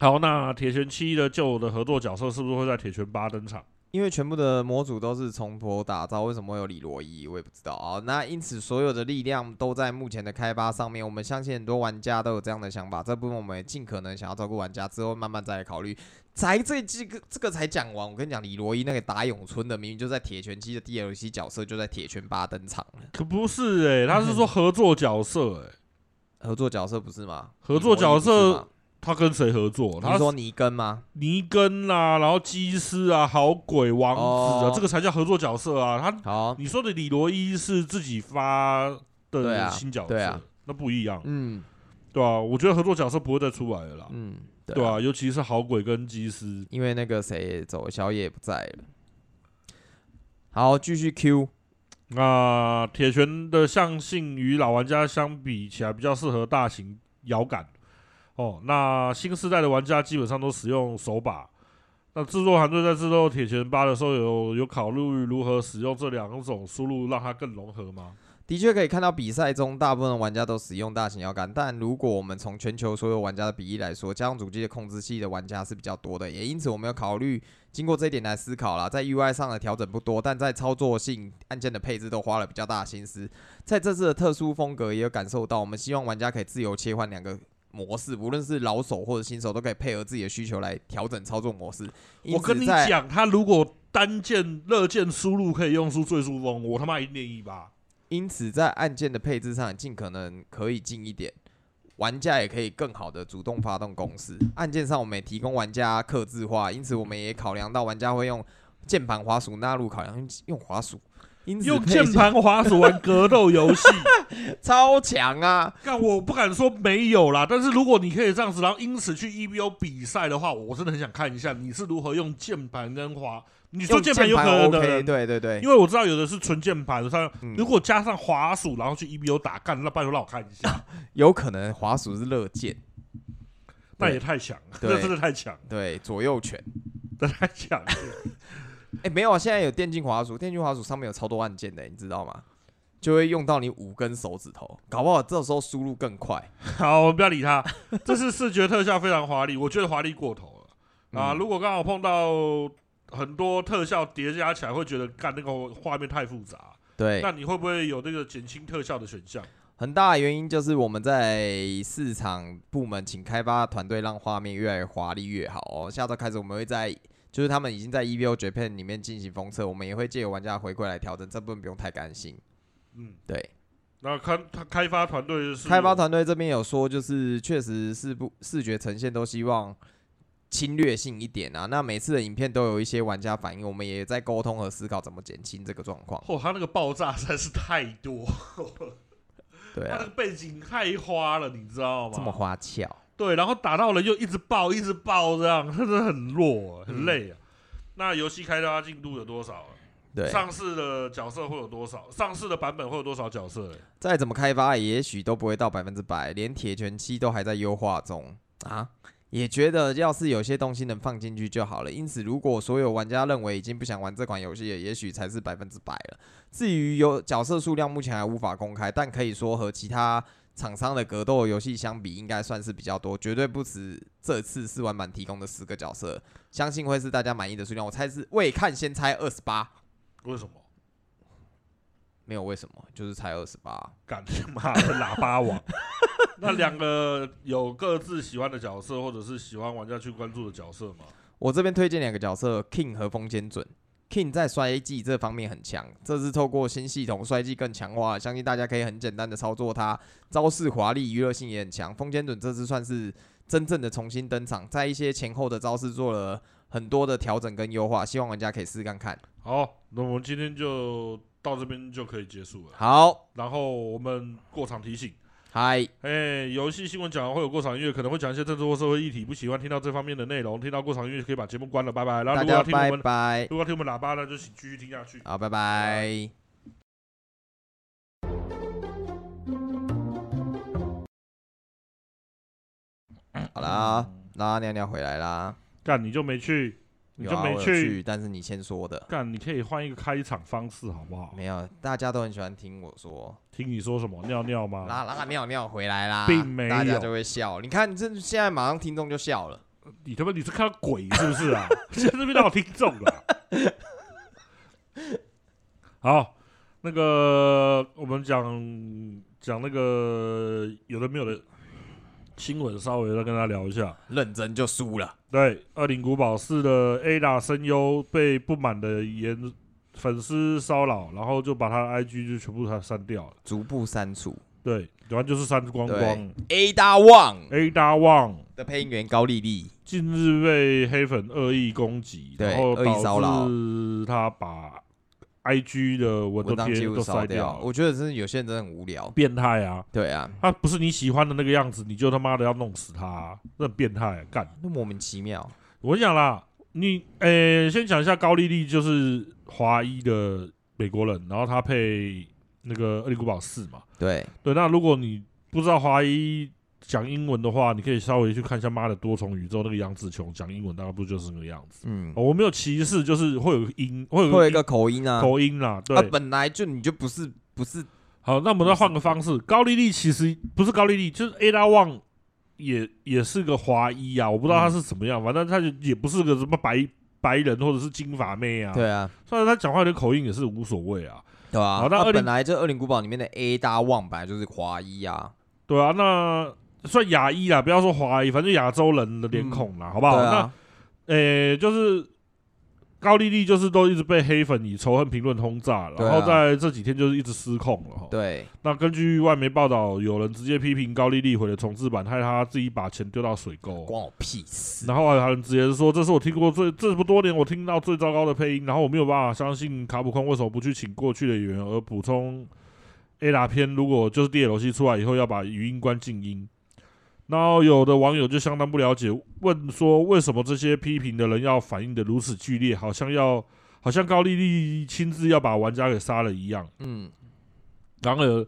好，那铁拳七的旧的合作角色是不是会在铁拳八登场？因为全部的模组都是从头打造，为什么会有李罗伊，我也不知道啊。那因此，所有的力量都在目前的开发上面。我们相信很多玩家都有这样的想法，这部分我们也尽可能想要照顾玩家，之后慢慢再来考虑。才这这个这个才讲完，我跟你讲，李罗伊那个打咏春的，明明就在铁拳七的 DLC 角色，就在铁拳八登场了。可不是诶、他嗯是说合作角色诶、欸合作角色不是吗？合作角色李罗伊他跟谁合作？不是吗，你他说尼根吗？尼根啦、然后基斯啊，好鬼王子啊，哦这个才叫合作角色啊。他好，你说的李罗伊是自己发对的啊新角色，对啊那不一样。嗯对啊，我觉得合作角色不会再出来了啦。嗯，对啊，尤其是好鬼跟基斯，因为那个谁走，小野也不在了。好，继续 Q，那铁拳的向性与老玩家相比起来，比较适合大型摇杆。哦，那新时代的玩家基本上都使用手把。那制作团队在制作铁拳八的时候有有考虑如何使用这两种输入让它更融合吗？的确可以看到比赛中大部分玩家都使用大型摇杆，但如果我们从全球所有玩家的比例来说，家用主机的控制器的玩家是比较多的，也因此我们要考虑经过这一点来思考啦，在 UI 上的调整不多，但在操作性、按键的配置都花了比较大的心思。在这次的特殊风格也有感受到，我们希望玩家可以自由切换两个。模式，无论是老手或者新手，都可以配合自己的需求来调整操作模式。因我跟此你在讲，它如果单键热键输入可以用出最舒风，我他妈一定念一吧。因此，在按键的配置上，尽可能可以近一点，玩家也可以更好的主动发动攻势。按键上，我们也提供玩家克制化，因此我们也考量到玩家会用键盘、滑鼠纳入考量，用用滑鼠，因此用配键盘滑鼠玩格斗游戏，超强啊！但我不敢说没有啦。但是如果你可以这样子，然后因此去 EBO 比赛的话，我真的很想看一下你是如何用键盘跟滑。你说用键键盘有可能的 OK，人，对对对因，为我知道有的是纯键盘，它嗯如果加上滑鼠，然后去 EBO 打干，那拜托让我看一下，有可能滑鼠是乐键，那也太强了，对那真的太强，对左右拳。那太强了。哎、没有啊，现在有电竞滑鼠，电竞滑鼠上面有超多按键的，你知道吗？就会用到你五根手指头，搞不好这时候输入更快。好，我们不要 理他。这是视觉特效非常华丽，我觉得华丽过头了啊！嗯如果刚好碰到很多特效叠加起来，会觉得干那个画面太复杂。对，那你会不会有那个减轻特效的选项？很大的原因就是我们在市场部门请开发团队让画面越来越华丽越好哦。下周开始我们会在，就是他们已经在 EVO Japan 里面进行封测，我们也会借由玩家的回馈来调整，这部分不用太担心。嗯，对，那开他开发团队是开发团队这边有说，就是确实是不视觉呈现都希望侵略性一点啊。那每次的影片都有一些玩家反映，我们也在沟通和思考怎么减轻这个状况。哦，他那个爆炸实在是太多，对他那啊个，背景太花了，你知道吗？这么花俏。对，然后打到了又一直爆，一直爆，这样 真的很弱，很累啊。那游戏开发进度有多少啊？嗯对，上市的角色会有多少？上市的版本会有多少角色、欸？再怎么开发，也许都不会到百分之百，连铁拳七都还在优化中啊。也觉得要是有些东西能放进去就好了。因此，如果所有玩家认为已经不想玩这款游戏了，也许才是百分之百了。至于有角色数量，目前还无法公开，但可以说和其他厂商的格斗游戏相比，应该算是比较多，绝对不止这次试玩版提供的十个角色，相信会是大家满意的数量。我猜是未看先猜二十八，为什么？没有为什么，就是猜二十八。 干他妈的喇叭王！ 那两个有各自喜欢的角色，或者是喜欢玩家去关注的角色吗？我这边推荐两个角色，King 和风间准。King 在摔技这方面很强，这次透过新系统摔技更强化，相信大家可以很简单的操作它，招式华丽，娱乐性也很强。风间准这次算是真正的重新登场，在一些前后的招式做了很多的调整跟优化，希望玩家可以试试看看。好，那我们今天就到这边就可以结束了。好，然后我们过场提醒，嗨，哎，游戏新闻讲完会有过场音乐，可能会讲一些政治或社会议题，不喜欢听到这方面的内容，听到过场音乐可以把节目关了，拜拜。然后大如果要家听我拜们，拜，如果要听我们喇叭呢，就请继续听下去。好，拜拜。好啦，那尿尿回来啦。干你就没去，你有就啊没我有去，但是你先说的。干，你可以换一个开场方式好不好？没有，大家都很喜欢听我说听你说什么尿尿吗？拉拉尿尿回来啦，哦并没有大家就会笑。你看，这现在马上听众就笑了。你他妈你是看到鬼是不是啊？ 现在这边哪有听众了？ 好，那个我们讲讲那个有的没有的新闻，稍微再跟大家聊一下。认真就输了，对，《二零古堡四》的 Ada 声优被不满的言粉丝骚扰，然后就把他的 IG 就全部他删掉了。逐步删除。对，然后就是删光光对。A 大旺 Ada Wang 的配音员高丽丽，近日被黑粉恶意攻击，对然后恶意骚扰导致他把 IG 的文文都档贴记录都烧删掉。了，我觉得真的有些人真的很无聊。变态啊！对啊，他不是你喜欢的那个样子，你就他妈的要弄死他、啊那很变态、干！那莫名其妙。我跟你讲啦，你诶、先讲一下高丽丽，就是华裔的美国人，然后她配那个《恶灵古堡四》嘛。对，对，那如果你不知道华裔讲英文的话，你可以稍微去看一下《妈的多重宇宙》那个杨紫琼讲英文，大概不就是那个样子？嗯，哦，我没有歧视，就是会有个音，会有会有一个个口音啊，口音啦。对，啊，本来就你就不是不是好，那我们再换个方式。高丽丽其实不是高丽丽，就是 Ada Wang 也也是个华裔啊，我不知道她是怎么嗯样，反正她就也不是个什么白白人或者是金发妹啊。，对啊，虽然她讲话有点口音也是无所谓啊。对啊。好那啊20本来这《恶灵古堡》里面的 A 大旺本来就是华裔啊，对啊，那算亚裔啦，不要说华裔，反正亚洲人的脸孔啦，好不对好？啊，那诶、就是高丽丽就是都一直被黑粉以仇恨评论轰炸，对啊然后在这几天就是一直失控了哈。对，那根据外媒报道，有人直接批评高丽丽毁了重置版，害她自己把钱丢到水沟。关我屁事。然后还有人直接说：“这是我听过最这么多年我听到最糟糕的配音。”然后我没有办法相信卡普空为什么不去请过去的演员，而补充 A 拉篇。如果就是 DLC 出来以后要把语音关静音。然后有的网友就相当不了解，问说为什么这些批评的人要反应的如此剧烈，好像要好像高丽丽亲自要把玩家给杀了一样。嗯，然而，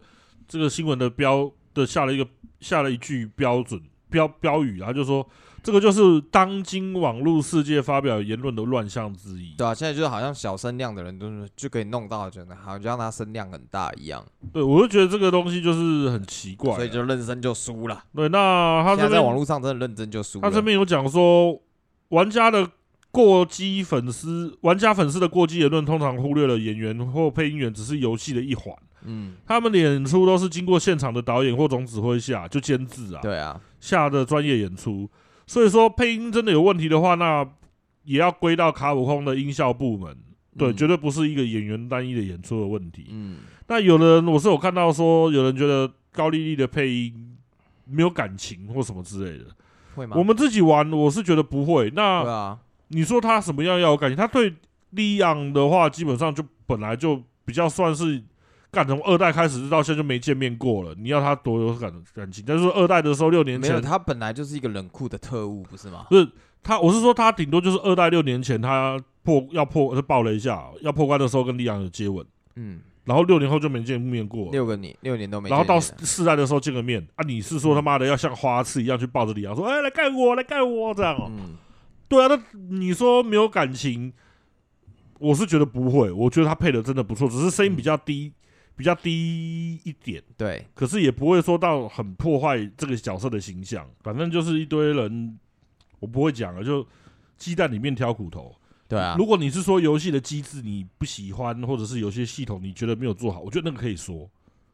这个新闻的标的下了一个下了一句标准标标语啊，他就说这个就是当今网络世界发表言论的乱象之一。对啊，现在就是好像小声量的人都是就可以弄到，觉得好像他声量很大一样，对，我就觉得这个东西就是很奇怪啊。所以就认真就输了。对，那他现这在在网边络上真的认真就输了。他这边有讲说，玩家的过激粉丝，玩家粉丝的过激言论通常忽略了演员或配音员只是游戏的一环，嗯，他们的演出都是经过现场的导演或总指挥下就监制啊。对啊，下的专业演出。所以说配音真的有问题的话，那也要归到卡普空的音效部门。对，嗯绝对不是一个演员单一的演出的问题。嗯，那有人我是有看到说，有人觉得高丽丽的配音没有感情或什么之类的。会吗？我们自己玩，我是觉得不会。那对啊，你说他什么样要有感情？他对利昂的话，基本上就本来就比较算是干从二代开始到现在就没见面过了。你要他多有感感情？但是说二代的时候，六年没前有，他本来就是一个冷酷的特务，不是吗？不是他，我是说他顶多就是二代六年前他破要破就爆了一下，要破关的时候跟李阳有接吻，嗯，然后六年后就没见面过了，六个年六年都没见然后面了，到四四代的时候见个面啊！你是说他妈的要像花痴一样去抱着李阳说，哎、来干我，来干我这样、哦？嗯，对啊，那你说没有感情，我是觉得不会，我觉得他配的真的不错，只是声音比较低，比较低一点。对，可是也不会说到很破坏这个角色的形象。反正就是一堆人，我不会讲了，就鸡蛋里面挑骨头。对啊，如果你是说游戏的机制你不喜欢，或者是有些系统你觉得没有做好，我觉得那个可以说。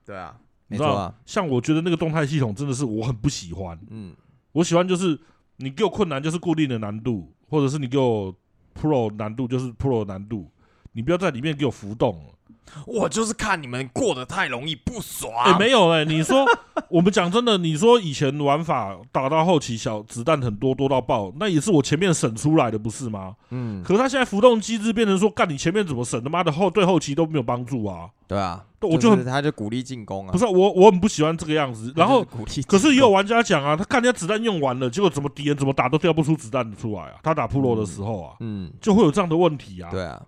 对啊，没你知错道啊，像我觉得那个动态系统真的是我很不喜欢，嗯，我喜欢就是你给我困难就是固定的难度，或者是你给我 Pro 难度就是 Pro 难度，你不要在里面给我浮动了。我就是看你们过得太容易不爽啊哎、没有哎、你说我们讲真的，你说以前玩法打到后期小子弹很多多到爆，那也是我前面省出来的，不是吗？嗯，可是他现在浮动机制变成说，干你前面怎么省，他妈的后对后期都没有帮助啊！对啊，对我就就很是他就鼓励进攻啊，不是啊、我我很不喜欢这个样子。他然就是后鼓励进可攻，是也有玩家讲啊，他干人家子弹用完了，结果怎么敌人怎么打都掉不出子弹出来啊！他打部落的时候啊，嗯，就会有这样的问题啊。对啊，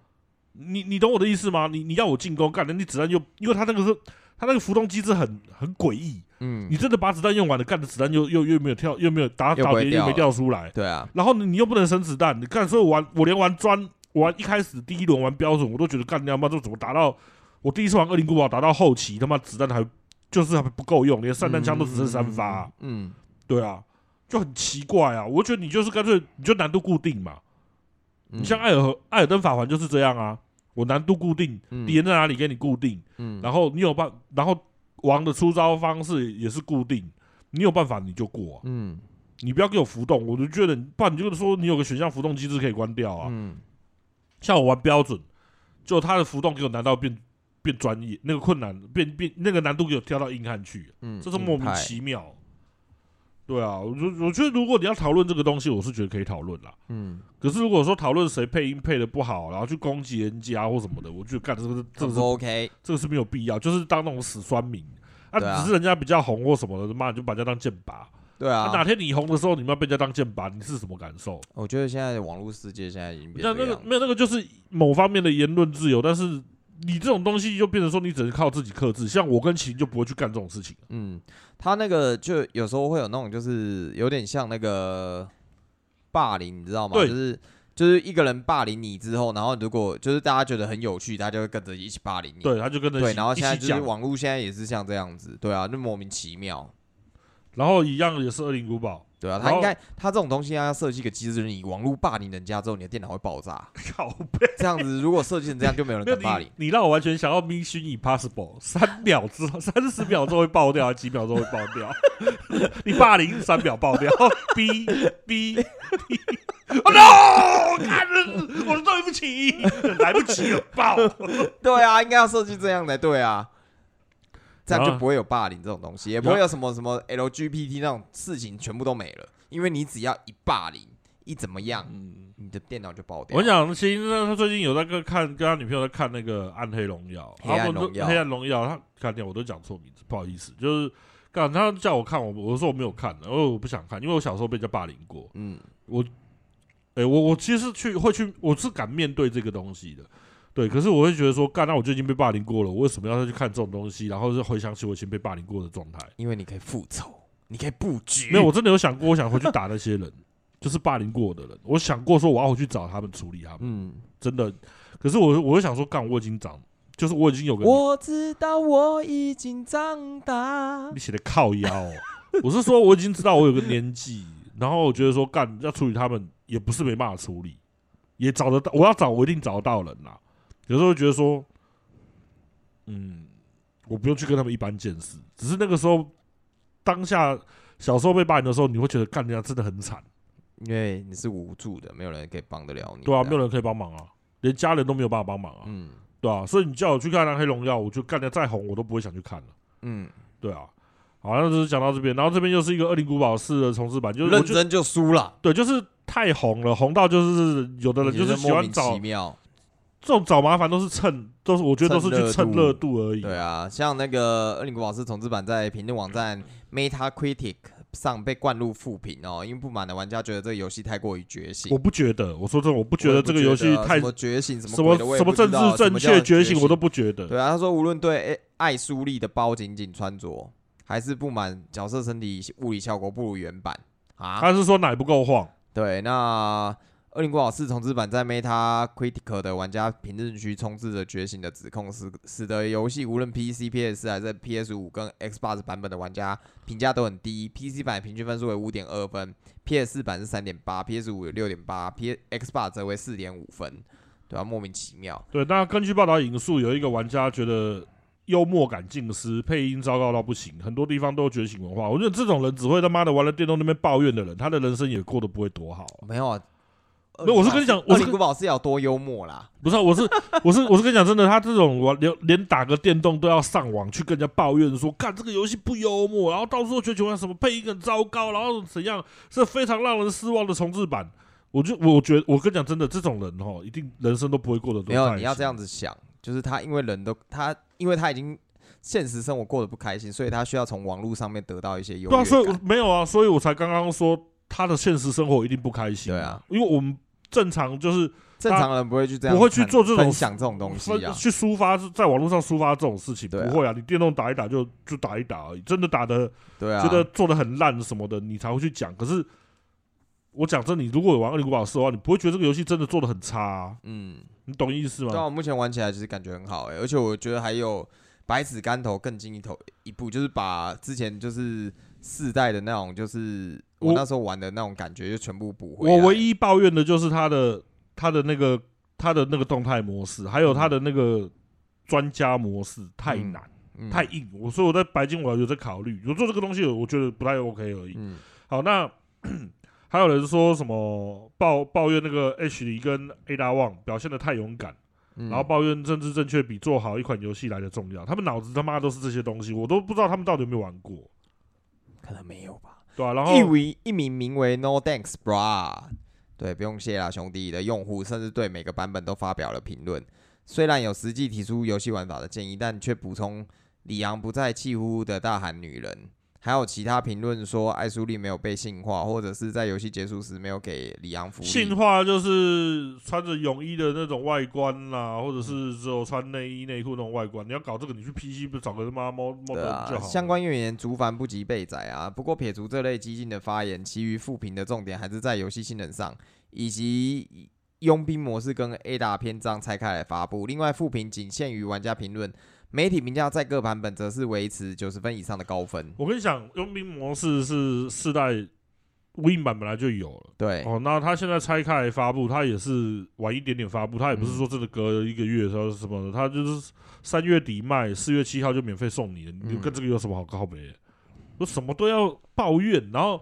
你你懂我的意思吗？你你要我进攻，干人家子弹又因为他那个是他那个浮动机制很很诡异。嗯你，真的把子弹用完了，干的子弹又又又没有跳，又没有打又倒不会碟，又没掉掉出来，对啊，然后你你又不能生子弹，你干，所以我玩我连玩砖，我玩一开始第一轮玩标准，我都觉得干他妈这怎么打到我第一次玩恶灵古堡打到后期，他妈子弹还就是还不够用，连散弹枪都只剩三发、嗯，对啊，就很奇怪啊，我觉得你就是干脆你就难度固定嘛，嗯你像艾尔和艾尔登法环就是这样啊，我难度固定，敌人在哪里给你固定。嗯，然后你有办，然后王的出招方式也是固定，你有办法你就过啊、嗯你不要给我浮动，我就觉得你，不然你就说你有个选项浮动机制可以关掉啊。嗯，像我玩标准，就他的浮动给我难到变变专业，那个困难变变那个难度给我跳到硬汉去，嗯，这是硬莫名派其妙。对啊，我就我觉得如果你要讨论这个东西，我是觉得可以讨论啦。嗯，可是如果说讨论谁配音配的不好，然后去攻击人家或什么的，我觉得干这个是这这不个是 OK，这个是没有必要，就是当那种死酸民啊，对啊只是人家比较红或什么的，妈你就把人家当剑拔。对啊哪啊，天你红的时候，你们要被人家当剑拔，你是什么感受？我觉得现在的网络世界现在已经变那成那这个样，没有那个就是某方面的言论自由，但是你这种东西就变成说你只能靠自己克制。像我跟秦就不会去干这种事情。嗯，他那个就有时候会有那种，就是有点像那个霸凌，你知道吗？对就是就是一个人霸凌你之后，然后如果就是大家觉得很有趣，大家就会跟着一起霸凌你。对，他就跟着一对，起然后现在一起就是讲，网络现在也是像这样子，对啊，就莫名其妙，然后一样也是恶灵古堡，对啊，然他后应该他这种东西要设计一个机制，就是你网络霸凌人家之后，你的电脑会爆炸，靠背。这样子如果设计成这样，就没有人没有敢霸凌你，。你让我完全想要《Mission Impossible》，三秒之后， 三十秒之后会爆掉，还是几秒之后会爆掉？ 你霸凌三秒爆掉， 哔哔哔！ 哦 no！看，我的对不起， 来不及了，爆！对啊，应该要设计这样的，对啊，这样然就后不会有霸凌这种东西，也不会有什么什么 LGBT 那种事情全部都没了，因为你只要一霸凌，一怎么样，嗯，你的电脑就爆掉。我想，其实呢他最近有在跟看跟他女朋友在看那个《暗黑荣耀》，黑暗然后我们荣就耀黑暗荣耀，他看见我都讲错名字，不好意思，就是干他叫我看，我我说我没有看，然后我不想看，因为我小时候被人家霸凌过。嗯，哎、我我其实是去会去，我是敢面对这个东西的，对。可是我会觉得说，干，那我就已经被霸凌过了，我为什么要再去看这种东西？然后是回想起我以前被霸凌过的状态。因为你可以复仇，你可以布局。没有，我真的有想过，我想回去打那些人， 就是霸凌过我的人。我想过说，我要回去找他们处理他们，嗯，真的。可是我我就想说，干，我已经长，就是我已经有个我知道我已经长大你。写的靠腰 哦、我是说我已经知道我有个年纪，然后我觉得说干要处理他们也不是没办法处理，也找得到，我要找我一定找得到人啦。有时候会觉得说，嗯，我不用去跟他们一般见识，只是那个时候当下小时候被霸凌的时候，你会觉得干人家真的很惨，因为你是无助的，没有人可以帮得了你。对啊，没有人。人可以帮忙啊，连家人都没有办法帮忙啊，嗯对啊，所以你叫我去看《黑荣耀》，我就干的再红我都不会想去看了。嗯，对啊，好，那就是讲到这边，然后这边又是一个《恶灵古堡四》的重置版，就是我认觉真就输了，对，就是太红了，红到就是有的人就你是喜莫欢名找其妙。这种找麻烦，都是蹭，都是我觉得都是去蹭蹭热热度而已。对啊，像那个《恶灵古堡》是重置版在评论网嗯站 Metacritic 上被灌入负评哦，因为不满的玩家觉得这个游戏太过于觉醒。我不觉得，我说真的，我不觉得这个游戏我也不觉得啊太什么觉醒什什么么鬼的我也什不么政知道啊治正什么确叫觉觉醒，我都不觉得。对啊。他说无论对艾艾苏利的包紧紧穿着，还是不满角色身体物理效果不如原版啊。他是说奶不够晃，对，那《恶灵古堡四》重置版在 Metacritic 的玩家评论区充斥着觉醒的指控，使使得游戏无论 PC、PS 还是 PS 五跟 Xbox 版本的玩家评价都很低。PC 版平均分数为五点二分，PS 四版是三点八，PS 五有六点八，P Xbox 则为四点五分，对吧、莫名其妙。对。那根据报道引述，有一个玩家觉得幽默感尽失，配音糟糕到不行，很多地方都有觉醒文化。我觉得这种人只会他妈的玩了电动那边抱怨的人，他的人生也过得不会多好啊、没有啊，没有我是跟你讲我恶是灵古堡是要多幽默啦。不是啊、我是 我是我是跟你讲真的，他这种玩连连打个电动都要上网去跟人家抱怨说，干这个游戏不幽默，然后到时候觉得球什么配音很糟糕，然后怎样是非常让人失望的重置版。我就我觉得我跟你讲真的，这种人哦，一定人生都不会过得多没有，开你要心这样子想，就是他因为人都他，因为他已经现实生活过得不开心，所以他需要从网络上面得到一些优对啊，所越以我感。没有啊，所以我才刚刚说他的现实生活一定不开心。对啊，因为我们正常就是正常人不会去这样，不会去做这种分享这种东西分啊。去抒发在网络上抒发这种事情，对啊不会啊，你电动打一打就就打一打而已，真的打的。对啊，觉得做的很烂什么的，你才会去讲。可是我讲真，你如果有玩《恶灵古堡四》的话，你不会觉得这个游戏真的做的很差、啊，嗯，你懂意思吗？但我目前玩起来其实感觉很好哎、而且我觉得还有百尺竿头更进一头一步，就是把之前就是四代的那种，就是我我那时候玩的那种感觉，就全部补回来。我唯一抱怨的就是它的它的那个它的那个动态模式，还有它的那个专家模式太难、嗯太硬。我所以我在白金我有在考虑，我做这个东西我觉得不太 OK 而已。嗯好，那 还有人说什么抱抱怨那个 H 里跟 Ada Wang 表现的太勇敢。嗯然后抱怨政治正确比做好一款游戏来的重要。他们脑子他妈都是这些东西，我都不知道他们到底有没有玩过。可能没有吧。对啊，然后一为一名名为 No Thanks Bra，对，不用谢啦，兄弟的用户甚至对每个版本都发表了评论。虽然有实际提出游戏玩法的建议，但却补充李昂不再气呼呼的大喊“女人”，还有其他评论说艾苏丽没有被性化，或者是在游戏结束时没有给李昂福性利。化就是穿着泳衣的那种外观啦，或者是嗯只有穿内衣内裤那种外观。你要搞这个，你去 PC 不找个他妈猫猫对头就啊，好了。相关怨言竹凡不及被宰啊。不过撇除这类激进的发言，其余复评的重点还是在游戏性能上，以及佣兵模式跟 A 打篇章拆开来发布。另外，复评仅限于玩家评论，媒体评价在各版本则是维持九十分以上的高分。我跟你讲，佣兵模式是四代 Win 版本来就有了。对，哦，那它现在拆开来发布，它也是晚一点点发布，它也不是嗯说真的隔一个月说什么的，它就是三月底卖，四月七号就免费送你了，你嗯跟这个有什么好靠北的？我什么都要抱怨，然后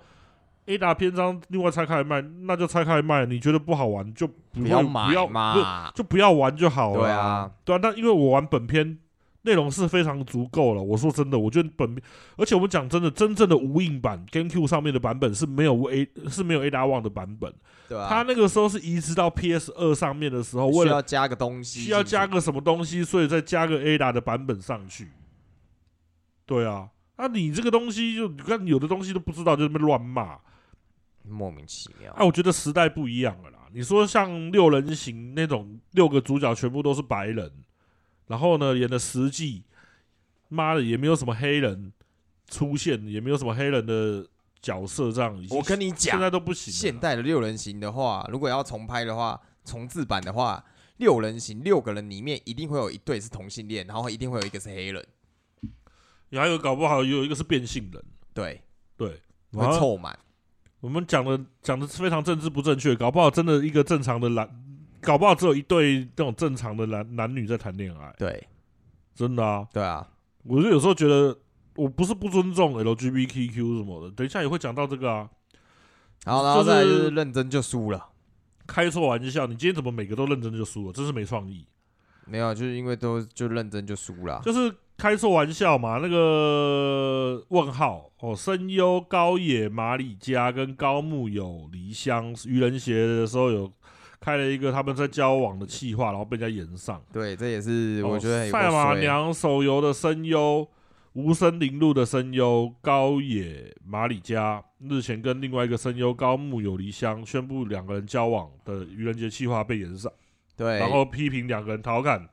A 打篇章另外拆开来卖，那就拆开来卖，你觉得不好玩就不不会要不买要不是嘛。就不要玩就好了。对啊，对啊，那因为我玩本片内容是非常足够了。我说真的，我觉得本片，而且我们讲真的，真正的无印版 GameCube 上面的版本是没有 A 是没有 A 达网的版本，对它啊，那个时候是移植到 PS 二上面的时候，为需了要加个东西，需要加个个什么东西，所以再加个 A 达的版本上去。对啊，那、你这个东西就你看有的东西都不知道，就在那边乱骂。莫名其妙。啊，我觉得时代不一样了啦。你说像六人行那种，六个主角全部都是白人，然后呢演的实际，妈的也没有什么黑人出现，也没有什么黑人的角色这样。已经我跟你现讲，在都不行了啦。现代的六人行的话，如果要重拍的话，重制版的话，六人行六个人里面一定会有一对是同性恋，然后一定会有一个是黑人，你还有搞不好有一个是变性人，对，对。然会后凑满。我们讲的讲的非常政治不正确，搞不好真的一个正常的男，搞不好只有一对那种正常的男男女在谈恋爱，对，真的啊。对啊，我就有时候觉得，我不是不尊重 LGBTQ 什么的，等一下也会讲到这个啊。然后然后再来就就是是认真就输了，开错玩笑，你今天怎么每个都认真就输了？真是没创意。没有，就是因为都就认真就输了。啊就是开错玩笑嘛。那个问号哦，声优高野马里加跟高木有离香愚人节的时候有开了一个他们在交往的气话，然后被人家延上。对，这也是哦我觉得很有赛马衰娘手游的声优，无声铃鹿的声优高野马里加日前跟另外一个声优高木有离香宣布两个人交往的愚人节计划被延上，对，然后批评两个人调侃。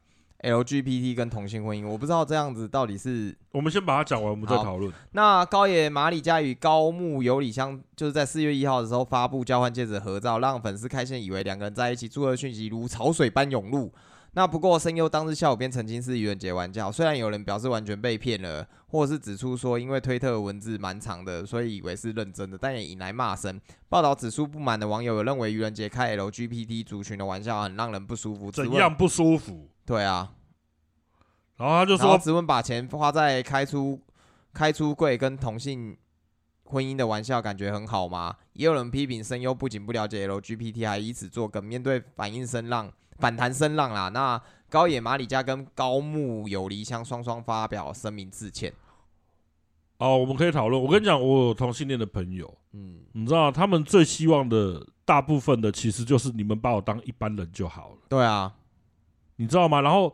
LGBT 跟同性婚姻，我不知道这样子到底是我们先把它讲完，我们再好讨论。那高野马里加与高木有里香就是在四月一号的时候发布交换戒指的合照，让粉丝开心以为两个人在一起，祝贺讯息如潮水般涌入。那不过声优当日下午便澄清是愚人节玩笑，虽然有人表示完全被骗了，或者是指出说因为推特文字蛮长的，所以以为是认真的，但也引来骂声。报道指出不满的网友有认为愚人节开 LGBT 族群的玩笑很让人不舒服，质怎问样不舒服？对啊，然后他就然后说，质问把钱花在开出开出柜跟同性婚姻的玩笑，感觉很好吗？也有人批评声优不仅不了解 LGBT，还以此作梗。面对反应声浪、反弹声浪啦，那高野马里加跟高木有离香双双发表声明致歉。哦，我们可以讨论。我跟你讲，我有同性恋的朋友，嗯，你知道他们最希望的大部分的其实就是你们把我当一般人就好了。对啊，你知道吗？然后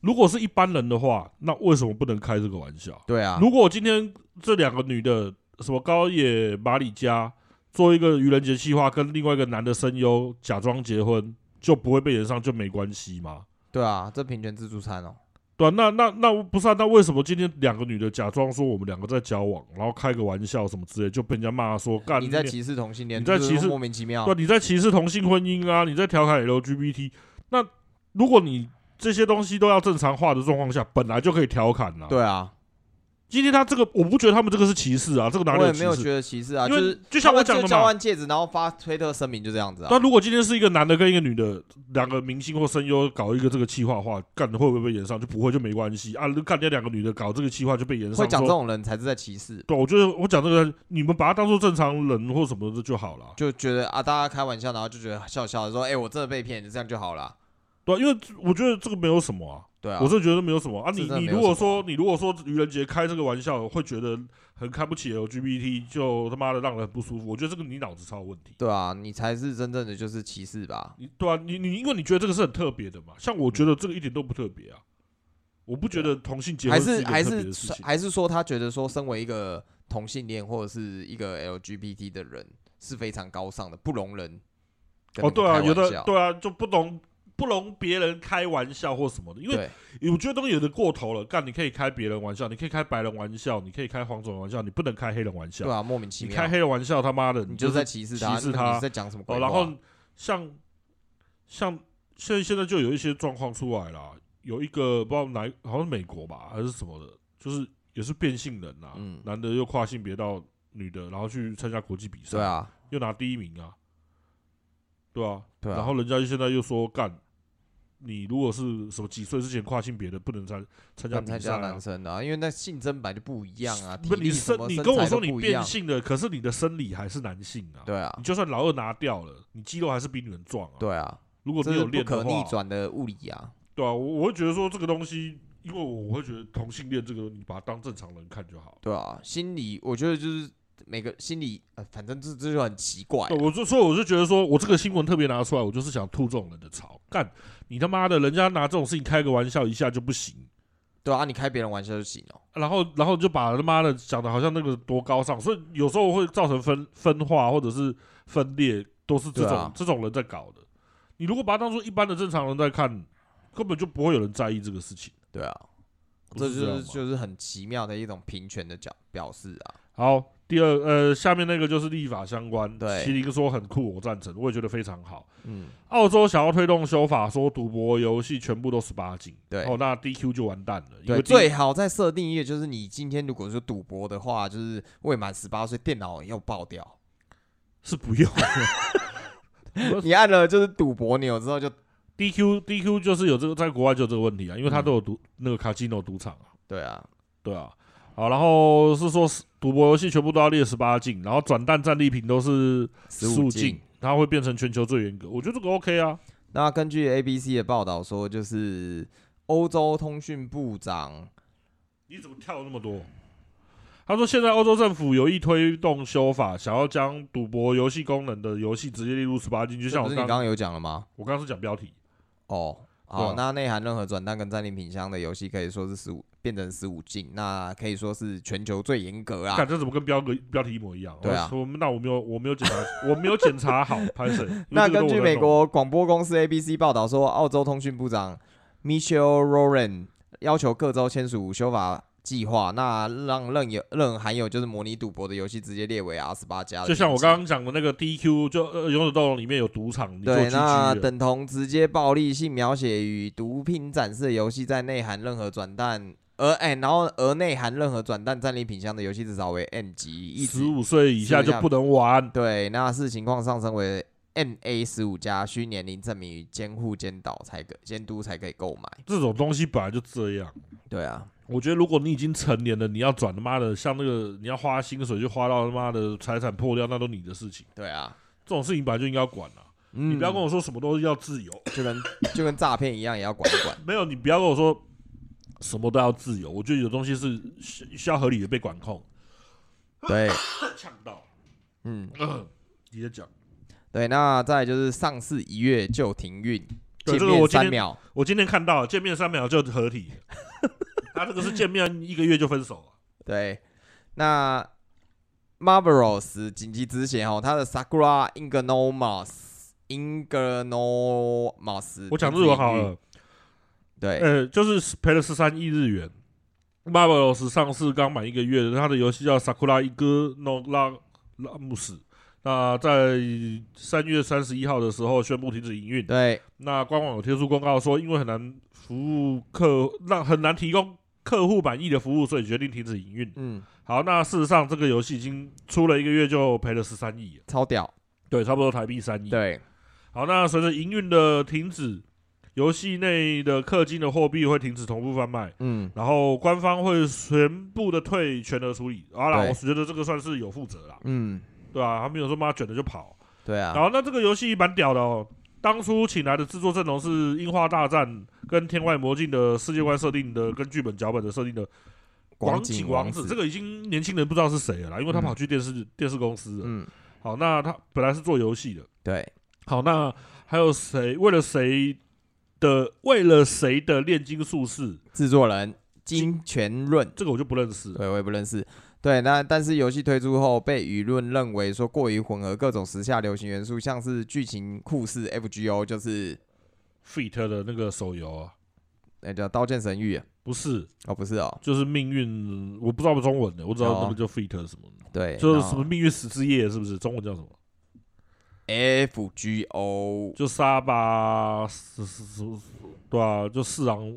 如果是一般人的话，那为什么不能开这个玩笑？对啊，如果今天这两个女的，什么高野马里加做一个愚人节计划，跟另外一个男的声优假装结婚，就不会被延上，就没关系吗？对啊，这平权自助餐哦、对、啊，那那那不是啊？那为什么今天两个女的假装说我们两个在交往，然后开个玩笑什么之类，就被人家骂说干你在娘歧视同性恋，啊你在就是歧视莫名其妙对，。你在歧视同性婚姻啊，你在调侃 LGBT。那如果你这些东西都要正常化的状况下，本来就可以调侃啦、，对啊，今天他这个，我不觉得他们这个是歧视啊，这个哪里我也歧没有视？觉得歧视啊，因就为是就像我讲他的嘛们交换戒指，然后发推特声明，就这样子啊。那如果今天是一个男的跟一个女的，两个明星或声优搞一个这个气划的话，干会不会被延上？就不会就没关系啊。干这两个女的搞这个气划就被延上，会讲这说种人才是在歧视，啊对，我觉得我讲这个，你们把他当做正常人或什么的就好了。就觉得啊，大家开玩笑，然后就觉得笑笑的说，哎、我真的被骗，这样就好了。对啊、因为我觉得这个没有什么啊，对啊，我是觉得没有什么啊。这你真的你没有如果什么说你如果说愚人节开这个玩笑，会觉得很看不起 LGBT，就他妈的让人很不舒服。我觉得这个你脑子超有问题。对啊，你才是真正的就是歧视吧？你对啊，你你因为你觉得这个是很特别的嘛？像我嗯觉得这个一点都不特别啊，我不觉得同性结啊还婚一是个还很特别是的事情。还是说他觉得说，身为一个同性恋或者是一个 LGBT 的人是非常高尚的，不容人跟你哦，们对啊，开有玩的笑对啊，就不容不容别人开玩笑或什么的，因为对我觉得东西有的过头了。干，你可以开别人玩笑，你可以开白人玩笑，你可以开黄种人玩笑，你不能开黑人玩笑。对啊，莫名其你妙开，黑人玩笑，他妈的，你就是在歧视他，歧视那他你是在讲什么鬼哦，话？然后像像现在现在就有一些状况出来啦，有一个不知道哪一好像是美国吧还是什么的，就是也是变性人啊，嗯男的又跨性别到女的，然后去参加国际比赛，对，啊，又拿第一名啊，对啊，对啊然后人家现在又说干。你如果是什么几岁之前跨性别的，不能参参加跟比参赛、加啊，男生的啊，因为那性征本来就不一样啊，不，体力你什生么你身跟我材说都你不一变样，性了，可是你的生理还是男性啊。对啊你，就算老二拿掉了，你肌肉还是比女人壮啊。，对啊，如果这你是有不练可的逆话，转的物理啊，对啊，我我会觉得说这个东西，因为我我会觉得同性恋这个，你把它当正常人看就好。对啊，心理我觉得就是每个心理，呃反正这这就很奇怪啊，对，我就所以我就觉得说，我这个新闻特别拿出来，我就是想吐这种人的槽。干你他妈的，人家拿这种事情开个玩笑一下就不行，对啊，你开别人玩笑就行哦，然后然后就把他妈的讲的好像那个多高尚，所以有时候会造成分分化或者是分裂，都是这对种、啊这种人在搞的。你如果把它当做一般的正常人在看，根本就不会有人在意这个事情。对啊，不这是这就样是吗就是很奇妙的一种平权的表表示啊，好，第二呃，下面那个就是立法相关。对麒麟说很酷，我赞成，我也觉得非常好。嗯，澳洲想要推动修法，说赌博游戏全部都十八禁。对哦，那 DQ 就完蛋了，因对，为最好再设定一个，就是你今天如果是赌博的话，就是未满十八岁，电脑要爆掉，是不用 你按了就是赌博钮之后就 DQ DQ 就是有这个，在国外就有这个问题啊，因为它嗯都有赌、那个卡基诺赌场啊，对啊，对啊。好，然后是说赌博游戏全部都要列十八禁，然后转蛋战利品都是15禁，它会变成全球最严格。我觉得这个 OK 啊，那根据 ABC 的报道说，就是欧洲通讯部长，你怎么跳那么多？他说，现在欧洲政府有意推动修法，想要将赌博游戏功能的游戏直接列入十八禁，就就像不我是你刚刚刚有讲了吗？我刚刚是讲标题，哦，对好，啊那内含任何转蛋跟战利品箱的游戏，可以说是十五变成十五禁，那可以说是全球最严格啊看。这怎么跟标个标题一模一样？对啊我们那我没有我没有检查， 我没有检查好，拍谁？ 那因为这个根都据我在美弄国广播公司 ABC 报道说，澳洲通讯部长 Michel Roran 要求各州签署修法计划，那让任有任含有就是模拟赌博的游戏直接列为 R 十八加。就像我刚刚讲的那个 DQ，就呃《勇者斗龙》里面有赌场，你做对，狙那击的，等同直接暴力、性描写与毒品展示的游戏，在内含任何转蛋，而哎、然后而内含任何转蛋战利品箱的游戏，至少为 M 级，一直十五岁以下就不能玩。对，那视情况上升为 M A 十五加，需年龄证明与监护监导才可监督才可以购买。这种东西本来就这样。对啊，我觉得如果你已经成年了，你要转他妈的，像那个你要花薪水就花到他妈的财产破掉，那都你的事情。对啊，这种事情本来就应该要管啊，嗯，你不要跟我说什么都要自由，就跟就跟诈骗一样，也要管一管。没有，你不要跟我说什么都要自由。我觉得有东西是需需要合理的被管控。对，呛到，嗯，呃、你在讲。对，那再来就是上市一月就停运，见对这个面我今三天秒。我今天看到见面三秒就合体， 他这个是见面一个月就分手啊。对，那 Marvelous 紧急之前哦，它的 Sakura Ingenomos Ingenomos，我讲日文好了，嗯对，呃，就是赔了十三亿日元。Marvelous 上市刚满一个月，他的游戏叫《Sakura 一哥 No 拉拉姆斯》。那在三月三十一号的时候宣布停止营运。对，那官网有贴出公告说，因为很难服务客，让很难提供客户满意的服务，所以决定停止营运。嗯，好，那事实上这个游戏已经出了一个月就赔了十三亿了，超屌，对，差不多台币三亿。对，好，那随着营运的停止，游戏内的氪金的货币会停止同步贩卖，嗯，然后官方会全部的退全额处理。好啦，对我觉得这个算是有负责啦，嗯，对啊，他没有说妈卷了就跑。对然啊，后那这个游戏蛮屌的哦，当初请来的制作阵容是《樱花大战》跟《天外魔镜》的世界观设定的，跟剧本脚本的设定的广井井王子这个已经年轻人不知道是谁了啦，因为他嗯跑去电视、电视公司了。嗯，好，那他本来是做游戏的。对，好，那还有谁？为了谁的？为了谁的炼金术士？制作人金泉润，这个我就不认识。对我也不认识。对，那但是游戏推出后，被舆论认为说过于混合各种时下流行元素，像是剧情酷似 FGO，就是 Fit 的那个手游啊，那叫《刀剑神域》啊不是，哦，不是哦，就是命运，我不知道中文的，我只知道那个叫 Fit 什么的，对，哦就是什么命运十之夜，是不是？中文叫什么？ FGO，就沙巴是是是，对啊，就四郎，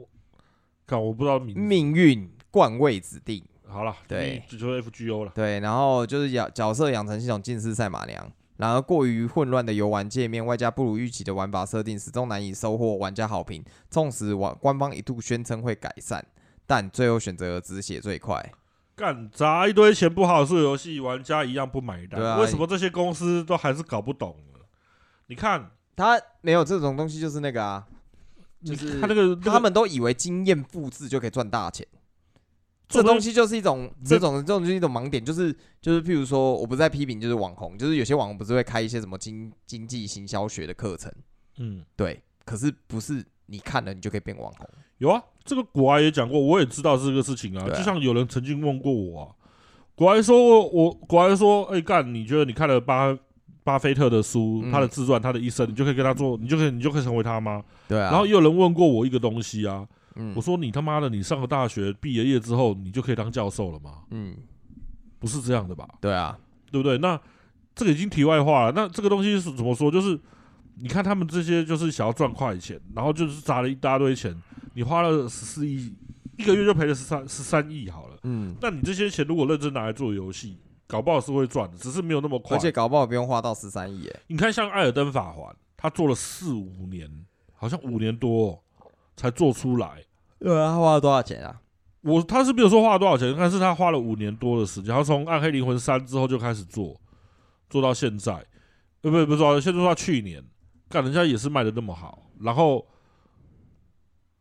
看我不知道名字。命运冠位指定。好了，对就就 FGO 了。对，然后就是角角色养成系统近似赛马娘，然而过于混乱的游玩界面，外加不如预期的玩法设定，始终难以收获玩家好评。纵使玩官方一度宣称会改善，但最后选择止血最快。干砸一堆钱不好做游戏，玩家一样不买单。对啊为什么这些公司都还是搞不懂呢？你看，他没有这种东西，就是那个啊，就是他那个他们都以为经验复制就可以赚大钱。哦这东西就是一种，那这种这种就是一种盲点，就是就是，譬如说，我不是在批评，就是网红，就是有些网红不是会开一些什么经经济行销学的课程，嗯，对，可是不是你看了你就可以变网红，有啊，这个国外也讲过，我也知道这个事情啊。对啊就像有人曾经问过我、啊，国外说我，国外说，哎、干，你觉得你看了巴巴菲特的书，嗯他的自传，他的一生，你就可以跟他做，你就可以，你就可以成为他吗？对啊，然后也有人问过我一个东西啊，嗯我说你他妈的，你上了大学，毕了业之后，你就可以当教授了吗？嗯，不是这样的吧？对啊，对不对？那这个已经题外话了。那这个东西是怎么说？就是你看他们这些就是想要赚快钱，然后就是砸了一大堆钱，你花了十四亿，一个月就赔了十三十三亿好了。嗯，那你这些钱如果认真拿来做游戏，搞不好是会赚的，只是没有那么快而。且搞不好不用花到十三亿耶，你看，像《艾尔登法环》，他做了四五年，好像五年多、哦、才做出来。对啊，他花了多少钱啊？我他是没有说花了多少钱，但是他花了五年多的时间，他从《暗黑灵魂三》之后就开始做，做到现在，呃，不，不是说，现在做到去年，干人家也是卖的那么好，然后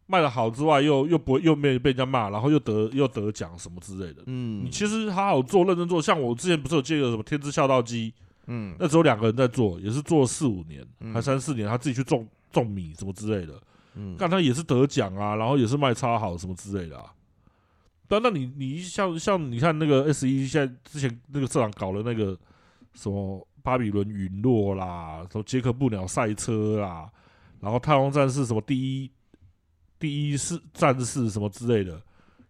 卖的好之外，又又不会又没有被人家骂，然后又得又得奖什么之类的。嗯你其实好好做，认真做，像我之前不是有接个什么《天之孝道机》，嗯那只有两个人在做，也是做了四五年，嗯还三四年，他自己去种种米什么之类的。嗯，干他也是得奖啊，然后也是卖超好什么之类的啊。但那你你像像你看那个 S 一现在之前那个社长搞了那个什么巴比伦陨落啦，什么杰克布鸟赛车啦，然后太空战士什么第一第一是战士什么之类的，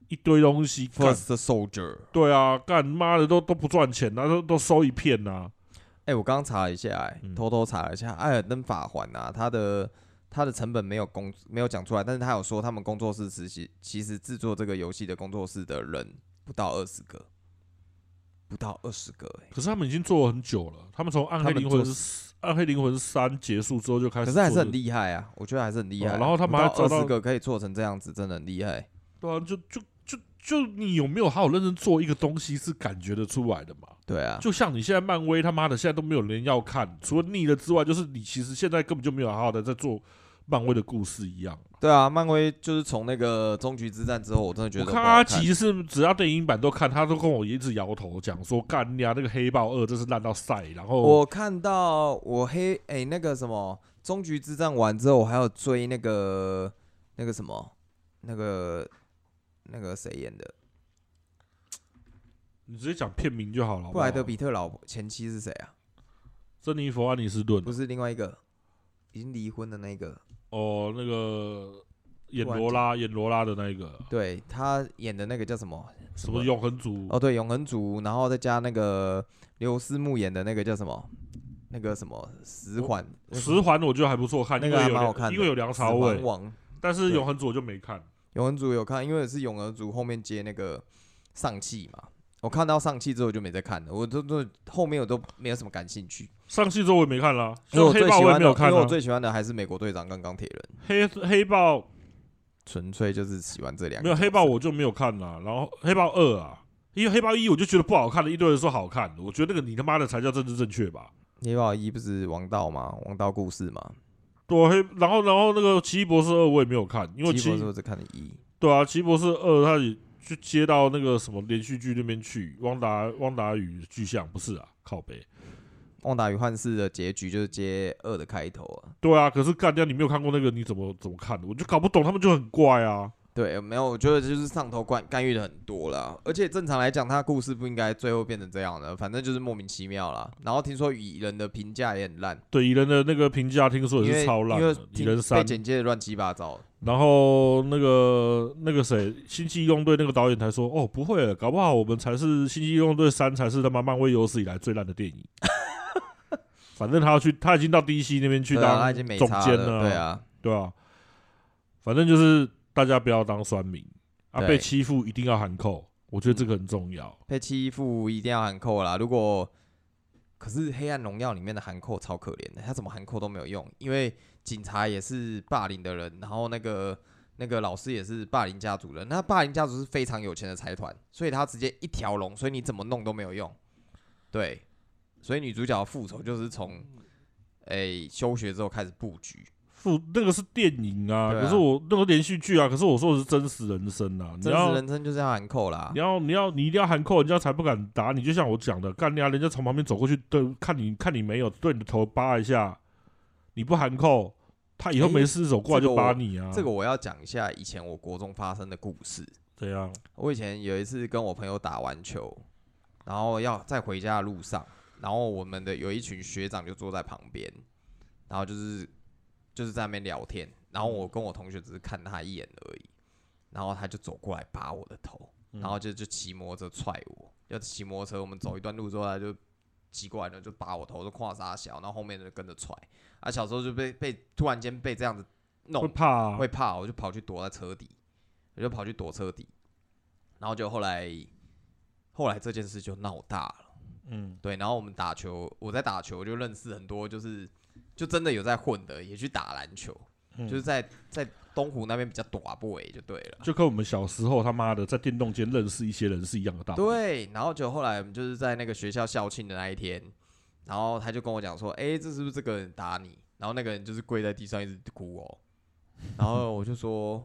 一堆东西干 First Soldier，对啊，干妈的都都不赚钱啊，都都收一片呐、啊。哎、我刚刚查了一下、哎、嗯偷偷查了一下，《艾尔登法环》啊，它的它的成本没有公没有讲出来，但是他有说他们工作室实习，其实制作这个游戏的工作室的人不到二十个，不到二十个、哎，可是他们已经做了很久了，他们从暗黑他们灵魂做四暗黑灵魂三结束之后就开始可做是这个，还是很厉害啊，我觉得还是很厉害啊、哦然后他们还找二到十个可以做成这样子，真的很厉害。对啊，就就就就你有没有好好认真做一个东西，是感觉得出来的嘛？对啊，就像你现在漫威他妈的现在都没有人要看，除了腻了之外，就是你其实现在根本就没有好好的在做漫威的故事一样。对啊，漫威就是从那个终局之战之后，我真的觉得我不看好阿吉是只要电影版都看，他都跟我一直摇头讲说：“干你啊，那个黑豹二真是烂到晒。”然后我看到我黑哎、那个什么终局之战完之后，我还有追那个那个什么那个那个谁演的你直接讲片名就好了。好不布好莱德比特老婆前妻是谁啊？珍妮佛·安妮斯顿不是另外一个已经离婚的那个，哦，那个演罗拉演罗拉的那个对他演的那个叫什么？什么永恒族哦，对，永恒族，然后再加那个刘思慕演的那个叫什么？那个什么十环十环，我觉得还不错看，那因个为还有蛮好梁看的因为有梁十朝伟环，王但是对永恒族我就没看。永恒族有看，因为是永恒族后面接那个上汽嘛。我看到上汽之后就没再看了，我都都后面我都没有什么感兴趣。上戏之后我也没看啦，因为我像黑最豹喜我也欢没的，有看因为啊我。最喜欢的还是美国队长跟钢铁人，黑黑豹纯粹就是喜欢这两个角没有色。黑豹我就没有看啦，然后黑豹二啊，因为黑豹一我就觉得不好看了，一堆人说好看，我觉得那个你他妈的才叫政治正确吧？黑豹一不是王道吗？王道故事嘛，对啊黑，然后然后那个奇异博士二我也没有看，因为奇奇异博士我只看了一，对啊，奇异博士二他也去接到那个什么连续剧那边去，汪达汪达与巨像不是啊，靠北。旺达与幻视的结局就是接二的开头啊。对啊，可是干掉你没有看过那个，你怎么怎么看的？我就搞不懂，他们就很怪啊。对，没有，我觉得就是上头干干预的很多啦，而且正常来讲，他的故事不应该最后变成这样的，反正就是莫名其妙啦。然后听说蚁人的评价也很烂，对蚁人的那个评价，听说因也为是超烂因为的，蚁人听三被。剪接的乱七八糟。然后那个那个谁，星际异攻队那个导演才说，哦，不会了，搞不好我们才是星际异攻队三才是他妈漫威有史以来最烂的电影。 反正他要去，他已经到 DC 那边去对当啊，他已经没总差监了，了，对啊，对啊，反正就是大家不要当酸民啊，对嗯被欺负一定要喊扣，我觉得这个很重要。被欺负一定要含扣啦。如果可是《黑暗荣耀》里面的含扣超可怜的，他怎么含扣都没有用，因为警察也是霸凌的人，然后那个那个老师也是霸凌家族人。那霸凌家族是非常有钱的财团，所以他直接一条龙，所以你怎么弄都没有用。对，所以女主角的复仇就是从诶、休学之后开始布局，复那个是电影啊，对啊可是我那个连续剧啊，可是我说的是真实人生啊，你真实要人生就是要含扣啦你。要你要你一定要喊扣，人家才不敢打你。就像我讲的，干你啊！人家从旁边走过去，对，看你看你没有，对你的头扒一下，你不喊扣，他以后诶没事走过来这个就扒我你啊。这个我要讲一下以前我国中发生的故事。怎样？我以前有一次跟我朋友打完球，然后要在回家的路上，然后我们的有一群学长就坐在旁边，然后就是就是在那边聊天，然后我跟我同学只是看他一眼而已，然后他就走过来拔我的头，然后就就骑摩托车踹我，要骑摩托车，我们走一段路之后他就骑过来了，就拔我头，就跨沙小，然后后面就跟着踹，啊，小时候就被被突然间被这样子会弄怕啊、会怕，我就跑去躲在车底，我就跑去躲车底，然后就后来后来这件事就闹大了，嗯，对，然后我们打球，我在打球就认识很多，就是就真的有在混的，也去打篮球，嗯就是在在东湖那边比较短不为就对了。就跟我们小时候他妈的在电动间认识一些人是一样的道理。对，然后就后来我们就是在那个学校校庆的那一天，然后他就跟我讲说，哎、这是不是这个人打你？然后那个人就是跪在地上一直哭哦，然后我就说，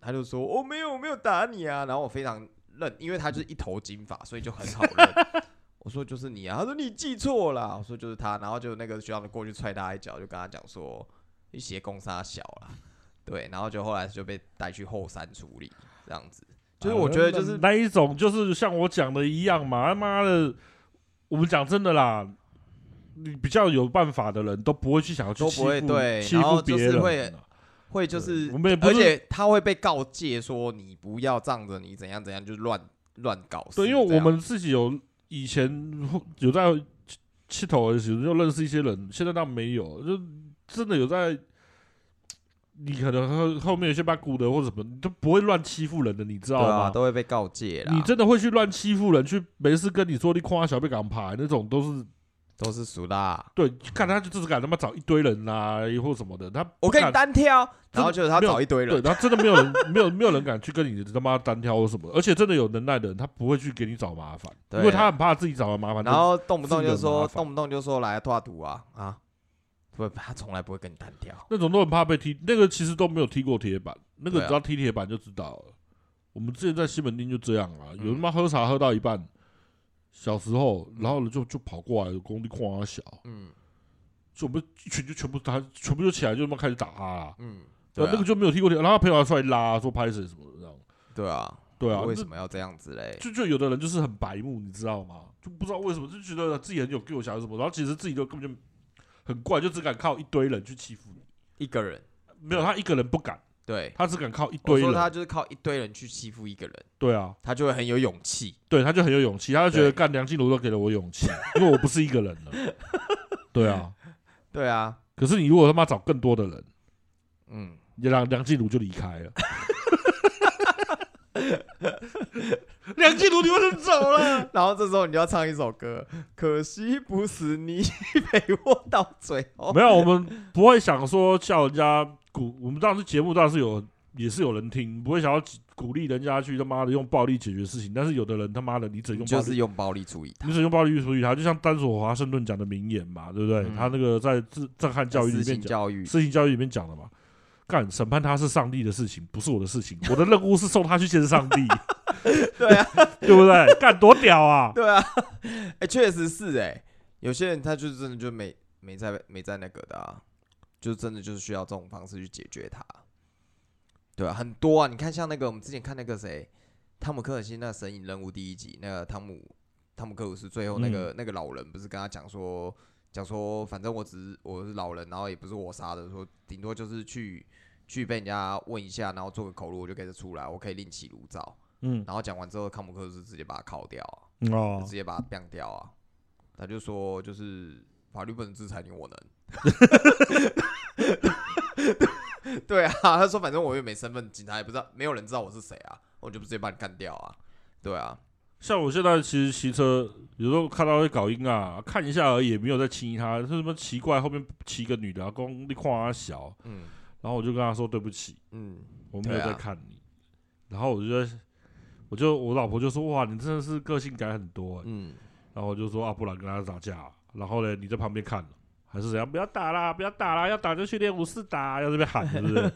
他就说，哦，没有，我没有打你啊。然后我非常认，因为他就是一头金发，所以就很好认。我说就是你啊，他说你记错了，啊我说就是他，然后就那个学校的过去踹他一脚，就跟他讲说你斜攻杀小啦，对，然后就后来就被带去后山处理这样子，就是我觉得就是啊那那一种，就是像我讲的一样嘛，他妈的，我们讲真的啦，你比较有办法的人都不会去想要去都欺不会负对欺然负后就别是人会啊、会就是对我们也，不而是且他会被告诫说你不要仗着你怎样怎样就乱乱搞事。对，因为这我样们自己有以前有在气头的时候就认识一些人，现在倒没有，就真的有在。你可能后后面有些把骨的或者什么，你都不会乱欺负人的，你知对道吗？啊，都会被告诫啦。你真的会去乱欺负人，去没事跟你说你夸小被敢爬那种，都是都是熟啦。对，看他就只是敢他妈找一堆人啦、或什么的，他我跟你搭单挑，真然后就是他没有找一堆对，人，然后真的没有人，没有没有人敢去跟你他妈单挑或什么，而且真的有能耐的人，他不会去给你找麻烦，对啊因为他很怕自己找了麻烦。然后动不动就自己很麻说烦动不动就说来拓土啊啊，不，他从来不会跟你单挑。那种都很怕被踢，那个其实都没有踢过铁板，那个对啊只要踢铁板就知道了。我们之前在西门町就这样啊，嗯有他妈喝茶喝到一半，小时候，然后就就跑过来，工地矿啊小，嗯就我们一群就全部他全部就起来就他妈开始打他啦，嗯，对对、啊那个就没有踢过铁，然后他朋友还出来拉说拍谁什么的这样，对啊，对啊，为那什么要这样子嘞？就就有的人就是很白目，你知道吗？就不知道为什么就觉得自己很有给我想什么，然后其实自己就根本就很怪，就只敢靠一堆人去欺负你，一个人，没有他一个人不敢，对，他只敢靠一我堆说人，他就是靠一堆人去欺负一个人，对啊，他就会很有勇气。对，他就很有勇气，他就觉得对干梁静茹都给了我勇气，因为我不是一个人了， 对啊。对啊，可是你如果他妈找更多的人，嗯，梁梁静茹就离开了。 梁静茹，你为什么走了？ 然后这时候你就要唱一首歌， 可惜不是你 陪我到最后。没有，我们不会想说叫人家鼓。我们当时节目当然是有也是有人听，不会想要鼓励人家去他妈的用暴力解决事情。但是有的人他妈的，你只能用暴 就力是用暴力处理他你。只用暴力去处理它，就像丹佐华盛顿讲的名言嘛，对不对？嗯他那个在自震撼教育里 私刑面讲，教育，私情教育里面讲的嘛，干审判他是上帝的事情，不是我的事情，我的任务是送他去见上帝，对啊，对不对？干多 屌啊！对啊，哎，确实是哎、有些人他就真的就没没在没在那个的啊，就真的就是需要这种方式去解决他。对啊，很多啊，你看像那个我们之前看那个谁，汤姆克鲁斯那《神隐任务》第一集，那个汤姆汤姆克鲁斯最后那个、那个老人不是跟他讲说讲说，反正我只是我是老人，然后也不是我杀的，说顶多就是去去被人家问一下，然后做个口录，我就可以出来，我可以另起炉灶。嗯然后讲完之后，汤姆克鲁斯直接把他铐掉啊、就哦直，接把他 ban 掉啊。他就说，就是法律不能制裁你，我能。 对啊，他说反正我又没身份，警察也不知道，没有人知道我是谁啊，我就直接把你干掉啊。对啊，像我现在其实骑车，有时候看到会搞音啊，看一下而已，没有在亲他，是什么奇怪？后面骑个女的、啊，光你夸他小，嗯然后我就跟他说对不起，嗯，我没有对啊在看你，然后我就在。我就我老婆就说哇，你真的是个性改很多、欸，嗯，然后我就说啊，不然跟他打架、然后呢，你在旁边看，还是怎样？不要打啦，不要打啦，要打就去练武士打，要这边喊，是 不是？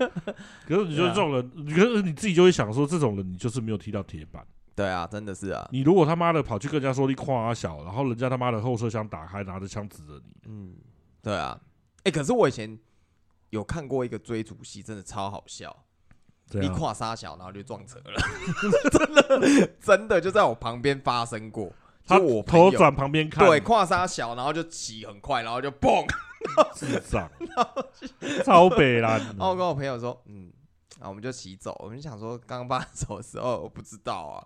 可是你就对啊这种人， 可是你自己就会想说，这种人你就是没有踢到铁板。对啊，真的是啊，你如果他妈的跑去跟人家说你夸阿小，然后人家他妈的后车厢打开，拿着枪指着你，嗯，对啊。哎、可是我以前有看过一个追逐戏，真的超好笑。这一样跨沙小，然后就撞车了， 真的真的就在我旁边发生过。他就我朋头友转旁边看，对，跨沙小，然后就骑很快，然后就蹦。智 障，超北蓝。然后我跟我朋友说，嗯，啊，我们就骑走。我们想说，刚刚发手的时候，我不知道啊，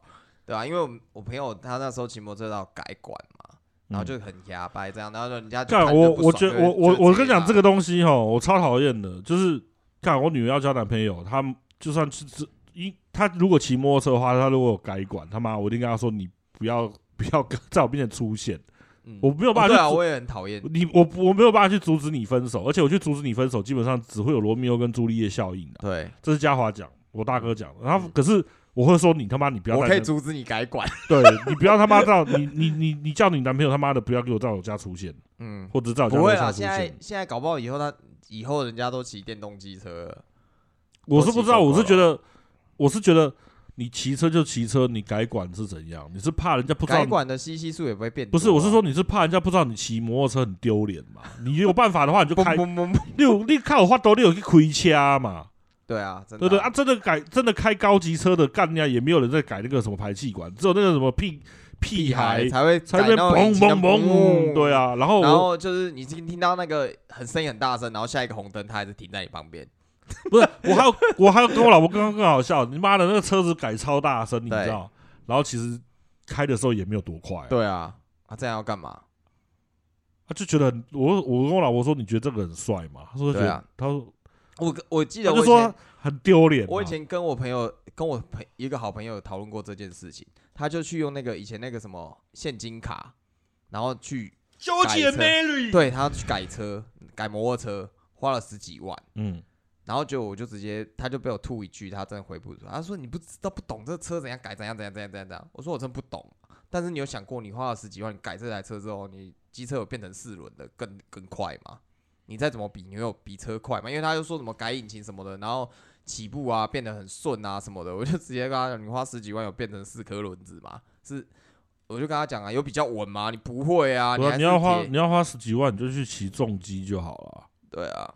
对啊，因为我们我朋友他那时候骑摩托车要改管嘛，然后就很牙掰这样，然后人家就嗯干看我，着不我爽觉就会我啊我就我直接跟你讲骂这个东西吼，我超讨厌的，就是看我女儿要交男朋友，她就算是这一，她如果骑摩托车的话，她如果有改管，他妈我一定跟她说你不要不要跟在我面前出现，嗯我没有哦办法对去啊，阻、我也很讨厌。你我我没有办法去阻止你分手，而且我去阻止你分手，基本上只会有罗密欧跟朱丽叶效应的、对，这是嘉华讲，我大哥讲的，然后嗯可是。我会说你他妈，你 不要我在可以那阻止你改 管。对你不要他妈到你你你你叫你男朋友他妈的不要给我在我家出现，嗯，或者在我家不楼会下啦，出现在现。现在搞不好以后他以后人家都骑电动机车了。我是不知道，多我骑狗是狗觉得，我是觉得你骑车就骑车，你改管是怎样？你是怕人家不知道改你？管的吸吸数也不会变多啊、不是，我是说你是怕人家不知道你骑摩托车很丢脸嘛？你有办法的话，你就嘣开，嘣嘣嘣，你有你看我发抖，你有去开车嘛？对啊，真的、对不对啊，，真的改，真的开高级车的干呀，也没有人在改那个什么排气管，只有那个什么屁屁屁孩孩哎才会才在改那到边引嘣擎嘣的嘣，嘣对。啊，然后然我后就是你听听到那个很声音很大声，然后下一个红灯，它还是停在你旁边。不是，我还有我还有跟我老婆刚刚更好笑，你妈的那个车子改超大声，你对知道？然后其实开的时候也没有多快、啊，对啊，啊这样要干嘛？他就觉得很我我跟我老婆说，你觉得这个很帅吗？他说觉对啊得，他说我我记得他就我以前说很丢脸啊。我以前跟我朋友跟我朋一个好朋友讨论过这件事情，他就去用那个以前那个什么现金卡，然后去纠结 Mary，对他去改车改摩托车，花了十几万。嗯，然后就我就直接，他就被我吐一句，他真的回不出来。他说：“你不知道不懂这车怎样改，怎样怎样怎样怎样怎样。”我说：“我真不懂。”但是你有想过，你花了十几万你改这台车之后，你机车有变成四轮的更更快吗？你再怎么比，你有比车快吗？因为他就说什么改引擎什么的，然后起步啊变得很顺啊什么的，我就直接跟他讲：“你花十几万有变成四颗轮子吗？”是，我就跟他讲啊，有比较稳吗？你不会啊，不你是还你要是花铁你要花十几万，你就去骑重机就好了。对啊，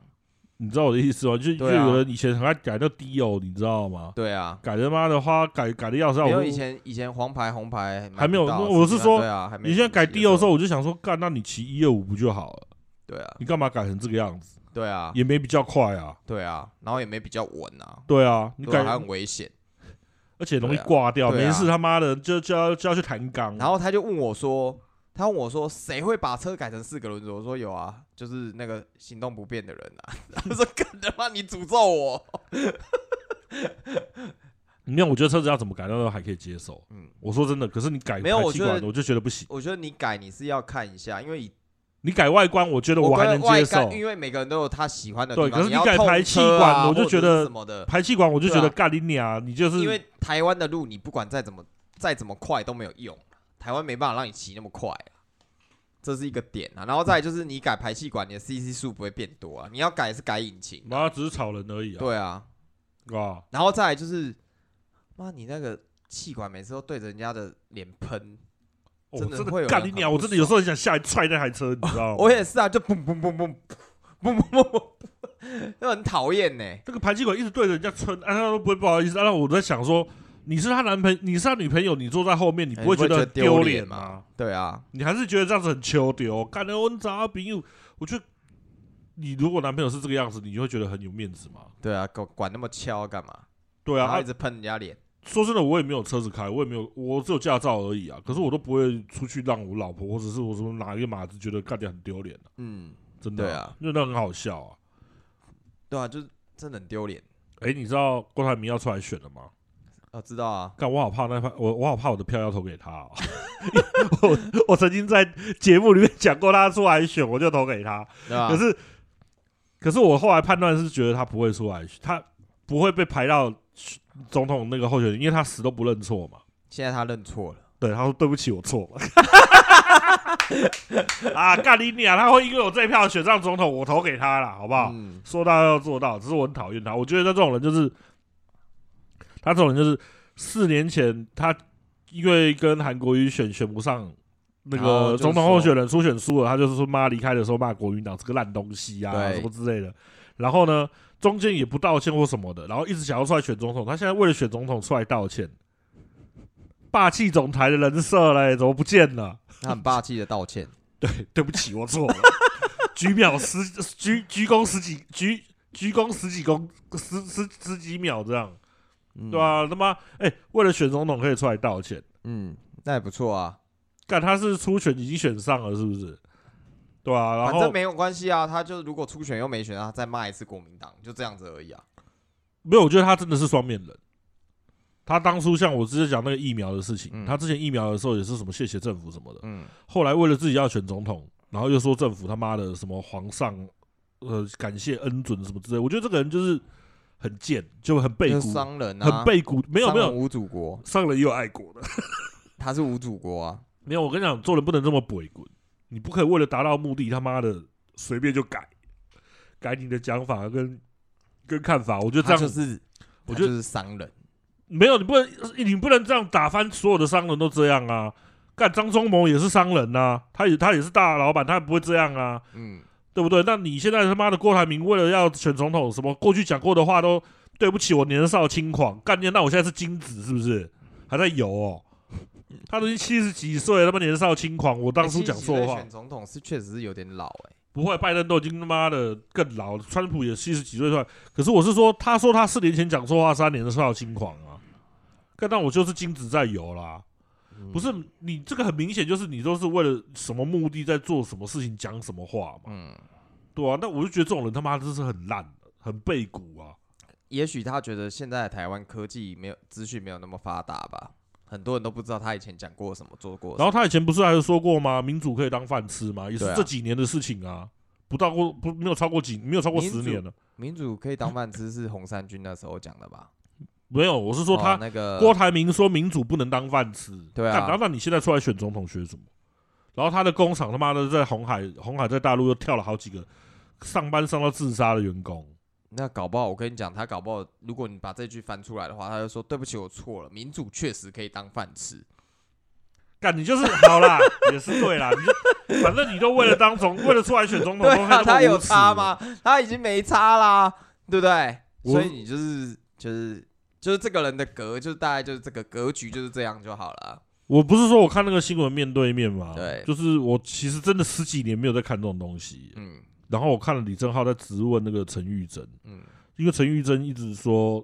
你知道我的意思吗？就就对啊有人以前很爱改那 Dio，你知道吗？对啊。改他妈的花改改的要死啊要没活有以。前以前黄牌红牌买还没有不到我是实际上说对啊，还没你现在改普及 Dio 的时候，，我就想说，干，那你骑一二五不就好了？对啊，你干嘛改成这个样子？对啊，也没比较快啊。对啊，然后也没比较稳啊，对啊，你对改啊，，还很危险。而且容易对啊挂掉，对啊没事他妈的就就要就要去弹钢，然后他就问我说，他问我说，谁会把车改成四个轮子？我说有啊，就是那个行动不便的人啊。 他说干他妈你诅咒我！你看，我觉得车子要怎么改，那都还可以接受。嗯我说真的，可是你改没有排我气觉管得我就觉得不行。我觉得你改你是要看一下，因为以你改外观，我觉得我还跟能外接受观。因为每个人都有他喜欢的地对方。可是你要改痛排气车管啊我或就者觉是得什么的，排气管，我就觉对得啊干你娘，你就是因为台湾的路你不管再怎么再怎么快都没有用，台湾没办法让你骑那么快啊这是一个点啊。然后再来就是你改排气管，你的 CC 数不会变多啊，你要改是改引擎啊、妈只是吵人而已啊，对啊，啊，然后再来就是，妈你那个气管每次都对着人家的脸喷，哦我真的真会的有干人你很娘，我不真的有时候很想下来踹那台车，你知道吗？ 我也是啊，就嘣嘣嘣嘣嘣嘣嘣嘣，就很讨厌呢。这个排气管一直对着人家吹，啊，他都不会不好意思。啊，那我在想说，你是她男朋你是她女朋友，你坐在后面，你哎不会你不会觉觉得得丢丢脸脸吗吗？对啊，你还是觉得这样子很秋丢？干的，我找他朋友，我觉得你如果男朋友是这个样子，你就会觉得很有面子嘛。对啊，管管那么敲干嘛？对啊，然后一啊直喷人家脸，说真的，我也没有车子开，我也没有，我只有驾照而已啊。可是我都不会出去让我老婆，或者是我什么拿一个马子，觉得干掉很丢脸啊，嗯，真的、对啊，真的很好笑啊。对啊，就是真的很丢脸。哎，你知道郭台铭要出来选了吗？啊，知道啊，干，我好怕那票，我我好怕我的票要投给他、哦。 我我曾经在节目里面讲过，他出来选我就投给他。对啊吧、可是，可是我后来判断是觉得他不会出来，他不会被排到总统那个候选人，因为他死都不认错嘛。现在他认错了，对，他说对不起，我错了。 啊，干你娘！他会因为我这一票选上总统，我投给他了，好不好？嗯，说到要做到，只是我很讨厌他。我觉得他这种人就是，他这种人就是四年前他因为跟韩国瑜选选不上那然后个哦就是总统候选人初选输了，他就是说妈离开的时候骂国民党是个烂东西啊对什么之类的。然后呢，中间也不道歉或什么的，然后一直想要出来选总统。他现在为了选总统出来道歉，霸气总裁的人设嘞怎么不见了？他很霸气的道歉，对，对不起，我错了， 举秒十鞠鞠躬十几鞠鞠躬十几公十十十几秒这样，嗯对，啊，他妈哎，为了选总统可以出来道歉，嗯，那也不错啊，干他是初选已经选上了是不是？对啊，然反正后没有关系啊，他就如果初选又没选，他再骂一次国民党，就这样子而已啊。没有，我觉得他真的是双面人。他当初像我之前讲那个疫苗的事情，嗯他之前疫苗的时候也是什么谢谢政府什么的，嗯，后来为了自己要选总统，然后又说政府他妈的什么皇上，呃，感谢恩准什么之类，我觉得这个人就是很贱，就很背就是骨，商人啊，很背骨。没有商没人有，无祖国，上了也有爱国的， 他是无祖国啊。没有。我跟你讲，做人不能这么背骨，你不可以为了达到目的，他妈的随便就改，改你的讲法跟跟看法。我觉得这他样，就是，我他觉得就是商人，没有，你不能，你不能这样打翻所有的商人都这样啊！干张忠谋也是商人呐、啊他也他也是大老板，他也不会这样啊。嗯，对不对？那你现在他妈的郭台铭为了要选总统，什么过去讲过的话都对不起，我年少轻狂，干念，那我现在是精子是不是？还在游哦，他都已经七十几岁，他妈年少轻狂，我当初讲错欸话选，总统是确实是有点老哎、不会，拜登都已经他妈的更老，川普也七十几岁出来，可是我是说，他说他四年前讲错话，是他年少轻狂啊，干，那我就是精子在游啦。嗯不是你这个很明显就是你都是为了什么目的在做什么事情讲什么话嘛？嗯，对啊，那我就觉得这种人他妈真是很烂，很背骨啊。也许他觉得现在的台湾科技没有资讯没有那么发达吧，很多人都不知道他以前讲过什么，做过什然后么。他以前不是还说过吗？民主可以当饭吃吗？也是对啊这几年的事情啊，不到过不没有超过几没有超过民十主年了。民主可以当饭吃是红三军那时候讲的吧？没有，我是说哦他、那个郭台铭说民主不能当饭吃，对啊干然后那你现在出来选总统学什么？然后他的工厂他妈的在红海，红海在大陆又跳了好几个上班上到自杀的员工。那搞不好，我跟你讲，他搞不好，如果你把这句翻出来的话，他就说对不起，我错了，民主确实可以当饭吃。干你就是好啦， 也是对啦，你就反正你都为了当总，为了出来选总统，对都可以啊，这么他有无耻差吗？他已经没差啦，对不对？我所以你就是就是就是这个人的格，就是大概就是这个格局就是这样就好了。我不是说我看那个新闻面对面嘛，对就是我其实真的十几年没有在看这种东西。嗯然后我看了李正浩在质问那个陈玉珍，嗯因为陈玉珍一直说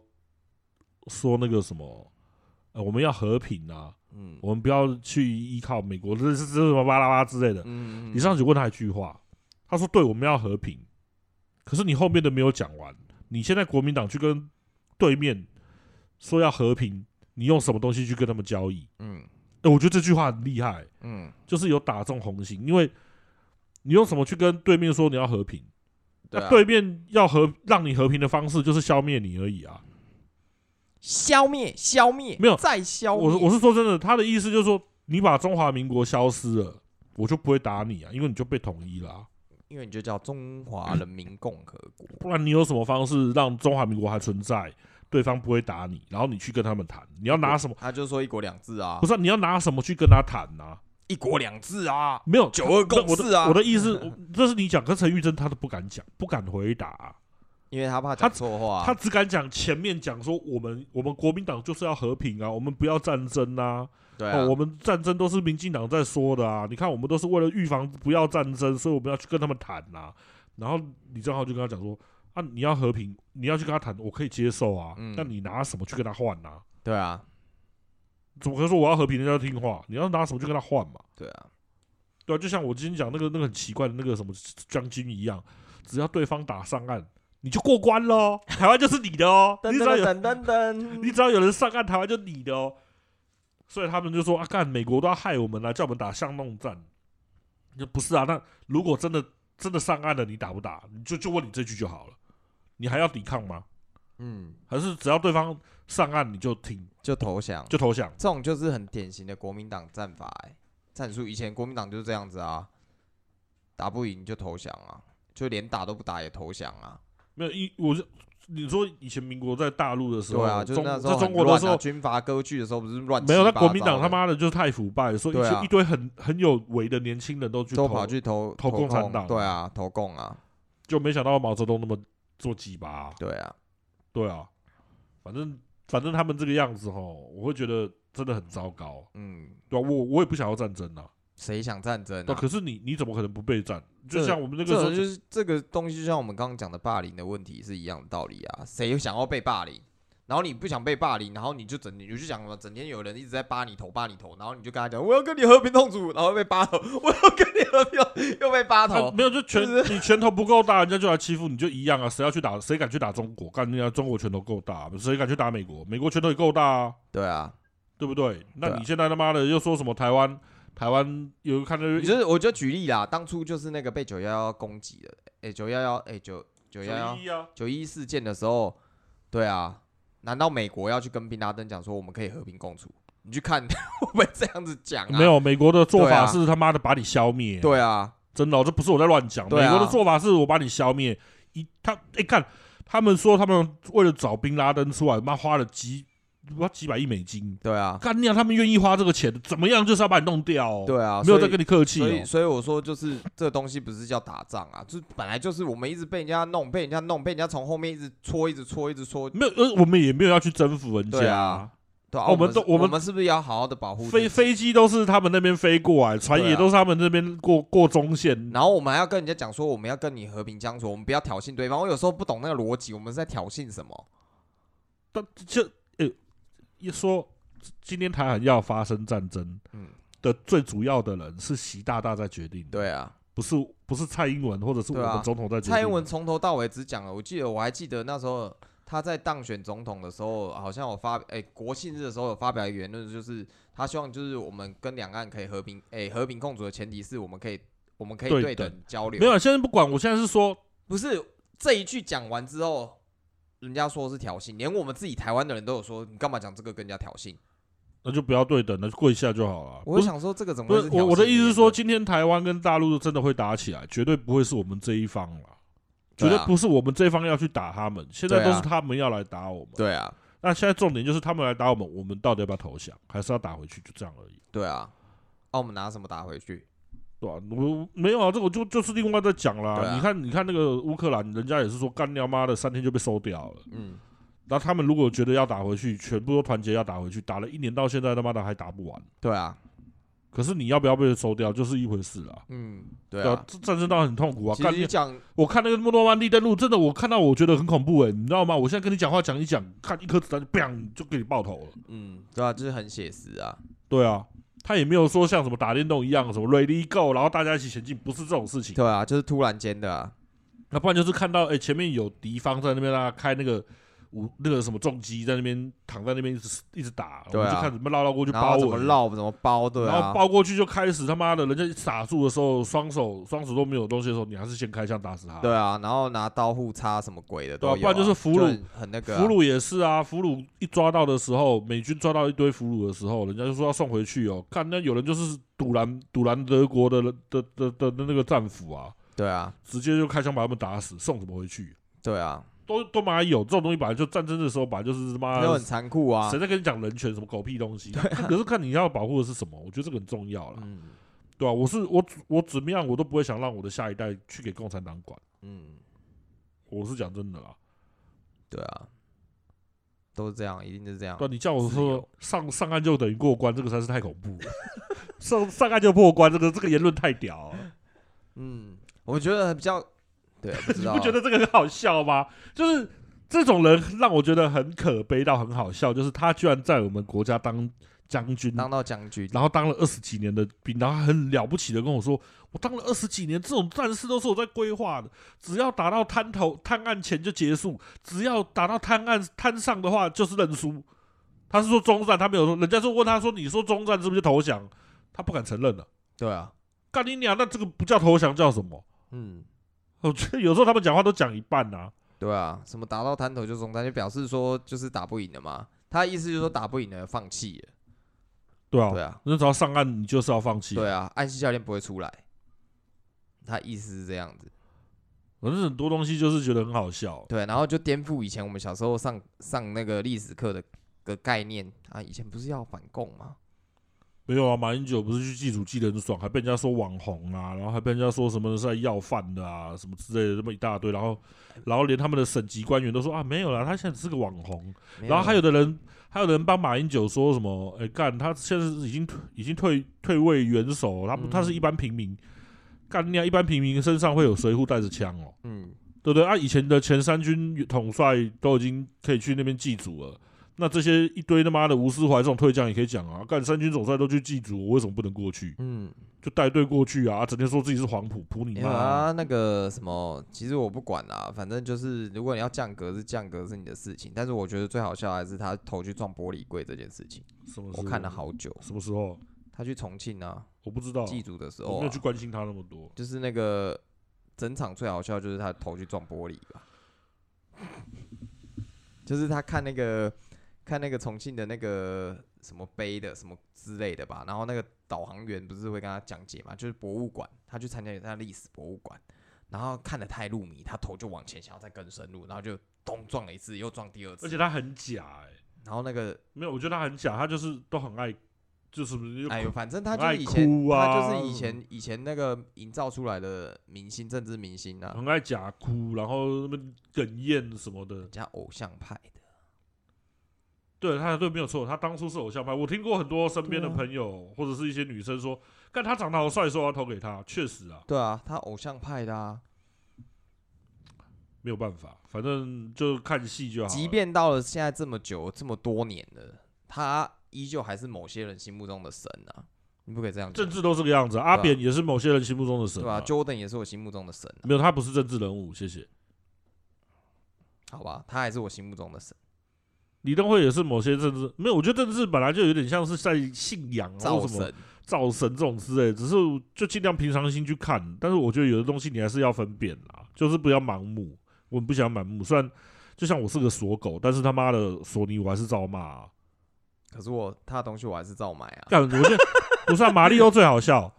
说那个什么，呃，我们要和平啊，嗯我们不要去依靠美国，这这这什么巴拉巴拉之类的。嗯李尚举问他一句话，他说：“对，我们要和平。”可是你后面的没有讲完，你现在国民党去跟对面说要和平，你用什么东西去跟他们交易？呃嗯哎、我觉得这句话很厉害。嗯就是有打中红心，因为你用什么去跟对面说你要和平？对啊，那对面要和让你和平的方式就是消灭你而已啊。消灭消灭，没有再消灭。我是我是说真的，他的意思就是说，你把中华民国消失了，我就不会打你啊，因为你就被统一了啊、因为你就叫中华人民共和国，不然你有什么方式让中华民国还存在，对方不会打你，然后你去跟他们谈，你要拿什么？他就说一国两制啊，不是是啊、你要拿什么去跟他谈啊？一国两制啊，没有九二不是共识啊我的我的意 思，我这是你讲，可是陈玉珍他都不敢讲，不敢回答啊、因为他怕他讲错话，他只敢讲前面讲说我们我们国民党就是要和平啊，我们不要战争啊，对啊哦，我们战争都是民进党在说的啊，你看我们都是为了预防不要战争，所以我们要去跟他们谈啊。然后李正浩就跟他讲说啊，你要和平，你要去跟他谈，我可以接受啊，嗯但你拿什么去跟他换啊？对啊，怎么可能说我要和平，人家要听话？你要拿什么去跟他换嘛？对啊，。对啊，就像我今天讲那个那个很奇怪的那个什么将军一样，只要对方打上岸，你就过关喽，台湾就是你的哦你噔只要有噔噔噔噔，你只要有人上岸，台湾就你的哦。所以他们就说啊，干美国都要害我们了、叫我们打巷弄战。就不是啊，那如果真的真的上岸了，你打不打？你就就问你这句就好了，你还要抵抗吗？嗯，还是只要对方上岸你就挺就投降，就投降？这种就是很典型的国民党战法、欸，战术。以前国民党就是这样子啊，打不赢就投降啊，就连打都不打也投降啊。没有一我就你说以前民国在大陆的时候，对啊，就是中那时在候中很国的乱时啊，候。军阀割据的时候不是乱七没有，那八国民糟党的他妈的就太腐败，所以一对些、啊一堆很很有为的年轻人都去都投跑去投投共产党对啊，投共啊，就没想到毛泽东那么做鸡巴啊、对啊，对啊，反正反正他们这个样子吼，我会觉得真的很糟糕，嗯，对啊，我我也不想要战争啊，谁想战争对啊，啊？可是你你怎么可能不备战？这就像我们那这个时候种就是这个东西，就像我们刚刚讲的霸凌的问题是一样的道理啊。谁想要被霸凌？然后你不想被霸凌，然后你就整你就讲什么，整天有人一直在扒你头扒你头，然后你就跟他讲我要跟你和平共处，然后被扒头， 我要跟你和平共处又被扒啊头，没有，就拳就你拳头不够大，人家就来欺负你，就一样啊。谁要去打？谁敢去打中国？干人家中国拳头够大，啊谁敢去打美国？美国拳头也够大啊，对啊，对不对？那对啊你现在他妈的又说什么台湾？台湾有看到你就是我就举例啦，当初就是那个被九幺幺攻击的，哎九幺幺哎九九幺幺一啊，九一事件的时候，对啊，难道美国要去跟宾拉登讲说我们可以和平共处？你去看 会不会这样子讲啊？没，有美国的做对法啊是他妈的把你消灭，对啊，真的哦、这不是我在乱讲。对啊美国的做法是我把你消灭，一他哎、看，他们说他们为了找宾拉登出来，妈花了几不知道几百亿美金，对啊，干娘他们愿意花这个钱，怎么样就是要把你弄掉、哦，、对啊，没有所在以跟你客气、所以，哦。所以我说，就是这东西不是叫打仗啊，就是本来就是我们一直被人家弄，被人家弄，被人家从后面一直戳，一直戳，一直戳。没有，呃，我们也没有要去征服人对家啊，对啊，哦我我们是都我我们是不是也要好好的保护自飞己？飞机都是他们那边飞过来，船对啊也都是他们那边过过中线，然后我们还要跟人家讲说，我们要跟你和平相处，我们不要挑衅对方。我有时候不懂那个逻辑，我们是在挑衅什么？但这诶、一说今天台海要发生战争，嗯的最主要的人是习大大在决定的。对啊，不是不是蔡英文或者是我对们啊总统在决定、蔡英文从头到尾只讲了，我记得我还记得那时候他在当选总统的时候，好像有发诶、国庆日的时候有发表一个言论，就是他希望就是我们跟两岸可以和平诶、和平共处的前提是我们可以我们可以对对等等交流。没有，现在不管，我现在是说，不是这一句讲完之后，人家说是挑衅，连我们自己台湾的人都有说你干嘛讲这个跟人家挑衅？那就不要对等了，就跪下就好了。我就想说这个怎么不会是，不是挑衅我我的意思是说，言论今天台湾跟大陆真的会打起来，绝对不会是我们这一方了。绝对啊对不是我们这一方要去打他们，现在对都啊是他们要来打我们。对啊，那现在重点就是他们来打我们，我们到底要不要投降，还是要打回去？就这样而已，对啊，那、我们拿什么打回去？对吧、我没有啊，这个就就是另外在讲啦。对啊你看，你看那个乌克兰，人家也是说干掉妈的三天就被收掉了。嗯，那他们如果觉得要打回去，全部都团结要打回去，打了一年到现在，他妈的还打不完。对啊，可是你要不要被收掉，就是一回事啦。嗯，对啊。这战争当然很痛苦啊！其干实你讲我看那个诺曼底登陆，真的我看到我觉得很恐怖哎、你知道吗？我现在跟你讲话讲一讲，看一颗子弹就 bang 就给你爆头了。嗯，对啊，就是很写实啊。对啊，他也没有说像什么打电动一样，什么 ready go，然后大家一起前进，不是这种事情。对啊，就是突然间的、啊。欸那不然就是看到哎、诶前面有敌方在那边啊开那个武那个什么重机在那边躺在那边一直一直打，对啊我们就看怎么绕绕过去然包后围，怎么绕怎么包，对然后啊，抱过去就开始他妈的，人家打住的时候，双手双手都没有东西的时候，你还是先开枪打死他。对啊，然后拿刀互插什么鬼的对都啊有、不然就是俘虏很很那个啊、俘虏也是啊，俘虏一抓到的时候，美军抓到一堆俘虏的时候，人家就说要送回去哦。看那有人就是堵拦堵拦德国的的的的的那个战俘啊，对啊，直接就开枪把他们打死，送怎么回去？对啊，都都嘛有这种东西，本来就战争的时候，本来就是他妈就很残酷啊谁，在跟你讲人权什么狗屁 东西？可是看你要保护的是什么，我觉得这个很重要了。嗯对啊，我是我我怎么样，我都不会想让我的下一代去给共产党管。嗯，我是讲真的啦，对啊，都是这样，一定是这样对、，啊、你叫我自说由上上岸就等于过关，这个才是太恐怖了。 上上岸就破关，这个这个言论太屌了，嗯，我觉得比较，对啊，不知 你道不觉得这个很好笑吗？就是这种人让我觉得很可悲到很好笑，就是他居然在我们国家当将军，当到将军，然后当了二十几年的兵，然后还很了不起的跟我说，我当了二十几年，这种战事都是我在规划的，只要打到滩头滩岸前就结束，只要打到滩岸滩上的话就是认输。他是说中战，他没有说，人家就问他说，你说中战是不是就投降？他不敢承认了。对啊，干你娘！那这个不叫投降，叫什么？嗯，我觉得有时候他们讲话都讲一半呐、对啊，什么打到滩头就中弹，就表示说就是打不赢了嘛。他的意思就是说打不赢了，放弃了。对 啊，对啊，那只要上岸，你就是要放弃。对啊，安西教练不会出来，他意思是这样子。反正很多东西就是觉得很好笑。对，然后就颠覆以前我们小时候上上那个历史课的个概念啊，以前不是要反共吗？没有啊，马英九不是去祭祖祭得很爽，还被人家说网红啊，然后还被人家说什么是在要饭的啊，什么之类的这么一大堆，然后嗯然后连他们的省级官员都说啊没有啦，他现在只是个网红，没然后还有的人还有人帮马英九说什么，哎干他现在是已经退已经退退位元首，他不、嗯他是一般平民，干你啊，一般平民身上会有随扈带着枪哦，嗯，对不对？啊，以前的前三军统帅都已经可以去那边祭祖了，那这些一堆他妈的吴思怀这种退将也可以讲啊，干三军总帅都去祭祖，我为什么不能过去？嗯就带队过去啊，整天说自己是黄埔，普你没妈有啊！啊，那个什么，其实我不管啦，反正就是如果你要降格是降格是你的事情，但是我觉得最好笑还是他头去撞玻璃柜这件事情，什么时我候？看了好久。什么时候？他去重庆啊，我不知道，祭祖的时我候、没啊有，去关心他那么多。就是那个整场最好笑就是他头去撞玻璃吧，就是他看那个看那个重庆的那个什么碑的什么之类的吧，然后那个导航员不是会跟他讲解嘛，就是博物馆，他去参加一下历史博物馆，然后看得太入迷，他头就往前想要再更深入，然后就咚撞了一次，又撞第二而次且，他很假哎、然后那个没有，我觉得他很假，他就是都很爱，就是又哎呦，反正他就爱是以前，哭啊他就是以前以前那个营造出来的明星政治明星啊，很爱假哭，然后那么哽咽什么的人。家偶像派的，对他对没有错，他当初是偶像派。我听过很多身边的对啊朋友、或者是一些女生说，看他长得好帅，说要投给他，确实啊，对啊，他偶像派的啊，没有办法，反正就看戏就好了。即便到了现在这么久这么多年了，他依旧还是某些人心目中的神啊，你不可以这样讲政，治都这个样子，阿对啊扁也是某些人心目中的神、啊对吧、j 啊 o r d a n 也是我心目中的神啊，没有，他不是政治人物，谢谢。好吧，他还是我心目中的神，李登辉也是某些政治没有，我觉得政治本来就有点像是在信仰啊造或什么神，造神这种之类，只是就尽量平常心去看。但是我觉得有的东西你还是要分辨啦，就是不要盲目。我很不喜欢盲目，虽然就像我是个锁狗，但是他妈的索尼我还是照骂、啊。可是我他的东西我还是照买啊，干，我觉得不是啊，马里奥最好笑。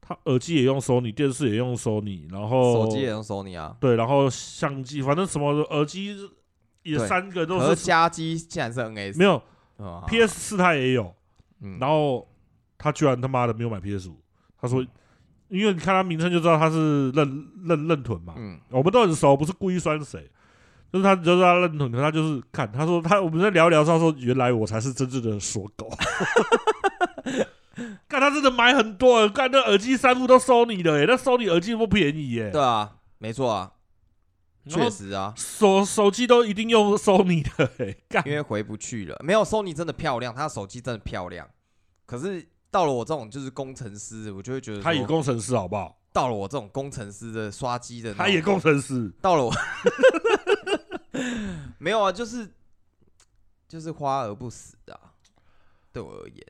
他耳机也用索尼，电视也用索尼，然后手机也用 Sony 啊，对，然后相机，反正什么耳机也对三个都可是是家机竟然是 NS，没有嗯 PS 四他也有，嗯然后他居然他妈的没有买 PS 五，他说，因为你看他名称就知道他是认认认屯嘛，嗯，我们都很熟，不是故意酸谁，就是他就是他认屯，可他就是看他说他我们在聊一聊，他说原来我才是真正的锁狗， 看他真的买很多，看那耳机三副都收你的耶，那收你耳机不便宜耶，对啊，没错啊，然后确实啊，手手机都一定用收你的耶， 干因为回不去了。没有 Sony 真的漂亮，她手机真的漂亮。可是到了我这种就是工程师，我就会觉得他也说工程师好不好？到了我这种工程师的刷机的那种， 他也工程师。到了我没有啊，就是就是花而不实啊，对我而言，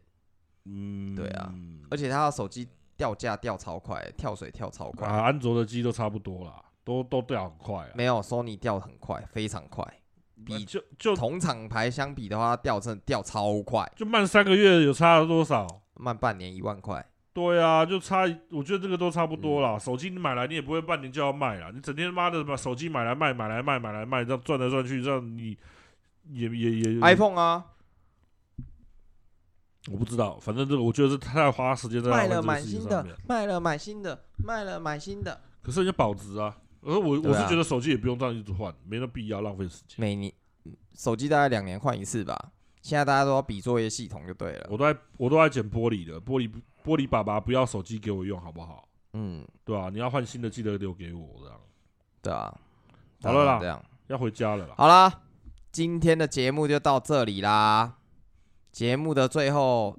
嗯，对啊而且他的手机掉价掉超快，跳水跳超快，啊，安卓的机都差不多啦，都都掉很快啊。没有 Sony 掉很快，非常快，比就就同厂牌相比的话，掉真的掉超快，就慢三个月，有差了多少？慢半年一万块，对啊，就差一，我觉得这个都差不多嗯啦。手机你买来，你也不会半年就要卖啦，你整天妈的把手机买来卖，买来卖，买来卖，这样转来转去，这样你也也也 iPhone 啊，我不知道，反正这个我觉得是太花时间在卖浪费了这买个事情新上的面。，卖了买新的，卖了买新的，可是人家保值啊，而我、对我啊是觉得手机也不用这样一直换，没那必要浪费时间。每年嗯手机大概两年换一次吧，现在大家都要比作业系统就对了，我都在我都在捡玻璃的，玻璃不玻璃爸爸不要手机给我用好不好？嗯，对啊，你要换新的记得留给我，这样对啊，好了啦大概这样。要回家了啦。好啦，今天的节目就到这里啦。节目的最后，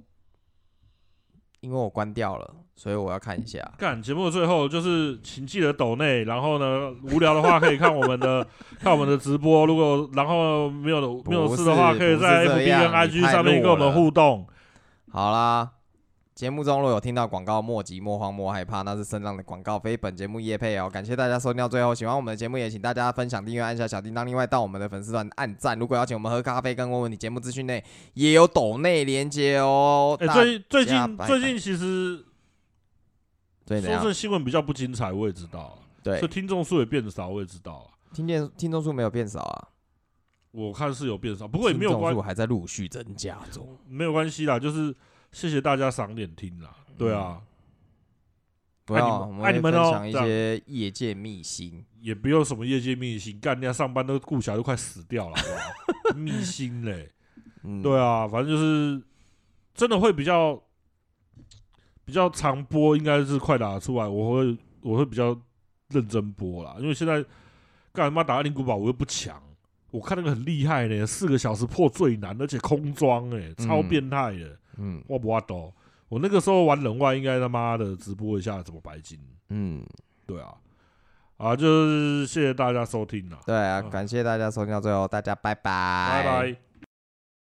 因为我关掉了，所以我要看一下。干节目的最后就是，请记得抖内，然后呢，无聊的话可以看我们 的看我们的直播，如果然后没有的没有事的话，不是可以在不是 FB 这样跟你 IG 太上面跟我弱们了互动。好啦，节目中若有听到广告，莫急、莫慌、莫害怕，那是声浪的广告，非本节目业配哦。感谢大家收听到最后，喜欢我们的节目也请大家分享、订阅、按下小叮当。另外到我们的粉丝团按赞，如果要请我们喝咖啡跟问问题，节目资讯内也有抖内连接哦。哎、大最最家近拜最拜近其实对怎说样这？新闻比较不精彩，我也知道啊，所以对，听众数也变少，我也知道啊。听见听众数没有变少啊，我看是有变少，不不过也没有关数还在陆续增加中。没有关系啦，就是谢谢大家赏脸听啦。嗯对啊，不爱要你啊，我们们爱会你们分哦享一这样些业界秘辛。也不用什么业界秘辛，干人家上班都顾小孩都快死掉了，好不好？ 秘辛嘞。嗯，对啊，反正就是真的会比较比较常播，应该是快打得出来，我会我会比较认真播啦，因为现在干他妈打《灵古堡》我又不强，我看那个很厉害呢，四个小时破最难，而且空装哎、超嗯变态的，嗯哇不哇都，我那个时候玩人外应该他妈的直播一下怎么白金，嗯，对啊，啊就是谢谢大家收听啦，对啊，嗯感谢大家收听到最后，大家拜拜，拜拜。